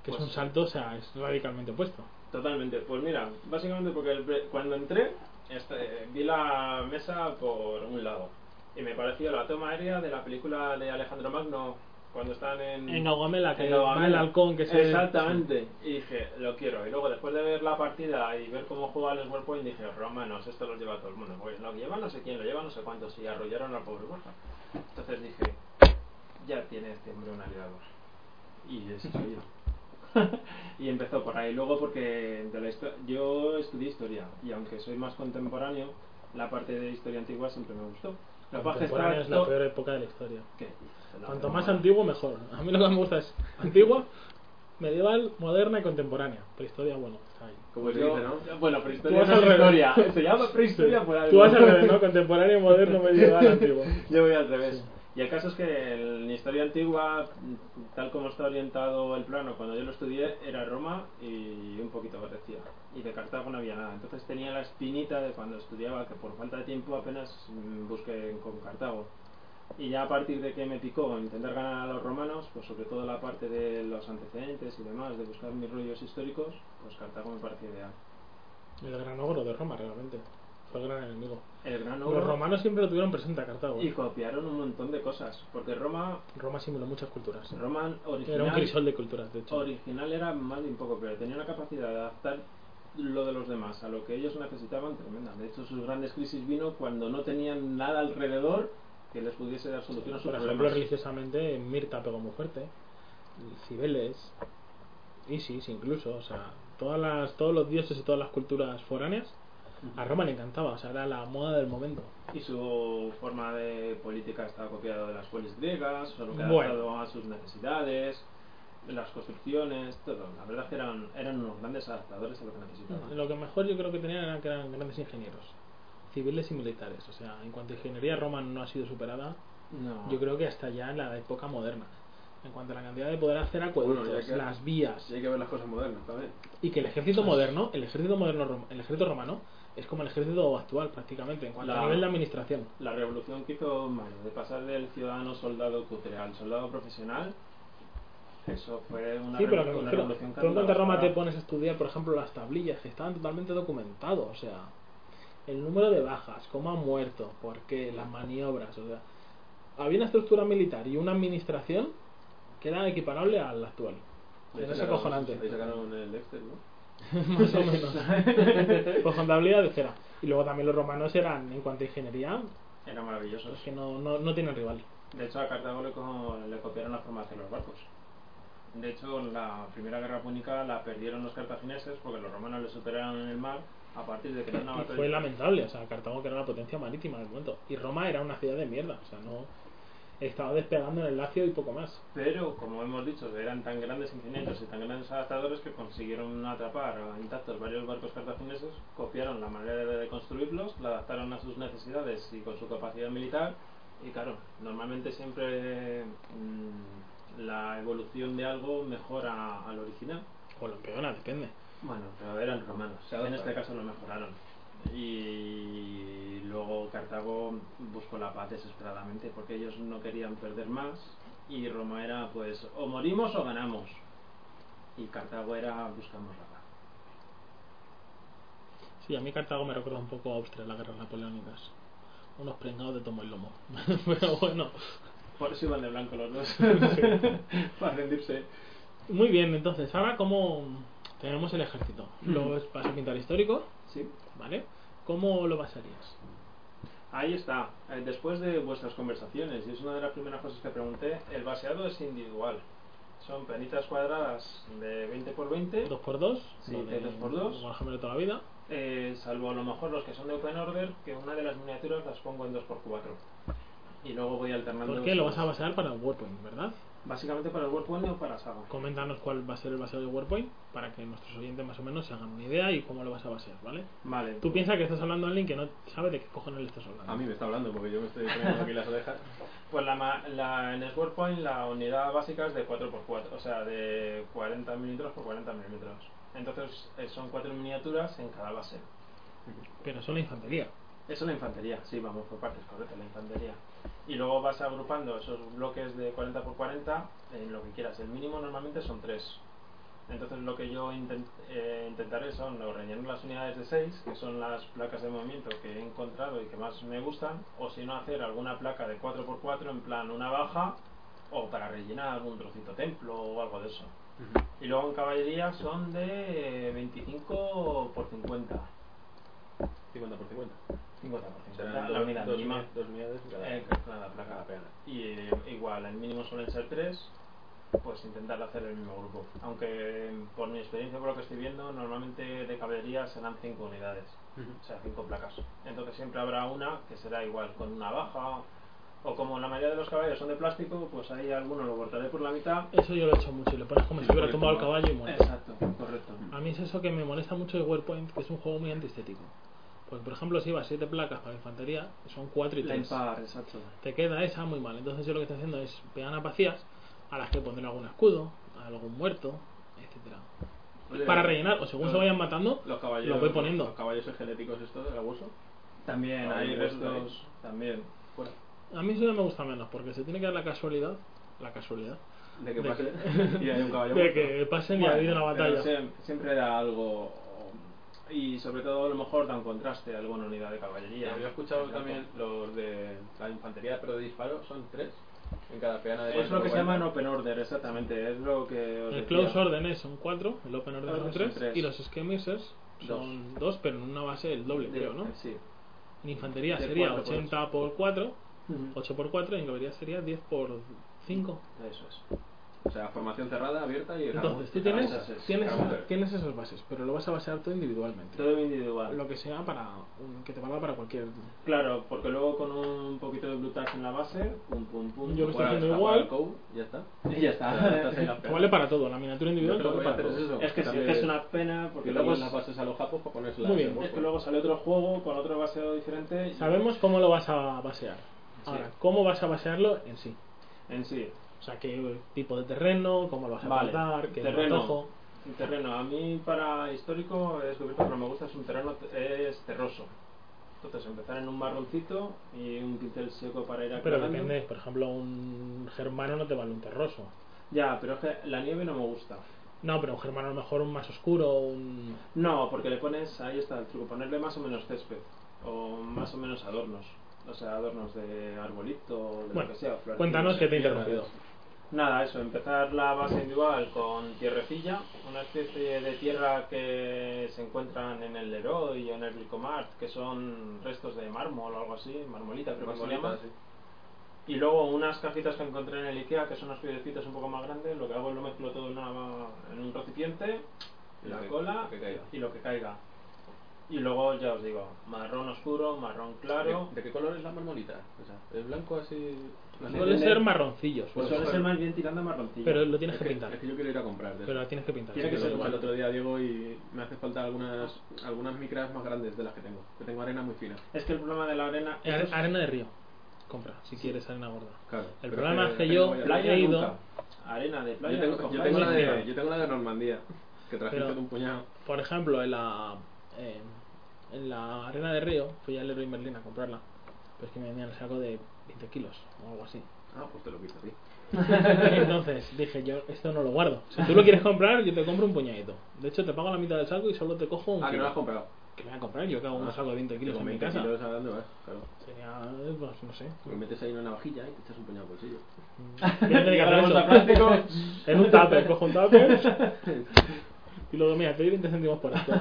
Speaker 1: Que es
Speaker 2: Pues-
Speaker 1: un salto, o sea, es radicalmente opuesto.
Speaker 2: Totalmente. Pues mira, básicamente porque el pre- cuando entré este, vi la mesa por un lado y me pareció la toma aérea de la película de Alejandro Magno cuando están en
Speaker 1: En Gaugamela, que
Speaker 2: mm, en
Speaker 1: va Eh, el halcón que se...
Speaker 2: Exactamente. Y dije, lo quiero. Y luego después de ver la partida y ver cómo juegan los Warpoint dije, romanos, esto lo lleva todo el mundo. Pues lo lleva no sé quién, lo lleva no sé cuántos y arrollaron al pobre Borja. Entonces dije, ya tiene este hombre un aliado. Y eso soy yo. y empezó por ahí. Luego porque de la histo- yo estudié historia y aunque soy más contemporáneo, la parte de historia antigua siempre me gustó. Lo que pasa es que
Speaker 1: Contemporánea
Speaker 2: estaba
Speaker 1: es la
Speaker 2: to-
Speaker 1: peor época de la historia.
Speaker 2: ¿Qué?
Speaker 1: Cuanto más antiguo, mejor. A mí lo que me gusta es antigua, medieval, moderna y contemporánea. Prehistoria, bueno, está ahí.
Speaker 7: Como se
Speaker 2: Yo-
Speaker 7: dice, ¿no?
Speaker 2: Bueno,
Speaker 1: Tú
Speaker 2: prehistoria
Speaker 1: vas
Speaker 2: no es
Speaker 1: al revés.
Speaker 2: historia. Se llama prehistoria por algo.
Speaker 1: Tú vas al revés, ¿no? Contemporáneo, moderno, medieval, antiguo.
Speaker 2: Yo voy al revés. Y el caso es que en historia antigua, tal como está orientado el plano, cuando yo lo estudié, era Roma y un poquito Grecia. Y de Cartago no había nada. Entonces tenía la espinita de cuando estudiaba, que por falta de tiempo apenas mm, busqué con Cartago. Y ya a partir de que me picó intentar ganar a los romanos, pues sobre todo la parte de los antecedentes y demás, de buscar mis rollos históricos, pues Cartago me parecía ideal.
Speaker 1: El gran ogro de Roma, realmente. Fue el gran enemigo.
Speaker 2: El gran
Speaker 1: Los
Speaker 2: ogro-
Speaker 1: romanos siempre lo tuvieron presente a Cartago. ¿eh?
Speaker 2: Y copiaron un montón de cosas, porque Roma,
Speaker 1: Roma simuló muchas culturas.
Speaker 2: Roma
Speaker 1: Era un
Speaker 2: original,
Speaker 1: crisol de culturas, de hecho.
Speaker 2: original era mal y un poco, pero tenía una capacidad de adaptar lo de los demás a lo que ellos necesitaban tremenda. De hecho, sus grandes crisis vino cuando no tenían nada alrededor que les pudiese dar solución a sus
Speaker 1: Por ejemplo,
Speaker 2: problemas.
Speaker 1: religiosamente, Mirta pegó muy fuerte. Cibeles, Isis, incluso. O sea, todas las, todos los dioses y todas las culturas foráneas. A Roma le encantaba, o sea, era la moda del momento.
Speaker 2: Y su forma de política estaba copiada de las polis griegas, solo que
Speaker 1: Bueno.
Speaker 2: adaptado a sus necesidades, las construcciones, todo. La verdad es que eran, eran unos grandes adaptadores a lo que necesitaban.
Speaker 1: Lo que mejor yo creo que tenían eran que eran grandes ingenieros, civiles y militares. O sea, en cuanto a ingeniería, Roma no ha sido superada,
Speaker 2: No.
Speaker 1: yo creo que hasta ya en la época moderna. En cuanto a la cantidad de poder hacer
Speaker 7: Bueno,
Speaker 1: acueductos,
Speaker 7: ya que-
Speaker 1: las vías,
Speaker 7: Y hay que ver las cosas modernas también.
Speaker 1: y que el ejército moderno, el ejército moderno, rom- el ejército romano, es como el ejército actual prácticamente, en cuanto a
Speaker 2: La-
Speaker 1: nivel de administración.
Speaker 2: La revolución que hizo Mayo, de pasar del ciudadano soldado cutre al soldado profesional, eso fue una,
Speaker 1: Sí, pero
Speaker 2: revo-
Speaker 1: que me
Speaker 2: una
Speaker 1: refiero,
Speaker 2: revolución que
Speaker 1: tú en
Speaker 2: duró
Speaker 1: cuanto a Roma te
Speaker 2: hasta-
Speaker 1: pones a estudiar, por ejemplo, las tablillas que estaban totalmente documentados, o sea, el número de bajas, cómo han muerto, por qué, las maniobras, o sea, había una estructura militar y una administración que era equiparable a la actual.
Speaker 7: Ahí
Speaker 1: No es
Speaker 7: sacaron-
Speaker 1: acojonante.
Speaker 7: Ahí sacaron el Excel, ¿no?
Speaker 1: más o menos. Pues contabilidad de cera. Y luego también los romanos eran, en cuanto a ingeniería,
Speaker 2: Era maravilloso.
Speaker 1: es que no, no, no tienen rival.
Speaker 2: De hecho, a Cartago le, co- le copiaron la forma de hacer los barcos. De hecho, la primera guerra púnica la perdieron los cartagineses porque los romanos les superaron en el mar a partir de que era una
Speaker 1: Y
Speaker 2: batalla.
Speaker 1: fue lamentable, o sea, Cartago que era la potencia marítima del momento. Y Roma era una ciudad de mierda, o sea, no estaba despegando en el Lacio y poco más.
Speaker 2: Pero, como hemos dicho, eran tan grandes ingenieros y tan grandes adaptadores que consiguieron atrapar intactos varios barcos cartagineses, copiaron la manera de construirlos, la adaptaron a sus necesidades y con su capacidad militar. Y claro, normalmente siempre mm, la evolución de algo mejora al original.
Speaker 1: O lo empeora, depende.
Speaker 2: Bueno, pero eran romanos.
Speaker 7: Claro,
Speaker 2: en este
Speaker 7: claro.
Speaker 2: caso lo mejoraron. Y luego Cartago buscó la paz desesperadamente porque ellos no querían perder más y Roma era pues o morimos o ganamos. Y Cartago era buscamos la paz.
Speaker 1: Sí, a mí Cartago me recuerda un poco a Austria, las guerras napoleónicas. Unos prengados de tomo y lomo. Pero bueno.
Speaker 2: Por eso iban de blanco los dos. Para rendirse.
Speaker 1: Muy bien, entonces, ahora como tenemos el ejército, los vas a pintar histórico,
Speaker 2: Sí.
Speaker 1: ¿vale? ¿Cómo lo basarías?
Speaker 2: Ahí está. Eh, Después de vuestras conversaciones, y es una de las primeras cosas que pregunté, el baseado es individual. Son penitas cuadradas de 20 por 20.
Speaker 1: ¿Dos por dos?
Speaker 2: Sí,
Speaker 1: Lo de
Speaker 2: dos por dos.
Speaker 1: Warhammer de toda la vida.
Speaker 2: Eh, salvo a lo mejor los que son de open order, que una de las miniaturas las pongo en 2x4. Y luego voy alternando.
Speaker 1: ¿Por qué lo
Speaker 2: los-
Speaker 1: vas a basar para el Warpoint, verdad?
Speaker 2: Básicamente para el World One o para Saga.
Speaker 1: Coméntanos cuál va a ser el baseo de WordPoint para que nuestros oyentes más o menos se hagan una idea y cómo lo vas a basear, ¿vale?
Speaker 2: Vale.
Speaker 1: Tú piensas que estás hablando a alguien que no sabe de qué cojones le estás hablando.
Speaker 7: A mí me está hablando porque yo me estoy poniendo aquí las orejas.
Speaker 2: Pues la, ma- la, en el World Point la unidad básica es de 4x4, o sea, de 40 milímetros por 40 milímetros. Entonces eh, son cuatro miniaturas en cada base.
Speaker 1: Pero son la infantería.
Speaker 2: Eso es la infantería, sí, vamos por partes, correcto, la infantería. Y luego vas agrupando esos bloques de 40 por 40 en lo que quieras. El mínimo normalmente son 3. Entonces lo que yo intent- eh, intentaré son o rellenar las unidades de 6, que son las placas de movimiento que he encontrado y que más me gustan, o si no hacer alguna placa de 4x4 en plan una baja o para rellenar algún trocito templo o algo de eso. Y luego en caballería son de eh, 25 por 50.
Speaker 4: 50 por 50.
Speaker 2: 50 por 50.
Speaker 4: Serán
Speaker 2: la
Speaker 4: dos,
Speaker 2: unidad
Speaker 4: dos
Speaker 2: mínima.
Speaker 4: unidades- dos unidades en cada,
Speaker 2: Eh, cada placa.
Speaker 4: cada peana.
Speaker 2: Y eh, igual, el mínimo suelen ser 3, pues intentar hacer el mismo grupo. Aunque por mi experiencia, por lo que estoy viendo, normalmente de caballería serán 5 unidades, o sea, 5 placas. Entonces siempre habrá una que será igual con una baja. O como la mayoría de los caballos son de plástico, pues ahí alguno lo cortaré por la mitad.
Speaker 1: Eso yo lo he hecho mucho y le pones como si hubiera tumbado el caballo y mueres.
Speaker 2: Exacto, correcto.
Speaker 1: A mí es eso que me molesta mucho de Warpoint, que es un juego muy antiestético. Porque, por ejemplo, si vas 7 placas para infantería, son 4 y 3.
Speaker 2: Lempar, exacto.
Speaker 1: Te queda esa muy mal. Entonces yo lo que estoy haciendo es peanas vacías a las que pondré algún escudo, algún muerto, etcétera
Speaker 2: Eh,
Speaker 4: Oye,
Speaker 1: Para rellenar, o según se vayan matando,
Speaker 4: Los caballos,
Speaker 1: los voy poniendo.
Speaker 4: Los caballos esqueléticos estos del abuso.
Speaker 2: También
Speaker 4: Ahí
Speaker 2: hay
Speaker 4: huesos,
Speaker 2: restos, también.
Speaker 4: Fuera.
Speaker 1: a mí eso ya me gusta menos, porque se tiene que dar la casualidad, la casualidad,
Speaker 4: De que
Speaker 1: De
Speaker 4: pase y hay un caballo
Speaker 1: de
Speaker 4: muerto.
Speaker 1: que pasen y ha
Speaker 2: Bueno,
Speaker 1: habido una
Speaker 2: pero
Speaker 1: batalla.
Speaker 2: siem- siempre da algo. Y sobre todo, a lo mejor da un contraste a alguna unidad de
Speaker 4: Y
Speaker 2: caballería.
Speaker 4: había escuchado
Speaker 2: Exacto.
Speaker 4: también los de la infantería, pero de disparo son tres en cada peana de
Speaker 2: Es lo que se
Speaker 4: 40.
Speaker 2: llama open order, exactamente. Es lo que. os
Speaker 1: El
Speaker 2: decía.
Speaker 1: close orden es son 4, el open order
Speaker 2: Claro,
Speaker 1: son
Speaker 2: son
Speaker 1: 3
Speaker 2: tres.
Speaker 1: y los skirmishers son 2, pero en una base el doble, creo, ¿no?
Speaker 2: Sí.
Speaker 1: En infantería
Speaker 2: De
Speaker 1: sería
Speaker 2: cuatro por
Speaker 1: 80 por 4,
Speaker 2: Ujú.
Speaker 1: 8 por 4 y en caballería sería 10 por 5.
Speaker 2: Eso es.
Speaker 4: O sea, formación cerrada, abierta y...
Speaker 1: Entonces, tú
Speaker 4: Cada
Speaker 2: Ah,
Speaker 1: tienes,
Speaker 4: una se-
Speaker 1: tienes,
Speaker 4: cada una se-
Speaker 1: tienes esas bases, pero lo vas a basear todo individualmente.
Speaker 2: Todo individual.
Speaker 1: Lo que sea para un- que te valga para cualquier.
Speaker 2: Claro, porque luego con un poquito de blue tag en la base, pum, pum, pum.
Speaker 1: Yo que estoy
Speaker 4: Bueno,
Speaker 1: haciendo
Speaker 4: está
Speaker 1: igual.
Speaker 4: para el COU, ya está.
Speaker 2: Y ya
Speaker 4: O sea, estás en
Speaker 2: está.
Speaker 4: las peanas.
Speaker 1: Vale para todo, la miniatura
Speaker 4: Yo
Speaker 1: individual.
Speaker 4: creo que
Speaker 1: vale
Speaker 4: voy a
Speaker 1: para
Speaker 4: hacer
Speaker 1: todo.
Speaker 4: es eso.
Speaker 2: es que si
Speaker 4: también-
Speaker 2: es una pena,
Speaker 4: Porque
Speaker 2: porque
Speaker 4: luego
Speaker 2: es-
Speaker 4: las bases a los japos para ponerlas
Speaker 1: Muy bien,
Speaker 4: en
Speaker 2: es
Speaker 4: hueco.
Speaker 2: que luego sale otro juego con otro baseado diferente. y-
Speaker 1: Sabemos cómo lo vas a basear.
Speaker 2: Sí.
Speaker 1: Ahora, ¿cómo vas a basearlo en sí?
Speaker 2: En sí.
Speaker 1: O sea, qué tipo de terreno, cómo lo vas a
Speaker 2: Vale.
Speaker 1: plantar, qué
Speaker 2: Terreno.
Speaker 1: matojo.
Speaker 2: El terreno, a mí para histórico he descubierto que lo que me gusta es un terreno es terroso. Entonces empezar en un marroncito y un pincel seco para ir
Speaker 1: Pero
Speaker 2: aclarando.
Speaker 1: depende, por ejemplo, un germano no te vale un terroso.
Speaker 2: Ya, pero es que la nieve no me gusta.
Speaker 1: No, pero un germano a lo mejor un más oscuro, un.
Speaker 2: No, porque le pones, ahí está el truco, ponerle más o menos césped o más o menos adornos. O sea, adornos de arbolito, de
Speaker 1: Bueno,
Speaker 2: lo que sea. florecitas.
Speaker 1: Cuéntanos que te he interrumpido.
Speaker 2: Nada, eso, empezar la base individual con tierrecilla, una especie de tierra que se encuentran en el Leroy o en el Bricomart, que son restos de mármol o algo así, marmolita creo que se llama.
Speaker 4: Marmolita, sí.
Speaker 2: Y luego unas cajitas que encontré en el Ikea, que son unas piedrecitas un poco más grandes, lo que hago es lo mezclo todo en, una- en un recipiente,
Speaker 4: Y lo
Speaker 2: la
Speaker 4: que-
Speaker 2: cola
Speaker 4: lo que caiga.
Speaker 2: y lo que caiga. Y luego ya os digo, marrón oscuro, marrón claro.
Speaker 4: ¿De, de qué color es la marmolita? O sea, ¿es blanco así? No sé.
Speaker 1: Suele
Speaker 2: Depende-
Speaker 1: ser marroncillo,
Speaker 2: Pues
Speaker 1: suele
Speaker 2: suele
Speaker 1: ser.
Speaker 2: ser más bien tirando a marroncillo.
Speaker 1: Pero lo tienes
Speaker 4: Es
Speaker 1: que pintar.
Speaker 4: Es que yo quiero ir a comprar. de
Speaker 1: Pero la
Speaker 4: eso.
Speaker 1: tienes que pintar.
Speaker 2: Tiene
Speaker 1: sí,
Speaker 2: que
Speaker 1: lo
Speaker 2: ser
Speaker 4: Lo
Speaker 1: digo.
Speaker 4: dije
Speaker 2: igual.
Speaker 4: el otro día, Diego, y me hace falta algunas algunas micras más grandes de las que tengo. Que tengo arena muy fina.
Speaker 2: Es que el problema de la arena
Speaker 1: Eh, Are-
Speaker 2: es
Speaker 1: Arena de río. Compra, si quieres arena gorda.
Speaker 4: Claro.
Speaker 1: El
Speaker 4: pero
Speaker 1: problema es que
Speaker 4: no
Speaker 1: yo-
Speaker 4: tengo ya-
Speaker 2: playa
Speaker 1: he ido-
Speaker 2: nunca. Arena de playa
Speaker 4: Yo tengo,
Speaker 2: no
Speaker 4: yo
Speaker 2: cojáis.
Speaker 4: tengo la de,
Speaker 1: Playa.
Speaker 4: yo tengo la de Normandía, que trajiste
Speaker 1: Pero-
Speaker 4: de un puñado.
Speaker 1: Por ejemplo, en la eh, en la arena de río fui al Leroy Merlin a comprarla. Pero es que me vendían el saco de 20 kilos o algo así.
Speaker 4: Ah, pues te lo quito a ti.
Speaker 1: Entonces dije yo, esto no lo guardo. Si tú lo quieres comprar, yo te compro un puñadito. De hecho, te pago la mitad del saco y solo te cojo un
Speaker 4: Ah, que
Speaker 1: kilo.
Speaker 4: no lo has comprado.
Speaker 1: ¿Qué me voy a comprar? Yo que hago un
Speaker 4: Ah,
Speaker 1: saco de 20 kilos
Speaker 4: Con
Speaker 1: en mi
Speaker 4: 20
Speaker 1: casa.
Speaker 4: kilos, ¿a dónde vas? Claro.
Speaker 1: Sería, eh, pues no sé.
Speaker 4: Lo metes ahí en una navajilla y te echas un puñado al bolsillo.
Speaker 1: Voy a tener que hacer
Speaker 2: Llevaremos
Speaker 1: eso.
Speaker 2: a plástico.
Speaker 1: En un tupper, cojo un tupper. Y luego, mira, te doy 20 céntimos por esto.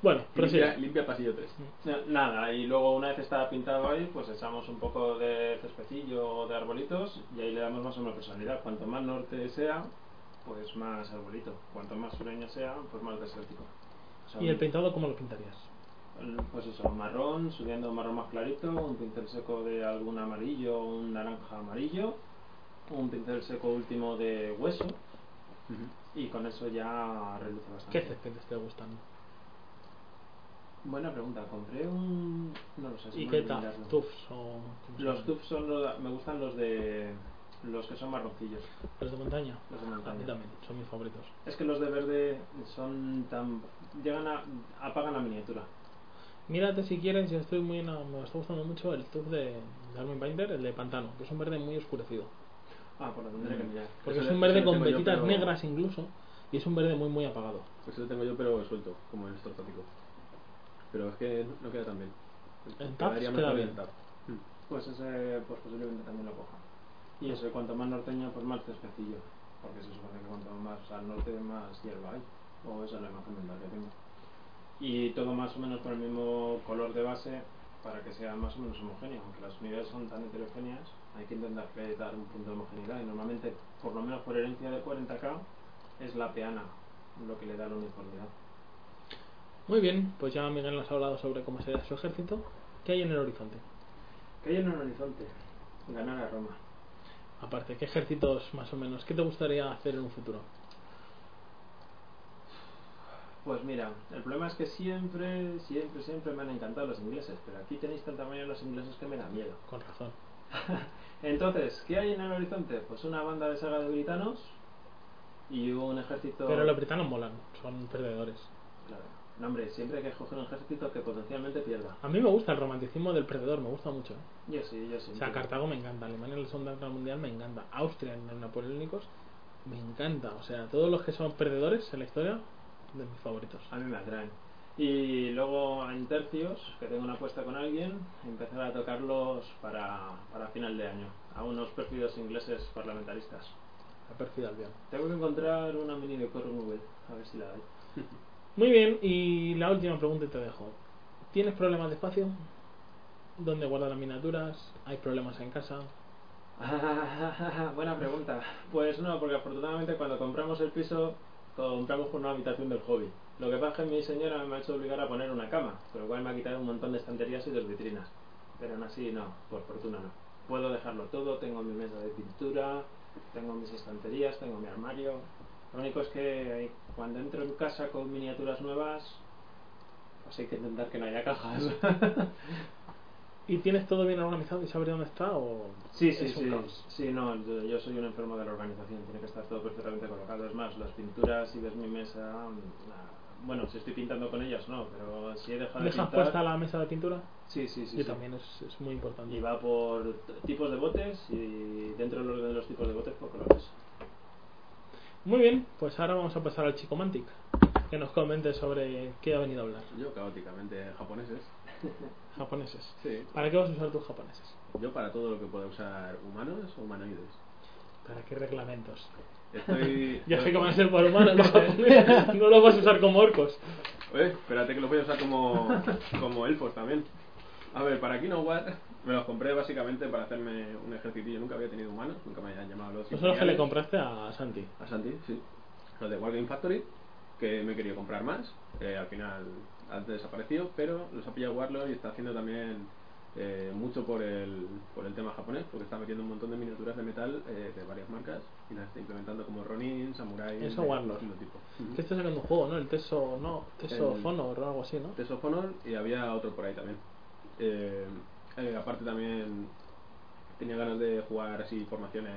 Speaker 1: Bueno, pero sí.
Speaker 4: Limpia, limpia pasillo 3.
Speaker 2: Na- Nada, y luego una vez está pintado ahí, pues echamos un poco de cespecillo o de arbolitos y ahí le damos más o menos personalidad. Cuanto más norte sea, pues más arbolito. Cuanto más sureño sea, pues más desértico. O sea,
Speaker 1: ¿Y el pintado cómo lo pintarías?
Speaker 2: Pues eso, marrón, subiendo un marrón más clarito, un pincel seco de algún amarillo, un naranja amarillo, un pincel seco último de hueso y con eso ya reluce bastante.
Speaker 1: ¿Qué céspedes te gustan?
Speaker 2: Buena pregunta, compré un... no lo sé. es
Speaker 1: ¿Y
Speaker 2: muy
Speaker 1: qué tal?
Speaker 2: mirarlo.
Speaker 1: ¿Tufs o...? cómo se
Speaker 2: Los
Speaker 1: llaman?
Speaker 2: tubs son los, me gustan los de los que son marroncillos,
Speaker 1: ¿Los de montaña?
Speaker 2: los de
Speaker 1: A mí
Speaker 2: montaña.
Speaker 1: también, son mis favoritos.
Speaker 2: Es que los de verde son tan llegan a apagan la miniatura.
Speaker 1: Mírate si quieres, yo estoy muy ena- me está gustando mucho el tour de, de Armin Binder, el de Pantano, que es un verde muy oscurecido.
Speaker 4: Ah, pues lo tendré que mirar.
Speaker 1: Mm. Porque
Speaker 2: Eso
Speaker 1: es un
Speaker 2: le- eso
Speaker 1: verde
Speaker 2: le
Speaker 1: con
Speaker 2: tengo yo,
Speaker 1: vetitas
Speaker 2: pero-
Speaker 1: negras incluso, y es un verde muy muy apagado.
Speaker 2: Pues eso tengo yo, pero suelto, como el estrozático. Pero es que no queda tan bien.
Speaker 1: En taps
Speaker 2: Quedaría
Speaker 1: queda
Speaker 2: mejor
Speaker 1: bien.
Speaker 2: en tap.
Speaker 4: Pues ese, pues posiblemente también lo coja. Y eso, cuanto más norteño, pues más cespecillo. Porque se supone que cuanto más al norte, más hierba hay. O esa es la imagen mental que tengo. Y todo más o menos con el mismo color de base para que sea más o menos homogéneo. Aunque las unidades son tan heterogéneas, hay que intentar que dar un punto de homogeneidad. Y normalmente, por lo menos por herencia de 40K, es la peana lo que le da la uniformidad.
Speaker 1: Muy bien, pues ya Miguel nos ha hablado sobre cómo sería su ejército. ¿Qué hay en el horizonte?
Speaker 4: Que hay en el horizonte? Ganar a Roma.
Speaker 1: Aparte, ¿qué ejércitos más o menos? ¿Qué te gustaría hacer en un futuro?
Speaker 4: Pues mira, el problema es que siempre, siempre, siempre me han encantado los ingleses, pero aquí tenéis tanta manía de los ingleses que me da miedo.
Speaker 1: Con razón.
Speaker 4: Entonces, ¿qué hay en el horizonte? Pues una banda de saga de britanos y un ejército...
Speaker 1: Pero los britanos molan, son perdedores.
Speaker 4: Claro. No, hombre, siempre hay que escoger un ejército que potencialmente pierda.
Speaker 1: A mí me gusta el romanticismo del perdedor, me gusta mucho. ¿eh?
Speaker 4: Yo sí, yo sí.
Speaker 1: O sea, Cartago me encanta, Alemania en la Segunda Guerra Mundial me encanta, Austria en los napoleónicos me encanta. O sea, todos los que son perdedores en la historia, de mis favoritos.
Speaker 4: A mí me atraen. Y luego en tercios, que tengo una apuesta con alguien, empezar a tocarlos para, para final de año, a unos perfiles ingleses parlamentaristas.
Speaker 1: La perfil bien.
Speaker 4: Tengo que encontrar una mini de Corre Google, a ver si la hay.
Speaker 1: Muy bien, y la última pregunta te dejo. ¿Tienes problemas de espacio? ¿Dónde guardas las miniaturas? ¿Hay problemas en casa?
Speaker 4: Ah, buena pregunta. Pues no, porque afortunadamente cuando compramos el piso compramos con una habitación del hobby. Lo que pasa es que mi señora me ha hecho obligar a poner una cama, con lo cual me ha quitado un montón de estanterías y dos vitrinas. Pero aún así no, por fortuna no. Puedo dejarlo todo, tengo mi mesa de pintura, tengo mis estanterías, tengo mi armario. Lo único es que eh, cuando entro en casa con miniaturas nuevas, pues hay que intentar que no haya cajas.
Speaker 1: ¿Y tienes todo bien organizado y sabes dónde está? O
Speaker 4: Sí, sí,
Speaker 1: es un
Speaker 4: sí.
Speaker 1: caos?
Speaker 4: Sí, no, yo, yo soy un enfermo de la organización, tiene que estar todo perfectamente colocado. Es más, las pinturas, si ves mi mesa. mm, ah, Bueno, si estoy pintando con ellas, no, pero si he dejado de
Speaker 1: ¿Dejas
Speaker 4: pintar.
Speaker 1: puesta la mesa de pintura?
Speaker 4: Sí, sí, sí.
Speaker 1: Yo
Speaker 4: sí.
Speaker 1: también, es, es muy importante.
Speaker 4: Y va por t- tipos de botes y dentro del orden de los tipos de botes por colores.
Speaker 1: Muy bien, pues ahora vamos a pasar al chico Mantic, que nos comente sobre qué ha venido a hablar.
Speaker 2: Yo caóticamente japoneses.
Speaker 1: Japoneses.
Speaker 2: Sí.
Speaker 1: ¿Para qué vas a usar tus japoneses?
Speaker 2: Yo para todo lo que pueda usar humanos o humanoides.
Speaker 1: ¿Para qué reglamentos?
Speaker 2: Estoy.
Speaker 1: Ya sé que van a ser por humanos los japoneses, no los vas a usar como orcos.
Speaker 2: Eh, espérate que los voy a usar como, como elfos también. A ver, para Kino War me los compré básicamente para hacerme un ejercicio. Nunca había tenido humanos, nunca me habían llamado los.
Speaker 1: No son los que le
Speaker 2: imperiales.
Speaker 1: compraste a Santi.
Speaker 2: A Santi, sí. Los de Wargame Factory, que me quería comprar más. eh, al final han desaparecido, pero los ha pillado Warlord y está haciendo también eh, mucho por el, por el tema japonés, porque está metiendo un montón de miniaturas de metal eh, de varias marcas y las está implementando como Ronin, Samurai.
Speaker 1: Eso
Speaker 2: de
Speaker 1: Warlord.
Speaker 2: todo tipo.
Speaker 1: Que está sacando un juego, ¿no? El Teso, no, Teso
Speaker 2: El-
Speaker 1: Honor o algo así, ¿no?
Speaker 2: Tales of Honor y había otro por ahí también. Eh, eh, aparte también tenía ganas de jugar así formaciones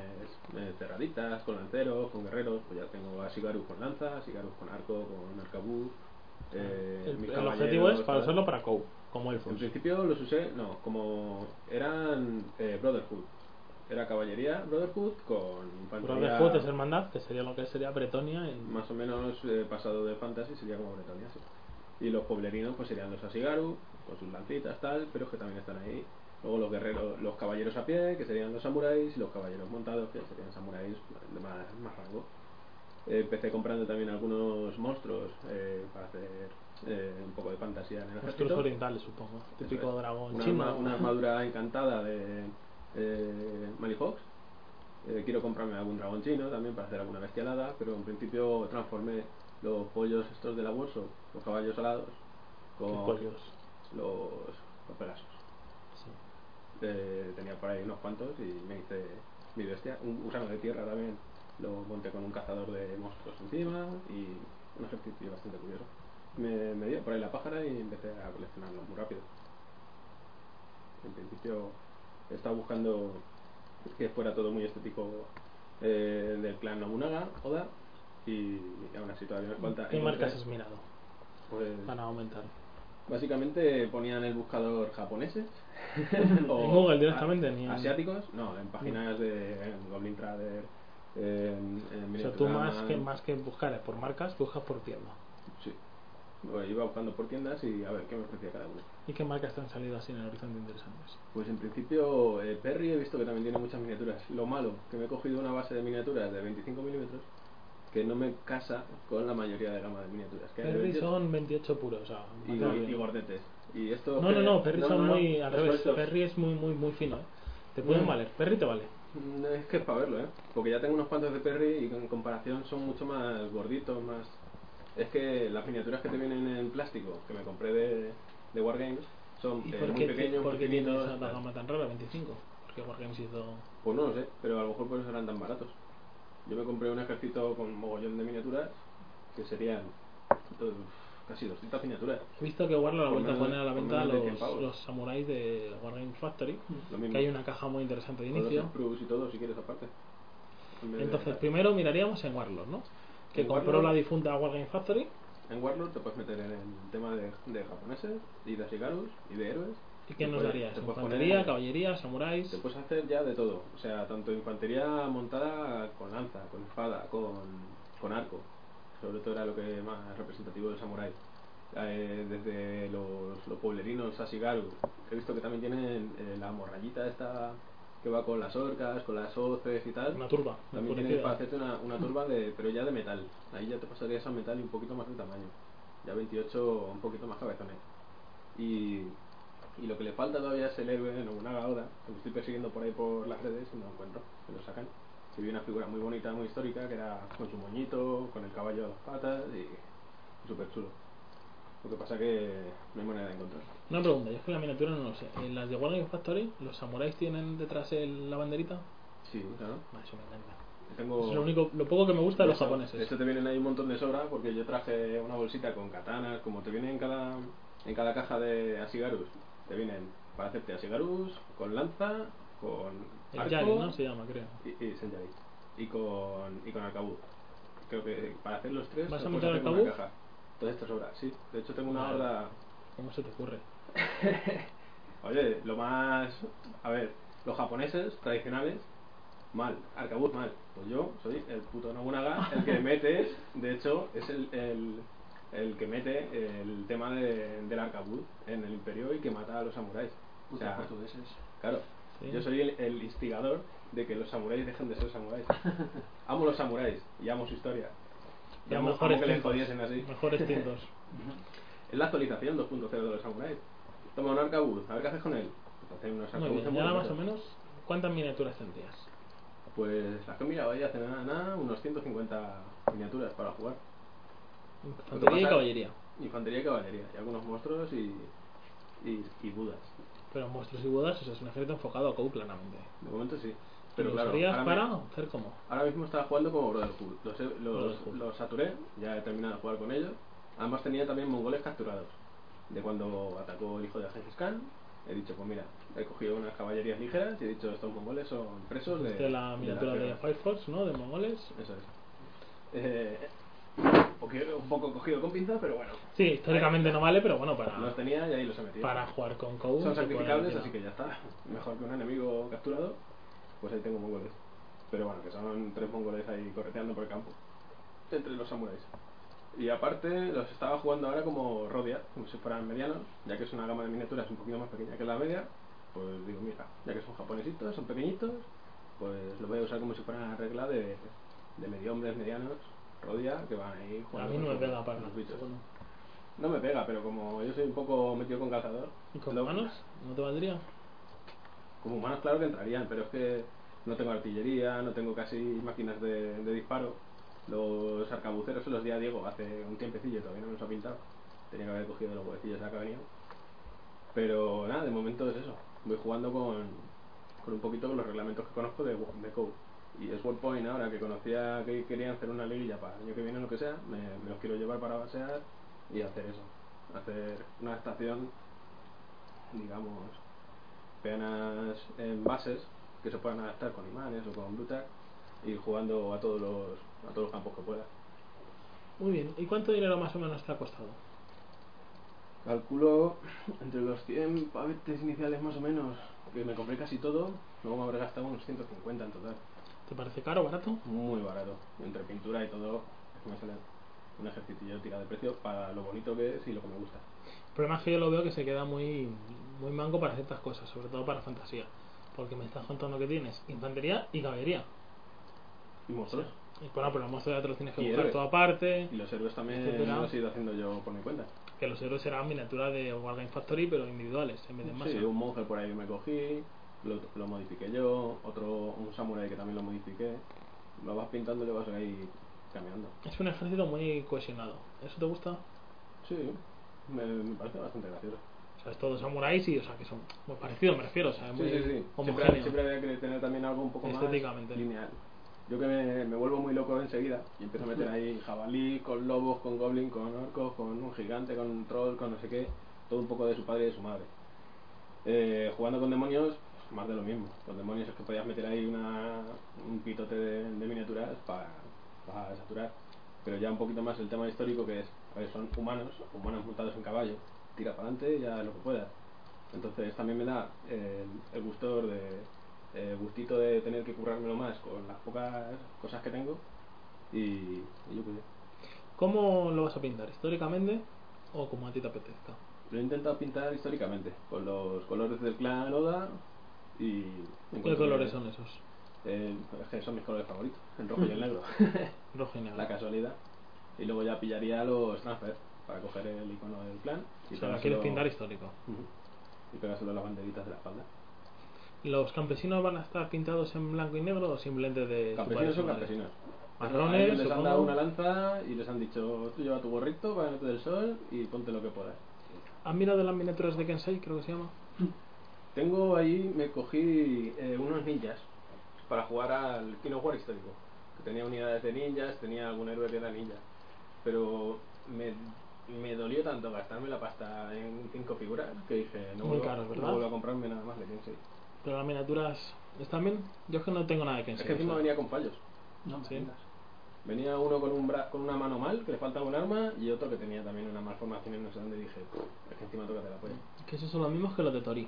Speaker 2: eh, cerraditas, con lanceros, con guerreros, pues ya tengo a Sigarus con lanza, a Sigarus con arco, con arcabuz. eh,
Speaker 1: Ah, El,
Speaker 2: mis
Speaker 1: el
Speaker 2: caballeros,
Speaker 1: objetivo es para
Speaker 2: tal.
Speaker 1: usarlo para Kou, como elfos.
Speaker 2: En principio los usé, no, como eran eh, Brotherhood. Era caballería Brotherhood con infantería.
Speaker 1: Brotherhood es hermandad, que sería lo que sería Bretonia en...
Speaker 2: Más o menos eh, pasado de fantasy sería como Bretonia, sí. Y los pueblerinos pues serían los Asigaru, con sus lancitas, tal, pero que también están ahí. Luego los guerreros, los caballeros a pie, que serían los samuráis, y los caballeros montados, que serían samuráis de más, más rango. Eh, Empecé comprando también algunos monstruos eh, para hacer eh, un poco de fantasía en el
Speaker 1: monstruos
Speaker 2: ejército.
Speaker 1: orientales, supongo. Típico
Speaker 2: Eso es.
Speaker 1: dragón
Speaker 2: una,
Speaker 1: chino.
Speaker 2: arma- una armadura encantada de eh, Manifox. Eh, quiero comprarme algún dragón chino también para hacer alguna bestialada, pero en principio transformé los pollos estos de la Warsaw, los caballos alados,
Speaker 1: Qué
Speaker 2: con
Speaker 1: pollos.
Speaker 2: los, los pelasos.
Speaker 1: Sí.
Speaker 2: Eh, tenía por ahí unos cuantos y me hice mi bestia. Un gusano de tierra también lo monté con un cazador de monstruos encima y un ejercicio bastante curioso. Me, me dio por ahí la pájara y empecé a coleccionarlo muy rápido. En principio estaba buscando que fuera todo muy estético eh, del clan Nobunaga, Oda, y aún así todavía me falta.
Speaker 1: ¿Qué
Speaker 2: encontrar,
Speaker 1: marcas has mirado
Speaker 2: Pues,
Speaker 1: para aumentar?
Speaker 2: Básicamente ponían el buscador japoneses.
Speaker 1: En Google directamente, ni en- Mm.
Speaker 2: Asiáticos, no, en páginas de en Goblin Trader. En, en
Speaker 1: O sea, tú
Speaker 2: Minitraman.
Speaker 1: más que, más que buscar eh, por marcas, buscas por tienda.
Speaker 2: Sí. Bueno, iba buscando por tiendas y a ver qué me ofrecía cada uno.
Speaker 1: ¿Y qué marcas te han salido así en el horizonte interesantes?
Speaker 2: Pues en principio, eh, Perry he visto que también tiene muchas miniaturas. Lo malo, que me he cogido una base de miniaturas de 25 milímetros que no me casa con la mayoría de gama de miniaturas. Que hay de
Speaker 1: Perry
Speaker 2: 28
Speaker 1: son 28 puros. O sea,
Speaker 2: y,
Speaker 1: marca
Speaker 2: y
Speaker 1: bien.
Speaker 2: gordetes. Y esto
Speaker 1: no, no,
Speaker 2: que-
Speaker 1: no, Perry son
Speaker 2: no,
Speaker 1: muy al
Speaker 2: los
Speaker 1: revés.
Speaker 2: sueltos.
Speaker 1: Perry es muy, muy, muy fino. ¿eh? Te pueden
Speaker 2: Mm.
Speaker 1: valer. Perry te vale.
Speaker 2: Mm, Es que es para verlo, ¿eh? Porque ya tengo unos cuantos de Perry y en comparación son mucho más gorditos, más... Es que las miniaturas que te vienen en plástico, que me compré de, de Wargames, son
Speaker 1: ¿Y
Speaker 2: eh,
Speaker 1: por
Speaker 2: muy
Speaker 1: qué, ti-
Speaker 2: pequeños,
Speaker 1: por
Speaker 2: muy
Speaker 1: qué tiene
Speaker 2: pequeñitos,
Speaker 1: esa
Speaker 2: tal.
Speaker 1: gama tan rara? 25. Porque Wargames hizo.
Speaker 2: Pues no lo sé, pero a lo mejor por eso eran tan baratos. Yo me compré un ejército con mogollón de miniaturas, que serían eh, casi 200 miniaturas.
Speaker 1: He visto que Warlock ha
Speaker 2: Por
Speaker 1: vuelto a
Speaker 2: menos de-
Speaker 1: poner a la
Speaker 2: por
Speaker 1: venta
Speaker 2: menos de 100
Speaker 1: los,
Speaker 2: pavos. Mm.
Speaker 1: los samuráis de Wargames Factory.
Speaker 2: Lo mismo.
Speaker 1: Que hay una caja muy interesante de
Speaker 2: Con los
Speaker 1: inicio.
Speaker 2: sprues y todo, si quieres, aparte. En vez de-
Speaker 1: Entonces, primero miraríamos en Warlord, ¿no? Que
Speaker 2: En
Speaker 1: compró
Speaker 2: Warlord.
Speaker 1: la difunta Wargame Factory
Speaker 2: En Warlord te puedes meter en el tema de, de japoneses y de Asigarus y de héroes.
Speaker 1: ¿Y qué
Speaker 2: Te
Speaker 1: nos
Speaker 2: puedes-
Speaker 1: daría?
Speaker 2: te
Speaker 1: eso?
Speaker 2: puedes poner-
Speaker 1: Infantería, caballería, samuráis.
Speaker 2: Te puedes hacer ya de todo, o sea, tanto infantería montada con lanza, con espada, con, con arco. Sobre todo era lo que más representativo del samurái. Eh, desde los, los pueblerinos Ashigaru, he visto que también tienen eh, la morrayita esta que va con las orcas, con las hoces y tal.
Speaker 1: Una turba.
Speaker 2: También
Speaker 1: enfurecida.
Speaker 2: tienes para hacerte una, una turba, de, pero ya de metal. Ahí ya te pasarías a metal y un poquito más de tamaño. Ya 28, un poquito más cabezones. Y, y lo que le falta todavía es el héroe Nobunaga Oda, que lo estoy persiguiendo por ahí por las redes y no lo encuentro, que lo sacan. Y vi una figura muy bonita, muy histórica, que era con su moñito, con el caballo a dos patas y súper chulo. Lo que pasa que no hay manera de encontrarlo.
Speaker 1: Una pregunta, yo es que la miniatura no lo sé. ¿En las de Wargame Factory los samuráis tienen detrás el- la banderita?
Speaker 2: Sí, claro.
Speaker 1: Bah, Eso me encanta.
Speaker 2: Tengo...
Speaker 1: Eso es lo, único, lo poco que me gusta de los
Speaker 2: Eso-
Speaker 1: japoneses.
Speaker 2: De hecho, Oh. te vienen ahí un montón de sobra porque yo traje una bolsita con katanas. Como te vienen en cada, en cada caja de Asigarus, te vienen para hacerte Asigarus, con lanza, con.
Speaker 1: el
Speaker 2: arco
Speaker 1: Yari, ¿no? Se llama, creo.
Speaker 2: Y, y, sí, Yari. Y con, y con arcabuz. Creo que para hacer los tres.
Speaker 1: ¿Vas
Speaker 2: te
Speaker 1: a
Speaker 2: puedes
Speaker 1: meter
Speaker 2: hacer con
Speaker 1: arcabuz?
Speaker 2: Una caja. Entonces te sobra, sí. De hecho, tengo una
Speaker 1: Vale.
Speaker 2: horda.
Speaker 1: ¿Cómo se te ocurre?
Speaker 2: Oye, lo más. A ver, los japoneses tradicionales, mal, arcabuz mal. Pues yo soy el puto Nobunaga, el que mete, de hecho, es el, el, el que mete el tema de- del arcabuz en el imperio y que mata a los samuráis. O
Speaker 5: Putos
Speaker 2: sea,
Speaker 5: portugueses.
Speaker 2: claro,
Speaker 1: eh. Sí.
Speaker 2: yo soy el, el instigador de que los samuráis dejen de ser samuráis. Amo los samuráis y amo su historia. Y
Speaker 1: Los
Speaker 2: amo, amo
Speaker 1: mejores
Speaker 2: que les
Speaker 1: tintos.
Speaker 2: jodiesen así.
Speaker 1: Mejores tintos.
Speaker 2: Es la actualización 2.0 de los samuráis. Toma un arcabuz, a ver qué haces con él. Pues hacer unos
Speaker 1: Muy
Speaker 2: arcabuces
Speaker 1: bien,
Speaker 2: muy
Speaker 1: ya nada más
Speaker 2: bonitos.
Speaker 1: o menos, ¿cuántas miniaturas tendrías?
Speaker 2: Pues las que he mirado ahí hace nada, nada, unos 150 miniaturas para jugar.
Speaker 1: Infantería y
Speaker 2: pasa-
Speaker 1: caballería.
Speaker 2: Infantería y caballería, y algunos monstruos y, y, y budas.
Speaker 1: Pero monstruos y bodas, o sea, es un ejército enfocado a Kou claramente.
Speaker 2: De momento sí.
Speaker 1: ¿Y
Speaker 2: Pero
Speaker 1: lo
Speaker 2: claro,
Speaker 1: usarías
Speaker 2: ahora,
Speaker 1: para
Speaker 2: mi-
Speaker 1: hacer cómo?
Speaker 2: ahora mismo estaba jugando como Brotherhood. Los, he- los,
Speaker 1: Brotherhood.
Speaker 2: los saturé, ya he terminado de jugar con ellos. Además tenía también mongoles capturados. De cuando atacó el hijo de Genghis Khan, he dicho, pues mira, he cogido unas caballerías ligeras y he dicho, estos mongoles son presos de...
Speaker 1: Hiciste Pues este la miniatura
Speaker 2: guerra".
Speaker 1: de Five Force, ¿no? De mongoles.
Speaker 2: Eso es. Eh, un poquito- un poco cogido con pinzas, pero bueno.
Speaker 1: Sí, históricamente no vale, pero bueno, para,
Speaker 2: Los tenía y ahí los he metido.
Speaker 1: Ah. para jugar con Kou.
Speaker 2: Son
Speaker 1: se puede
Speaker 2: sacrificables,
Speaker 1: decir,
Speaker 2: así que ya está. Mejor que un enemigo capturado, pues ahí tengo mongoles. Pero bueno, que son tres mongoles ahí correteando por el campo. Entre los samuráis. Y aparte, los estaba jugando ahora como Rodia, como si fueran medianos, ya que es una gama de miniaturas un poquito más pequeña que la media. Pues digo, mira, ya que son japonesitos, son pequeñitos, pues los voy a usar como si fueran la regla de, de medio hombres medianos, Rodia, que van ahí
Speaker 1: A
Speaker 2: jugando.
Speaker 1: mí no
Speaker 2: con
Speaker 1: me
Speaker 2: sus-
Speaker 1: pega para
Speaker 2: con
Speaker 1: nada.
Speaker 2: sus bichos.
Speaker 1: Bueno,
Speaker 2: No me pega, pero como yo soy un poco metido con calzador.
Speaker 1: ¿Y con
Speaker 2: lo-
Speaker 1: manos? ¿No te valdría?
Speaker 2: Como humanos, claro que entrarían, pero es que no tengo artillería, no tengo casi máquinas de, de disparo. Los arcabuceros se los di a Diego hace un tiempecillo, todavía no me los ha pintado. Tenía que haber cogido los huevecillos de la que ha venido. Pero nada, de momento es eso. Voy jugando con, con un poquito con los reglamentos que conozco de, Wo- de COU. Y es Point ahora que conocía que querían hacer una liguilla para el año que viene o lo que sea, me, me los quiero llevar para basear y hacer eso. Hacer una estación, digamos, peanas en bases que se puedan adaptar con imanes o con brutas y jugando a todos los, a todos los campos que pueda.
Speaker 1: Muy bien. ¿Y cuánto dinero más o menos te ha costado?
Speaker 2: Calculo entre los 100 pavetes iniciales más o menos, que me compré casi todo, luego me habré gastado unos 150 en total.
Speaker 1: ¿Te parece caro o barato?
Speaker 2: Muy barato. Entre pintura y todo, me sale un ejercicio tira de precio para lo bonito que es y lo que me gusta.
Speaker 1: El problema es que yo lo veo que se queda muy, muy manco para ciertas cosas, sobre todo para fantasía. Porque me estás contando que tienes infantería y caballería.
Speaker 2: ¿Y monstruos?
Speaker 1: Y bueno, pues pero los monstruos ya te los tienes que
Speaker 2: Y
Speaker 1: buscar
Speaker 2: héroes.
Speaker 1: todo aparte.
Speaker 2: Y los héroes también
Speaker 1: Etcétera.
Speaker 2: los he ido haciendo yo por mi cuenta.
Speaker 1: Que los héroes serán miniaturas de Wargame Factory, pero individuales, en vez de en masa.
Speaker 2: Sí, un monje por ahí me cogí, lo, lo modifiqué yo, otro, un samurai que también lo modifiqué. Lo vas pintando y lo vas ahí cambiando.
Speaker 1: Es un ejército muy cohesionado. ¿Eso te gusta?
Speaker 2: Sí, me, me parece bastante gracioso.
Speaker 1: O sea, es todo samuráis y, o sea, que son muy parecidos, me refiero. O sea, es
Speaker 2: Sí,
Speaker 1: muy
Speaker 2: sí, sí. Siempre,
Speaker 1: homogéneo.
Speaker 2: siempre había que tener también algo un poco más
Speaker 1: Estéticamente.
Speaker 2: lineal. Yo que me, me vuelvo muy loco enseguida y empiezo a meter ahí jabalí, con lobos, con goblin, con orcos, con un gigante, con un troll, con no sé qué, todo un poco de su padre y de su madre. Eh, jugando con demonios, pues más de lo mismo. Con demonios es que podías meter ahí una, un pitote de, de miniaturas para saturar. Pero ya un poquito más el tema histórico que es, a ver, son humanos, humanos montados en caballo, tira para adelante ya lo que puedas. Entonces también me da eh, el, el gusto de el Eh, gustito de tener que currármelo más con las pocas cosas que tengo y, y yo qué sé.
Speaker 1: ¿Cómo lo vas a pintar? ¿Históricamente o como a ti te apetezca?
Speaker 2: Lo he intentado pintar históricamente, con los colores del clan Oda y... pues,
Speaker 1: ¿Qué colores son esos?
Speaker 2: Eh, es que son mis colores favoritos, el rojo y el negro,
Speaker 1: Rojo y negro.
Speaker 2: la casualidad. Y luego ya pillaría los transfers para coger el icono del clan
Speaker 1: O
Speaker 2: y
Speaker 1: sea, la
Speaker 2: pegárselo-
Speaker 1: quieres pintar Eh, histórico.
Speaker 2: Ujú. y pegárselo a las banderitas de la espalda.
Speaker 1: ¿Los campesinos van a estar pintados en blanco y negro o simplemente de tu padre y
Speaker 2: Campesinos
Speaker 1: tu
Speaker 2: son
Speaker 1: madre?
Speaker 2: campesinos.
Speaker 1: Marrones,
Speaker 2: A ellos les han
Speaker 1: supongo.
Speaker 2: dado una lanza y les han dicho, tú lleva tu gorrito, váyate del sol y ponte lo que puedas.
Speaker 1: ¿Has mirado las miniaturas de Kensai, creo que se llama?
Speaker 2: Tengo ahí, me cogí eh, unos ninjas para jugar al Kino War histórico. Que tenía unidades de ninjas, tenía algún héroe que era ninja. Pero me, me dolió tanto gastarme la pasta en cinco figuras que dije, no,
Speaker 1: Muy
Speaker 2: vuelvo,
Speaker 1: caros, ¿verdad?
Speaker 2: no vuelvo a comprarme nada más de Kensei.
Speaker 1: Pero las miniaturas están bien. Yo es que no tengo nada de
Speaker 2: Es
Speaker 1: Kensai.
Speaker 2: que encima
Speaker 1: o sea.
Speaker 2: venía con fallos.
Speaker 5: No, me
Speaker 1: Sí.
Speaker 5: digas.
Speaker 2: Venía uno con, un bra- con una mano mal, que le faltaba un arma, y otro que tenía también una malformación en no sé dónde, y dije, "Pff, es que encima tócate la polla.
Speaker 1: Es que esos son los mismos que los de Tori.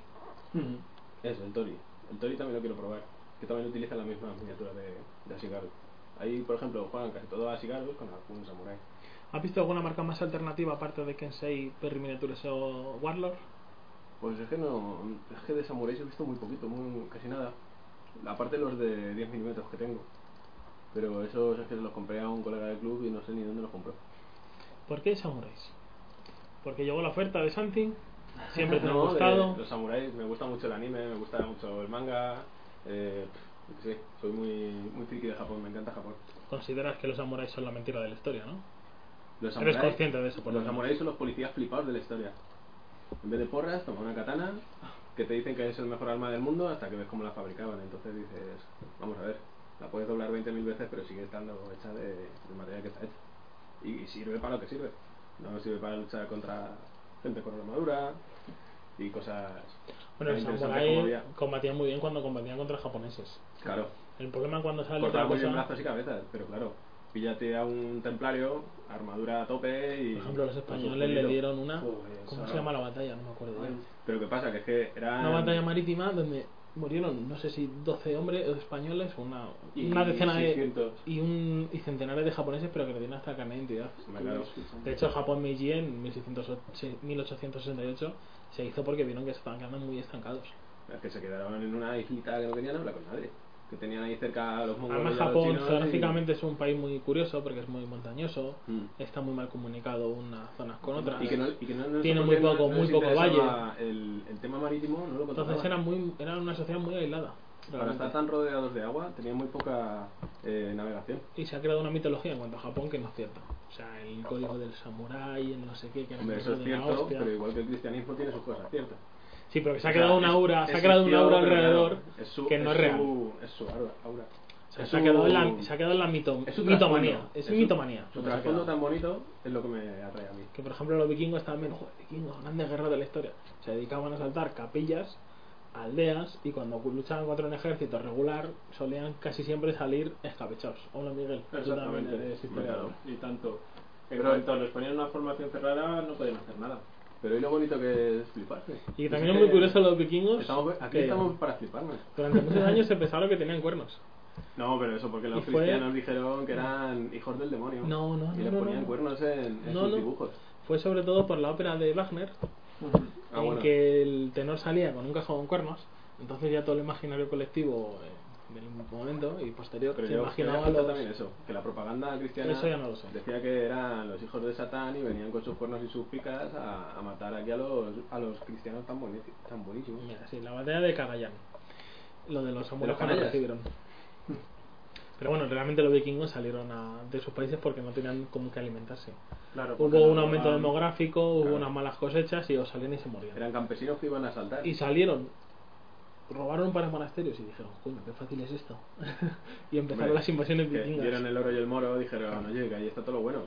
Speaker 2: Eso, el Tori. El Tori también lo quiero probar, que también utiliza la misma miniatura de, de Ashigaru. Ahí, por ejemplo, juegan casi todos Ashigaru con algún samurai.
Speaker 1: ¿Has visto alguna marca más alternativa aparte de Kensai, Perry Miniatures o Warlord?
Speaker 2: Pues es que no, es que de samuráis he visto muy poquito, muy, casi nada. Aparte los de 10 milímetros que tengo. Pero esos es que se los compré a un colega del club y no sé ni dónde los compró.
Speaker 1: ¿Por qué samuráis? Porque llegó la oferta de Santi, siempre te ha
Speaker 2: No, de
Speaker 1: gustado.
Speaker 2: Los samuráis, me gusta mucho el anime, me gusta mucho el manga. Eh, pf, yo qué sé, soy muy, muy friki de Japón, me encanta Japón.
Speaker 1: Consideras que los samuráis son la mentira de la historia, ¿no?
Speaker 2: Los
Speaker 1: Eres
Speaker 2: samuráis-
Speaker 1: consciente de eso, por lo
Speaker 2: Los
Speaker 1: menos.
Speaker 2: samuráis son los policías flipados de la historia. En vez de porras, toma una katana que te dicen que es el mejor arma del mundo hasta que ves cómo la fabricaban. Entonces dices, vamos a ver, la puedes doblar 20.000 veces, pero sigue estando hecha de, del material que está hecho. Y, sirve para lo que sirve. No sirve para luchar contra gente con armadura y cosas.
Speaker 1: Bueno,
Speaker 2: tan
Speaker 1: los
Speaker 2: interesantes como
Speaker 1: samuráis
Speaker 2: había.
Speaker 1: combatían muy bien cuando combatían contra japoneses.
Speaker 2: Claro.
Speaker 1: El problema cuando sale otra
Speaker 2: Cortaba muy bien
Speaker 1: cosa,
Speaker 2: brazos y cabezas, pero claro, píllate a un templario, armadura a tope y.
Speaker 1: por ejemplo, los
Speaker 2: con su
Speaker 1: españoles le
Speaker 2: escudito.
Speaker 1: dieron una.
Speaker 5: Joder,
Speaker 1: ¿Cómo
Speaker 5: eso
Speaker 1: se
Speaker 5: no.
Speaker 1: llama la batalla? No me acuerdo. ya.
Speaker 2: Pero qué pasa, que es que era.
Speaker 1: Una batalla marítima donde murieron, no sé si 12 hombres españoles, una, una decena de. Y, un, y centenares de japoneses, pero que le dieron hasta carne de identidad.
Speaker 2: Hombre, claro.
Speaker 1: De hecho, Japón Meiji en 1600 1868 se hizo porque vieron que se estaban quedando muy estancados.
Speaker 2: Es que se quedaron en una islita que no querían hablar con nadie. Que tenían ahí cerca a los
Speaker 1: Además,
Speaker 2: mongoles. y a los
Speaker 1: Japón
Speaker 2: chinos y-
Speaker 1: geográficamente es un país muy curioso porque es muy montañoso,
Speaker 2: Mm.
Speaker 1: está muy mal comunicado unas zonas con otras.
Speaker 2: Y que no, y que no- no sé
Speaker 1: Tiene
Speaker 2: por
Speaker 1: muy
Speaker 2: qué no-
Speaker 1: poco-
Speaker 2: no
Speaker 1: muy
Speaker 2: les
Speaker 1: poco
Speaker 2: interesaba El, el tema marítimo no lo contaban.
Speaker 1: Entonces era, muy, era una sociedad muy aislada.
Speaker 2: Para
Speaker 1: realmente.
Speaker 2: estar tan rodeados de agua, tenían muy poca eh, navegación.
Speaker 1: Y se ha creado una mitología en cuanto a Japón que no es cierta. O sea, el código del samurái, el no sé qué, que era
Speaker 2: Hombre,
Speaker 1: el
Speaker 2: eso es
Speaker 1: de la
Speaker 2: cierto,
Speaker 1: hostia.
Speaker 2: pero igual que el cristianismo tiene sus cosas ciertas.
Speaker 1: Sí, pero que se ha
Speaker 2: O sea,
Speaker 1: creado una
Speaker 2: es-
Speaker 1: aura, se ha creado una
Speaker 2: existió,
Speaker 1: aura
Speaker 2: pero claro,
Speaker 1: alrededor
Speaker 2: es su-
Speaker 1: que no es real.
Speaker 2: su- es su aura. aura.
Speaker 1: O sea,
Speaker 2: es
Speaker 1: se, ha quedado en la,
Speaker 2: su-
Speaker 1: se ha quedado en la mito-
Speaker 2: Es su
Speaker 1: mitomanía.
Speaker 2: trasfondo.
Speaker 1: Es,
Speaker 2: su-
Speaker 1: mitomanía.
Speaker 2: Su
Speaker 1: lo que se ha
Speaker 2: trasfondo
Speaker 1: quedado.
Speaker 2: tan bonito es lo que me atrae a mí.
Speaker 1: Que por ejemplo los vikingos estaban bien, joder, vikingos, grandes guerras de la historia. Se dedicaban a saltar capillas, aldeas y cuando luchaban contra un ejército regular solían casi siempre salir escabechados. Hola Miguel, tú también
Speaker 2: Exactamente.
Speaker 1: eres historiador.
Speaker 4: Y tanto. En
Speaker 2: Pero-
Speaker 4: cuanto les ponían una formación cerrada, no podían hacer nada.
Speaker 2: Pero hoy lo bonito que es fliparse.
Speaker 1: Y también es muy curioso los vikingos.
Speaker 2: Estamos- aquí
Speaker 1: que
Speaker 2: estamos para fliparnos.
Speaker 1: Durante muchos años se pensaron que tenían cuernos.
Speaker 2: No, pero eso porque
Speaker 1: Y
Speaker 2: los
Speaker 1: fue-
Speaker 2: cristianos dijeron que eran hijos del demonio.
Speaker 1: No, no,
Speaker 2: Y
Speaker 1: no,
Speaker 2: les
Speaker 1: no,
Speaker 2: ponían
Speaker 1: no.
Speaker 2: cuernos en, en
Speaker 1: No,
Speaker 2: sus
Speaker 1: no.
Speaker 2: dibujos.
Speaker 1: Fue sobre todo por la ópera de Wagner,
Speaker 2: Ah,
Speaker 1: en
Speaker 2: bueno.
Speaker 1: que el tenor salía con un cajón con cuernos. Entonces ya todo el imaginario colectivo eh, del momento y posterior
Speaker 2: Pero
Speaker 1: se
Speaker 2: yo yo
Speaker 1: imaginaba
Speaker 2: apunto
Speaker 1: los...
Speaker 2: también eso, que la propaganda cristiana
Speaker 1: Eso ya no lo sé.
Speaker 2: decía que eran los hijos de Satán y venían con sus cuernos y sus picas a, a matar aquí a los, a los cristianos tan, boni- tan buenísimos.
Speaker 1: Mira, sí, la batalla de Cagayán. Lo de los amuletos que no
Speaker 2: canallas?
Speaker 1: recibieron. Pero bueno, realmente los vikingos salieron a- de sus países porque no tenían como que alimentarse.
Speaker 4: Claro, porque
Speaker 1: Hubo un
Speaker 4: no
Speaker 1: aumento
Speaker 4: daban-
Speaker 1: demográfico, hubo
Speaker 2: Claro.
Speaker 1: unas malas cosechas y o salían y se morían.
Speaker 2: Eran campesinos que iban a saltar.
Speaker 1: Y salieron, robaron para monasterios y dijeron, coño, qué fácil es esto. y empezaron las invasiones
Speaker 2: que
Speaker 1: vikingas.
Speaker 2: Vieron el oro y el moro, dijeron, oye, que ahí está todo lo bueno.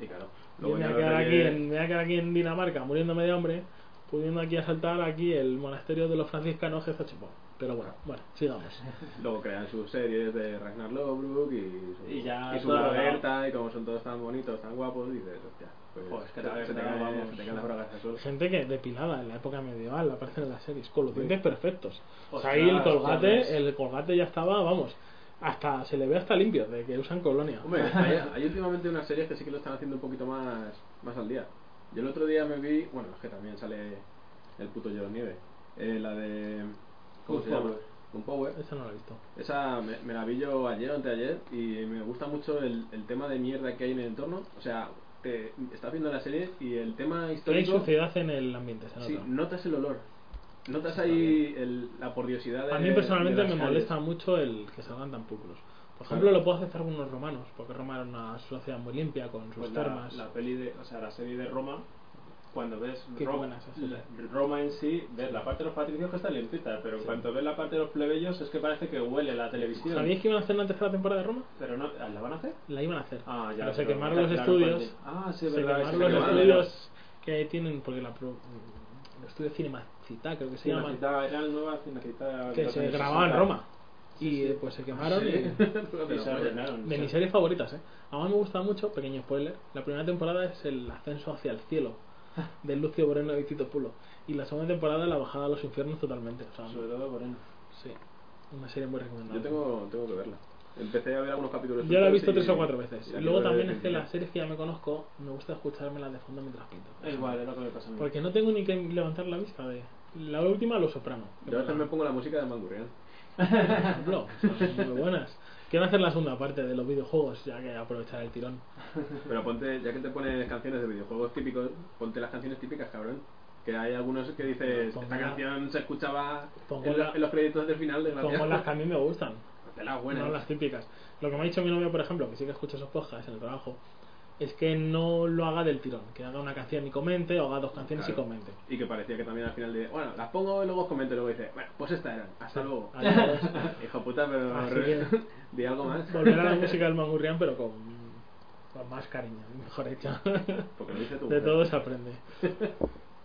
Speaker 2: Y claro,
Speaker 1: Yo me voy, a quedar aquí en, me voy a quedar aquí en Dinamarca muriéndome de hambre, pudiendo aquí asaltar aquí el monasterio de los franciscanos que está chupado. Pero bueno, bueno, sigamos.
Speaker 2: Luego crean sus series de Ragnar Lobrook y su,
Speaker 4: Y ya
Speaker 2: su
Speaker 4: todo, ¿no?
Speaker 2: Lagertha, y como son todos tan bonitos, tan guapos, dices, hostia, pues
Speaker 4: Pues que
Speaker 2: se,
Speaker 4: la
Speaker 2: se te
Speaker 4: Lagertha,
Speaker 2: caen-
Speaker 4: vamos.
Speaker 2: se te caen las bragas al suelo.
Speaker 1: Gente que depilada en la época medieval aparece en las series, con los dientes perfectos. O sea,
Speaker 4: Ostras,
Speaker 1: ahí el
Speaker 4: ostras.
Speaker 1: colgate, el colgate ya estaba, vamos, hasta se le ve hasta limpio de que usan colonia.
Speaker 2: Hombre, hay, hay últimamente unas series que sí que lo están haciendo un poquito más, más al día. Yo el otro día me vi, bueno, es que también sale el puto Joe Nieve, eh, la de... ¿Cómo
Speaker 4: Good
Speaker 2: se llama?
Speaker 4: Power.
Speaker 2: Con Power.
Speaker 1: Esa no la he visto.
Speaker 2: Esa me, me la vi yo ayer o anteayer y me gusta mucho el, el tema de mierda que hay en el entorno. O sea, te, estás viendo la serie y el tema
Speaker 1: Hay
Speaker 2: histórico...
Speaker 1: suciedad en el ambiente, se nota.
Speaker 2: Sí, notas el olor. Notas ahí el- la pordiosidad de
Speaker 1: A mí personalmente
Speaker 2: de
Speaker 1: me
Speaker 2: las
Speaker 1: molesta
Speaker 2: calles.
Speaker 1: mucho el que salgan tan pulcros. Por
Speaker 2: Claro.
Speaker 1: ejemplo, lo puedo aceptar con unos romanos, porque Roma era una sociedad muy limpia con sus
Speaker 4: Pues la,
Speaker 1: termas.
Speaker 4: la peli de, o sea, la serie de Roma, cuando ves
Speaker 1: Qué
Speaker 4: Roma,
Speaker 1: buena esa serie.
Speaker 4: la- Roma en sí, ves la parte de los patricios que está limpita, pero en cuanto ves la parte de los plebeyos es que parece que huele
Speaker 1: Pues
Speaker 4: la televisión.
Speaker 1: ¿Sabíais que iban a hacer una tercera temporada de Roma?
Speaker 4: Pero no, ¿la van a hacer?
Speaker 1: La iban a hacer.
Speaker 4: Ah, ya.
Speaker 1: pero se
Speaker 4: pero
Speaker 1: quemaron los
Speaker 4: cancelaron
Speaker 1: estudios.
Speaker 4: cuando- Ah, sí,
Speaker 1: se
Speaker 4: verdad.
Speaker 1: quemaron
Speaker 4: sí,
Speaker 1: los
Speaker 4: verdad.
Speaker 1: estudios que tienen, porque la pro- el estudio Cinemacita, creo que se
Speaker 4: Sí,
Speaker 1: llama,
Speaker 4: Cinecittà, eran nuevas Cinecittà de
Speaker 1: que
Speaker 4: los
Speaker 1: se
Speaker 4: años
Speaker 1: grababa en
Speaker 4: 60.
Speaker 1: Roma. Y eh, pues se quemaron.
Speaker 2: Sí.
Speaker 1: y-
Speaker 4: Y se
Speaker 2: Pero,
Speaker 4: rellenaron.
Speaker 1: De
Speaker 4: sí.
Speaker 1: mis series favoritas, ¿eh? A mí me gusta mucho, pequeño spoiler, la primera temporada es el ascenso hacia el cielo de Lucio Moreno y Tito Pulo. Y la segunda temporada la bajada a los infiernos totalmente. O sea,
Speaker 4: Sobre todo Moreno.
Speaker 1: sí, una serie muy
Speaker 2: Yo
Speaker 1: recomendable.
Speaker 2: tengo, tengo que verla. Empecé a ver algunos capítulos.
Speaker 1: Yo la he
Speaker 2: sueltos
Speaker 1: visto
Speaker 2: y-
Speaker 1: tres o cuatro veces.
Speaker 2: y la
Speaker 1: Luego
Speaker 2: quiero ver
Speaker 1: también es que
Speaker 2: entera.
Speaker 1: las series que ya me conozco, me gusta escuchármelas de fondo mientras pinto.
Speaker 4: Igual, es lo que me pasa a mí.
Speaker 1: Porque no tengo ni que levantar la vista de... La última, Los Soprano. que
Speaker 2: Yo a veces
Speaker 1: me
Speaker 2: me
Speaker 1: la-
Speaker 2: pongo la música de ¿eh? Mangurrián.
Speaker 1: por ejemplo, son muy buenas. Quiero hacer la segunda parte de los videojuegos, ya que aprovechar el tirón.
Speaker 2: Pero ponte, ya que te pones canciones de videojuegos típicos, ponte las canciones típicas, cabrón. Que hay algunos que dices,
Speaker 1: Pongo
Speaker 2: esta
Speaker 1: la-
Speaker 2: canción se escuchaba
Speaker 1: Pongo
Speaker 2: en,
Speaker 1: la-
Speaker 2: los- en los créditos del final de la
Speaker 1: Como
Speaker 2: mierda".
Speaker 1: las que a mí me gustan.
Speaker 2: De las buenas.
Speaker 1: No las típicas. Lo que me ha dicho mi novia, por ejemplo, que sí que escucha esos podcasts en el trabajo, es que no lo haga del tirón, que haga una canción y comente, o haga dos canciones
Speaker 2: Claro.
Speaker 1: y comente.
Speaker 2: Y que parecía que también al final de, bueno, las pongo y luego os comento y luego dice, bueno, pues esta eran, hasta luego.
Speaker 1: Adiós.
Speaker 2: Hijo puta, pero
Speaker 1: Así que-
Speaker 2: di algo más.
Speaker 1: Volver a la música del Mangurrián, pero con, con más cariño, mejor hecho.
Speaker 2: Porque lo dice tu
Speaker 1: De
Speaker 2: mujer.
Speaker 1: todo se aprende.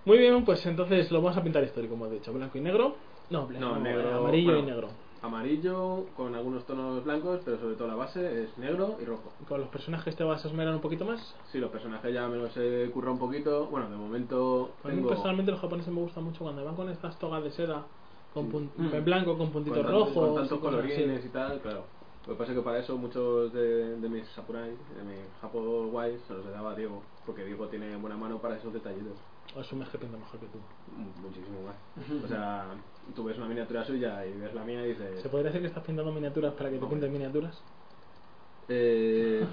Speaker 1: Muy bien, pues entonces lo vamos a pintar histórico, como he dicho. Blanco y negro. No, blanco, eh,
Speaker 2: No, negro,
Speaker 1: amarillo y
Speaker 2: bueno.
Speaker 1: negro.
Speaker 2: Amarillo con algunos tonos blancos, pero sobre todo la base es negro y rojo.
Speaker 1: Con los personajes te vas a esmerar un poquito más.
Speaker 2: Sí, los personajes ya me los he currado un poquito. Bueno, de momento
Speaker 1: A mí
Speaker 2: tengo...
Speaker 1: personalmente los japoneses me gustan mucho cuando van con estas togas de seda con pun-
Speaker 2: Mm.
Speaker 1: en blanco con puntitos
Speaker 2: con tantos-
Speaker 1: rojos
Speaker 2: Con tantos
Speaker 1: y cosas así.
Speaker 2: colorines y tal, claro. Lo que pasa es que para eso muchos de, de mis samuráis, de mis japo guays, se los daba a Diego. Porque Diego tiene buena mano para esos detallitos.
Speaker 1: Asumes que pinta mejor que tú.
Speaker 2: Mm, Muchísimo más. O sea, tú ves una miniatura suya y ves la mía y dices...
Speaker 1: ¿Se podría decir que estás pintando miniaturas para que te
Speaker 2: Hombre.
Speaker 1: pinten miniaturas?
Speaker 2: Eh,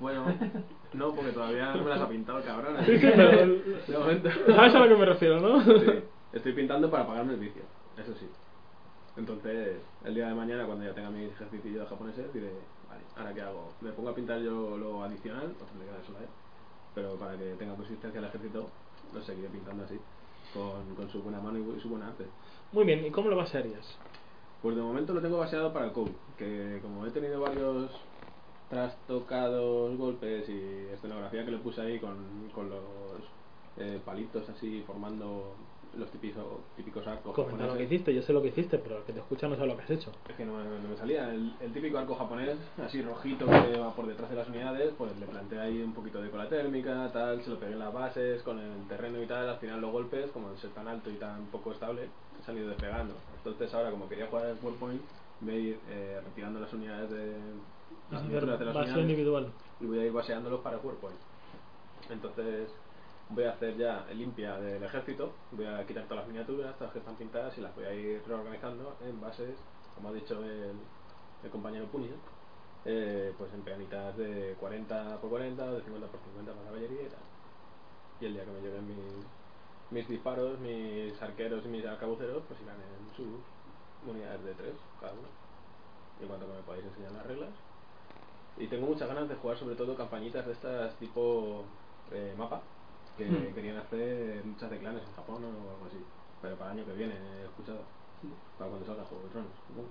Speaker 2: bueno, no, porque todavía no me las ha pintado el cabrón. ¿eh?
Speaker 1: Sí, Ah, sí, pero-
Speaker 2: De momento.
Speaker 1: ¿Sabes a lo que me refiero, no?
Speaker 2: Sí, estoy pintando para pagarme el vicio, eso sí. Entonces, el día de mañana, cuando ya tenga mis ejercicios japoneses, diré, vale, ¿ahora qué hago? ¿Me pongo a pintar yo lo adicional? Pues me queda eso, ¿eh? Pero para que tenga consistencia el ejército, lo seguiré pintando así, con, con su buena mano y su buen arte.
Speaker 1: Muy bien, ¿y cómo lo vas a harías?
Speaker 2: Pues de momento lo tengo baseado para el Code, que como he tenido varios trastocados, golpes y escenografía que le puse ahí con, con los eh, palitos así formando los típico- típicos arcos
Speaker 1: Comenta lo que
Speaker 2: japoneses.
Speaker 1: hiciste, yo sé lo que hiciste, pero el que te escucha no sabe lo que has hecho.
Speaker 2: Es que no, me- no me salía. El, el típico arco japonés, así rojito que va por detrás de las unidades, pues le planteé ahí un poquito de cola térmica, tal, se lo pegué en las bases, con el terreno y tal. Al final los golpes, como el ser tan alto y tan poco estable, he salido despegando. Entonces ahora, como quería jugar al Warpoint, voy a ir eh, retirando las unidades de las miniaturas de las
Speaker 1: Va a ser
Speaker 2: unidades
Speaker 1: individual.
Speaker 2: y voy a ir baseándolos para Warpoint. Entonces voy a hacer ya limpia del ejército, voy a quitar todas las miniaturas, todas las que están pintadas y las voy a ir reorganizando en bases, como ha dicho el, el compañero Puño, eh, pues en peganitas de 40 por 40, de 50 por 50 para la caballería y tal. Y el día que me lleven mis, mis disparos, mis arqueros y mis arcabuceros, pues irán en sus unidades de 3 cada uno. Y en cuanto que me podáis enseñar las reglas, y tengo muchas ganas de jugar sobre todo campañitas de estas tipo eh, mapa, que
Speaker 1: Mm.
Speaker 2: querían hacer muchas de clanes en Japón o algo así. Pero para el año que viene, he escuchado. Para cuando salga Juego de Tronos, supongo.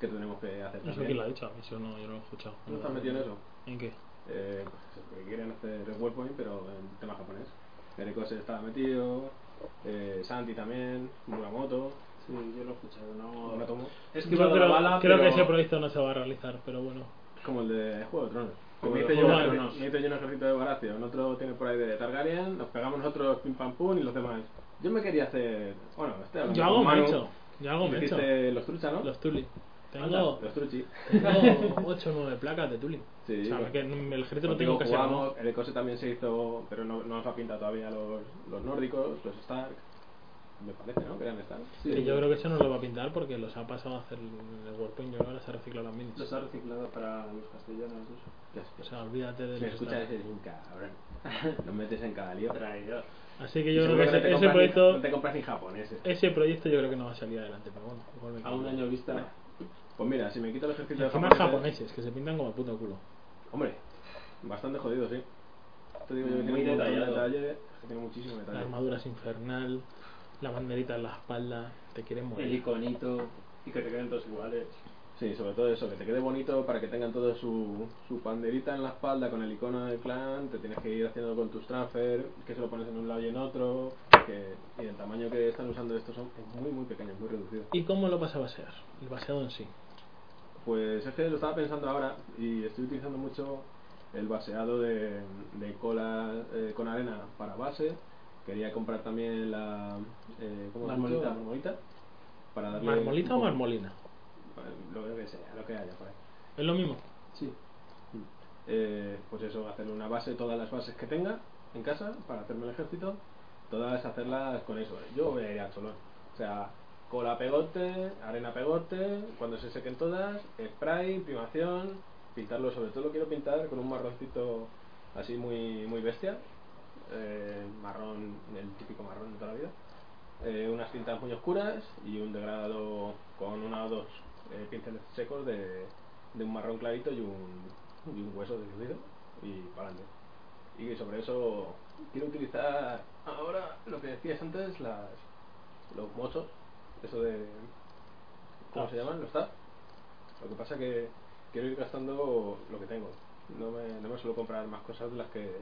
Speaker 2: Que tenemos que hacer
Speaker 1: No sé
Speaker 2: también.
Speaker 1: quién lo ha dicho, a mí eso no, yo no lo he escuchado.
Speaker 2: ¿No estás metido en eso?
Speaker 1: ¿En qué?
Speaker 2: Eh, pues, eso, que quieren hacer el Warpoint, pero en tema japonés. Eriko se estaba metido, eh, Santi también, Muramoto,
Speaker 4: Sí, yo lo he escuchado, no.
Speaker 2: Muratomo,
Speaker 4: Es que
Speaker 1: Yo
Speaker 4: iba de la
Speaker 1: creo,
Speaker 4: bala,
Speaker 1: creo
Speaker 4: pero-
Speaker 1: que ese proyecto no se va a realizar, pero bueno.
Speaker 2: como el de Juego de Tronos. Que
Speaker 4: Como
Speaker 2: me
Speaker 4: el
Speaker 2: hice
Speaker 4: de
Speaker 2: yo
Speaker 4: Juego de
Speaker 2: un-
Speaker 4: Tronos.
Speaker 2: me hice yo un ejército de Baratheon, otro tiene por ahí de Targaryen, nos pegamos nosotros pim pam pum y los demás. Yo me quería hacer. Bueno, este hablando
Speaker 1: Yo hago
Speaker 2: con Manu,
Speaker 1: mucho, yo hago
Speaker 2: que
Speaker 1: mucho.
Speaker 2: hiciste los trucha, ¿no?
Speaker 1: Los Tuli. Tengo,
Speaker 2: Anda, los truchi.
Speaker 1: tengo 8 o 9 placas de Tuli.
Speaker 2: Sí,
Speaker 1: o sea,
Speaker 2: pues,
Speaker 1: que en el ejército Este no
Speaker 2: contigo
Speaker 1: tengo que ser
Speaker 2: jugamos, el Ecose también se hizo, pero no, no nos ha pintado todavía los, los nórdicos, los Stark. Me parece, ¿no? Que eran Stark.
Speaker 1: Y yo creo que eso no lo va a pintar porque los ha pasado a hacer en el WordPoint. Yo creo que Pues las ha reciclado las minis.
Speaker 4: Los ha reciclado para los castellanos, eso.
Speaker 2: Ya
Speaker 1: O
Speaker 2: sé.
Speaker 1: sea, olvídate de
Speaker 2: Si me
Speaker 1: los
Speaker 2: escuchas,
Speaker 1: Stark.
Speaker 2: eres un cabrón. Nos metes en cada lío.
Speaker 4: Traidor.
Speaker 1: Así que yo
Speaker 2: Y
Speaker 1: creo
Speaker 2: seguro
Speaker 1: que
Speaker 2: no te
Speaker 1: ese, ese
Speaker 2: compras ni-
Speaker 1: proyecto
Speaker 2: No te compras ni japoneses.
Speaker 1: ese proyecto yo creo que no va a salir adelante, pero bueno, igual me
Speaker 4: A un
Speaker 1: equivoco.
Speaker 4: año vista.
Speaker 2: Pues mira, si me quito el ejército de
Speaker 1: Encima
Speaker 2: japoneses.
Speaker 1: japoneses, que se pintan como a puto culo.
Speaker 2: Hombre, bastante jodido, sí. Te digo yo que
Speaker 4: Muy
Speaker 2: tiene un montón de
Speaker 4: detallado.
Speaker 2: detalle, es que tiene muchísimo
Speaker 1: La
Speaker 2: detalle.
Speaker 1: armadura es infernal, la banderita en la espalda, te quieren
Speaker 4: El
Speaker 1: morir.
Speaker 4: iconito. Y que te queden todos iguales.
Speaker 2: Sí, sobre todo eso, que te quede bonito para que tengan todo su, su panderita en la espalda con el icono del clan, te tienes que ir haciendo con tus transfer, que se lo pones en un lado y en otro, que, y el tamaño que están usando estos son es muy muy pequeño, muy reducido.
Speaker 1: ¿Y cómo lo vas a basear? El baseado en sí.
Speaker 2: Pues es que lo estaba pensando ahora y estoy utilizando mucho el baseado de, de cola eh, con arena para base. Quería comprar también la. Eh, ¿Cómo has dicho?
Speaker 4: Marmolita.
Speaker 2: La marmolita. Para darle
Speaker 1: ¿Marmolita
Speaker 2: un
Speaker 1: o
Speaker 2: poco-
Speaker 1: marmolina?
Speaker 2: Eh, Lo que sea, lo que haya por ahí.
Speaker 1: Es lo mismo.
Speaker 2: Sí. Eh, pues eso, hacerle una base, todas las bases que tenga en casa para hacerme el ejército, todas hacerlas con eso. Yo voy a ir al solón. O sea, cola pegote, arena pegote, cuando se sequen todas, spray, primación, pintarlo sobre todo lo quiero pintar con un marroncito así muy, muy bestia. eh, marrón, el típico marrón de toda la vida. Eh, unas tintas muy oscuras y un degradado con una o dos eh, pinceles secos de, de un marrón clarito y un, y un hueso deslucido y para adelante. Y sobre eso quiero utilizar ahora lo que decías antes, las, los mochos, eso de... ¿Cómo se llaman? ¿Los tab? Lo que pasa que quiero ir gastando lo que tengo. No me, no me suelo comprar más cosas de las que,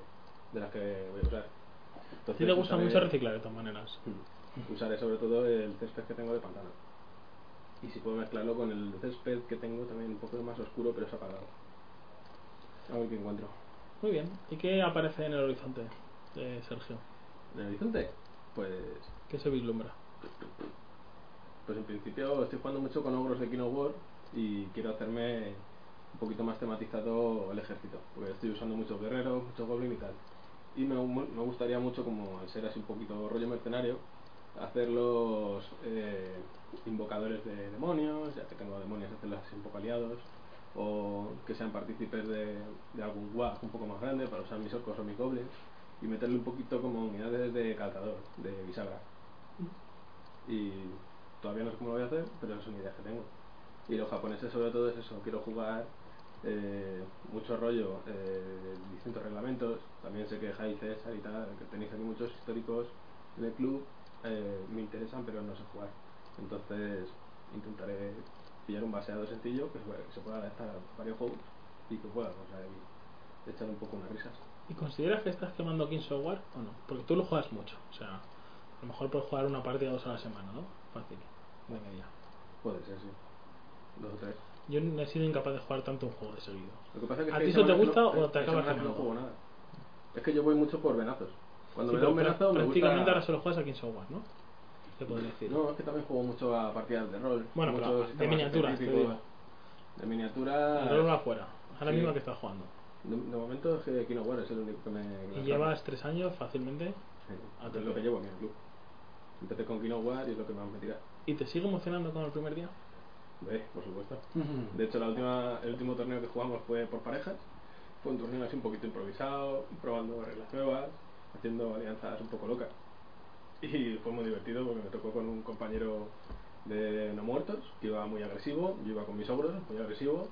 Speaker 2: de las que voy a usar.
Speaker 1: A
Speaker 2: Entonces,
Speaker 1: ti te gusta
Speaker 2: usaré-
Speaker 1: mucho reciclar de todas maneras.
Speaker 2: Mm. Usaré sobre todo el césped que tengo de pantano. Y si puedo mezclarlo con el césped que tengo también un poco más oscuro, pero es apagado. A ver qué encuentro.
Speaker 1: Muy bien. ¿Y qué aparece en el horizonte, eh, Sergio?
Speaker 2: ¿En el horizonte? Pues,
Speaker 1: ¿Qué se vislumbra?
Speaker 2: pues en principio estoy jugando mucho con ogros de Kino War y quiero hacerme un poquito más tematizado el ejército. Porque estoy usando muchos guerreros, muchos goblins y tal. Y me, me gustaría mucho, como al ser así un poquito rollo mercenario, hacer los eh, invocadores de demonios, ya que tengo demonios, hacerlos así un poco aliados, o que sean partícipes de, de algún guag un poco más grande para usar mis orcos o mis goblins, y meterle un poquito como unidades de calzador, de bisagra. Y todavía no sé cómo lo voy a hacer, pero son ideas que tengo. Y los japoneses sobre todo es eso, quiero jugar eh, mucho rollo, eh, distintos reglamentos. También sé que Jai César y tal, que tenéis aquí muchos históricos en el club, eh, me interesan, pero no sé jugar. Entonces intentaré pillar un baseado sencillo que se pueda- que se pueda adaptar a varios juegos y que pueda o sea, y echar un poco unas risas.
Speaker 1: ¿Y consideras que estás quemando King Software o no? Porque tú lo juegas mucho. O sea, A lo mejor puedes jugar una partida dos a la semana, ¿no? Fácil, de media.
Speaker 2: Puede ser, sí. Dos o tres.
Speaker 1: Yo no he sido incapaz de jugar tanto un juego de seguido.
Speaker 2: Lo que pasa es que
Speaker 1: ¿A
Speaker 2: es que
Speaker 1: ti
Speaker 2: hay
Speaker 1: eso te
Speaker 2: semanas que
Speaker 1: gusta
Speaker 2: no-
Speaker 1: o te
Speaker 2: hay
Speaker 1: acabas
Speaker 2: semanas que no
Speaker 1: quemando?
Speaker 2: juego nada. Es que yo voy mucho por venazos. Cuando
Speaker 1: Sí,
Speaker 2: me da un
Speaker 1: pero
Speaker 2: venazo me gusta...
Speaker 1: prácticamente ahora solo juegas a Kings of War, ¿no? Se puede decir.
Speaker 2: No, es que también juego mucho a partidas de rol.
Speaker 1: Bueno,
Speaker 2: muchos
Speaker 1: pero de
Speaker 2: sistemas
Speaker 1: miniaturas, te
Speaker 2: específicos.
Speaker 1: digo.
Speaker 2: De miniatura...
Speaker 1: Pero no afuera. Ahora
Speaker 2: Ah, Sí.
Speaker 1: mismo que estás jugando.
Speaker 2: De, de momento es que Kino War es el único que me... que me
Speaker 1: Y
Speaker 2: atrapa.
Speaker 1: llevas tres años fácilmente
Speaker 2: Sí,
Speaker 1: a
Speaker 2: es
Speaker 1: tope.
Speaker 2: lo que llevo aquí en el club. Empecé con Kino War y es lo que más me tira.
Speaker 1: y te sigue emocionando como el primer día.
Speaker 2: Eh, por supuesto.
Speaker 4: Mm.
Speaker 2: De hecho, la última, el último torneo que jugamos fue por parejas. Fue un torneo así un poquito improvisado, probando reglas nuevas, haciendo alianzas un poco locas. Y fue muy divertido porque me tocó con un compañero de no muertos, que iba muy agresivo, yo iba con mis ogros, muy agresivo,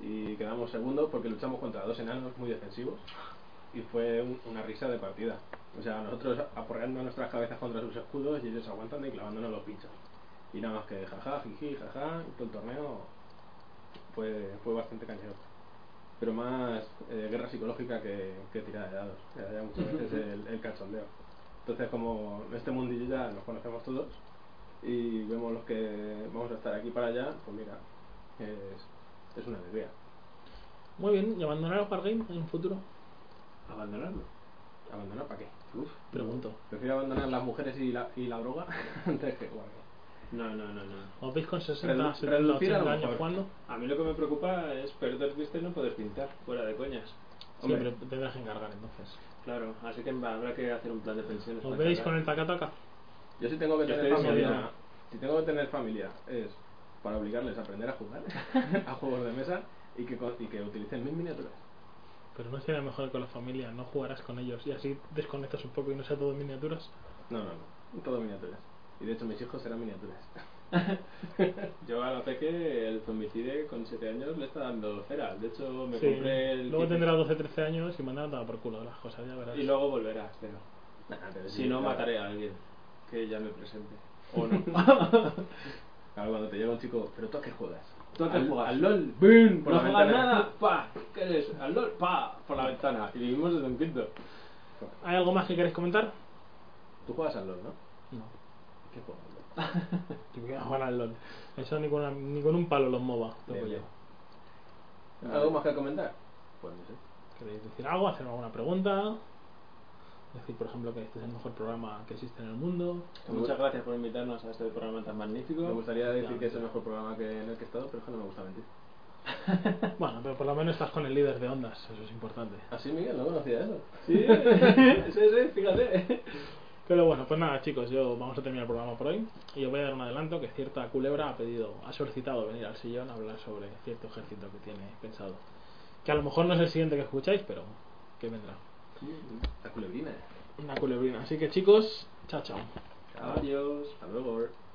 Speaker 2: y quedamos segundos porque luchamos contra dos enanos muy defensivos, y fue un- una risa de partida. O sea, nosotros aporreando nuestras cabezas contra sus escudos y ellos aguantando y clavándonos los pinchos. Y nada más que jaja, jiji, jaja, y todo el torneo fue, fue bastante cañero. Pero más eh, guerra psicológica que, que tirada de dados. Era ya muchas veces el, el cachondeo. Entonces, como en este mundillo ya nos conocemos todos y vemos los que vamos a estar aquí para allá, pues mira, es, es una alegría.
Speaker 1: Muy bien, ¿y abandonar el Wargame en un futuro?
Speaker 4: ¿Abandonarlo?
Speaker 2: ¿Abandonar para qué? Uf,
Speaker 1: Pregunto.
Speaker 2: prefiero abandonar las mujeres y la, y la droga antes que jugar.
Speaker 4: No, no, no, no.
Speaker 1: ¿Os veis con 60,
Speaker 2: Redu-
Speaker 1: 70,
Speaker 2: reducir a lo
Speaker 1: 80 años
Speaker 2: mejor.
Speaker 1: jugando?
Speaker 4: A mí lo que me preocupa es perder vista y no poder pintar, fuera de coñas.
Speaker 2: Hombre.
Speaker 1: Siempre tendrás que encargar entonces.
Speaker 4: Claro, así que habrá que hacer un plan de pensiones.
Speaker 1: ¿Os
Speaker 4: para
Speaker 1: veis con
Speaker 4: cargar.
Speaker 1: el tacataca?
Speaker 2: Yo si tengo que
Speaker 4: Yo
Speaker 2: tener
Speaker 4: estoy
Speaker 2: familia,
Speaker 4: desmotivado.
Speaker 2: si tengo que tener familia es para obligarles a aprender a jugar a juegos de mesa y que, co- y que utilicen mis miniaturas.
Speaker 1: Pero no sería mejor con la familia, no jugarás con ellos y así desconectas un poco y no sea todo en miniaturas.
Speaker 2: No, no, no, todo miniaturas. Y de hecho mis hijos serán miniaturas.
Speaker 4: Yo a la peque el zombicide con 7 años le está dando cera. De hecho, me
Speaker 1: Sí.
Speaker 4: compré el.
Speaker 1: Luego
Speaker 4: típico-
Speaker 1: tendrás 12, 13 años y mandará a tomar por culo las cosas, ya verás.
Speaker 4: Y luego volverá, espero.
Speaker 2: Nah, pero
Speaker 4: Si no,
Speaker 2: claro.
Speaker 4: mataré a alguien que ya me presente. O no.
Speaker 2: Claro, cuando te llega un chico, pero tú a qué juegas?
Speaker 4: ¿Tú a qué
Speaker 2: al,
Speaker 4: juegas?
Speaker 2: Al LOL, ¡Bum!
Speaker 4: no juegas nada, pa, ¿qué eres? Al LOL, pa, por la ventana. Y vivimos desde un quinto.
Speaker 1: ¿Hay algo más que queréis comentar?
Speaker 2: Tú juegas al LOL, ¿no?
Speaker 1: No.
Speaker 2: ¿Qué juegas al LOL?
Speaker 1: Te voy a jugar al LOL. Eso ni con, una- ni con un palo los MOBA. Luego
Speaker 2: Bien,
Speaker 1: yo.
Speaker 2: bien.
Speaker 4: Ah.
Speaker 2: ¿Algo más que comentar? Pues no sé.
Speaker 1: ¿Queréis decir algo? ¿Hacer alguna pregunta? Decir, por ejemplo, que este es el mejor programa que existe en el mundo.
Speaker 4: Muchas gracias por invitarnos a este programa tan magnífico.
Speaker 2: Me gustaría decir
Speaker 4: Ya.
Speaker 2: que es el mejor programa que en el que he estado, pero es que no me gusta mentir.
Speaker 1: Bueno, pero por lo menos estás con el líder de ondas, eso es importante.
Speaker 2: Así, Ah, Miguel, no conocía eso.
Speaker 4: Sí, sí, sí, fíjate.
Speaker 1: Pero bueno, pues nada chicos, yo vamos a terminar el programa por hoy y os voy a dar un adelanto que cierta culebra ha pedido, ha solicitado venir al sillón a hablar sobre cierto ejército que tiene pensado. Que a lo mejor no es el siguiente que escucháis, pero que vendrá.
Speaker 2: La culebrina.
Speaker 1: Una culebrina. Así que chicos, chao chao.
Speaker 4: Adiós.
Speaker 2: Hasta luego.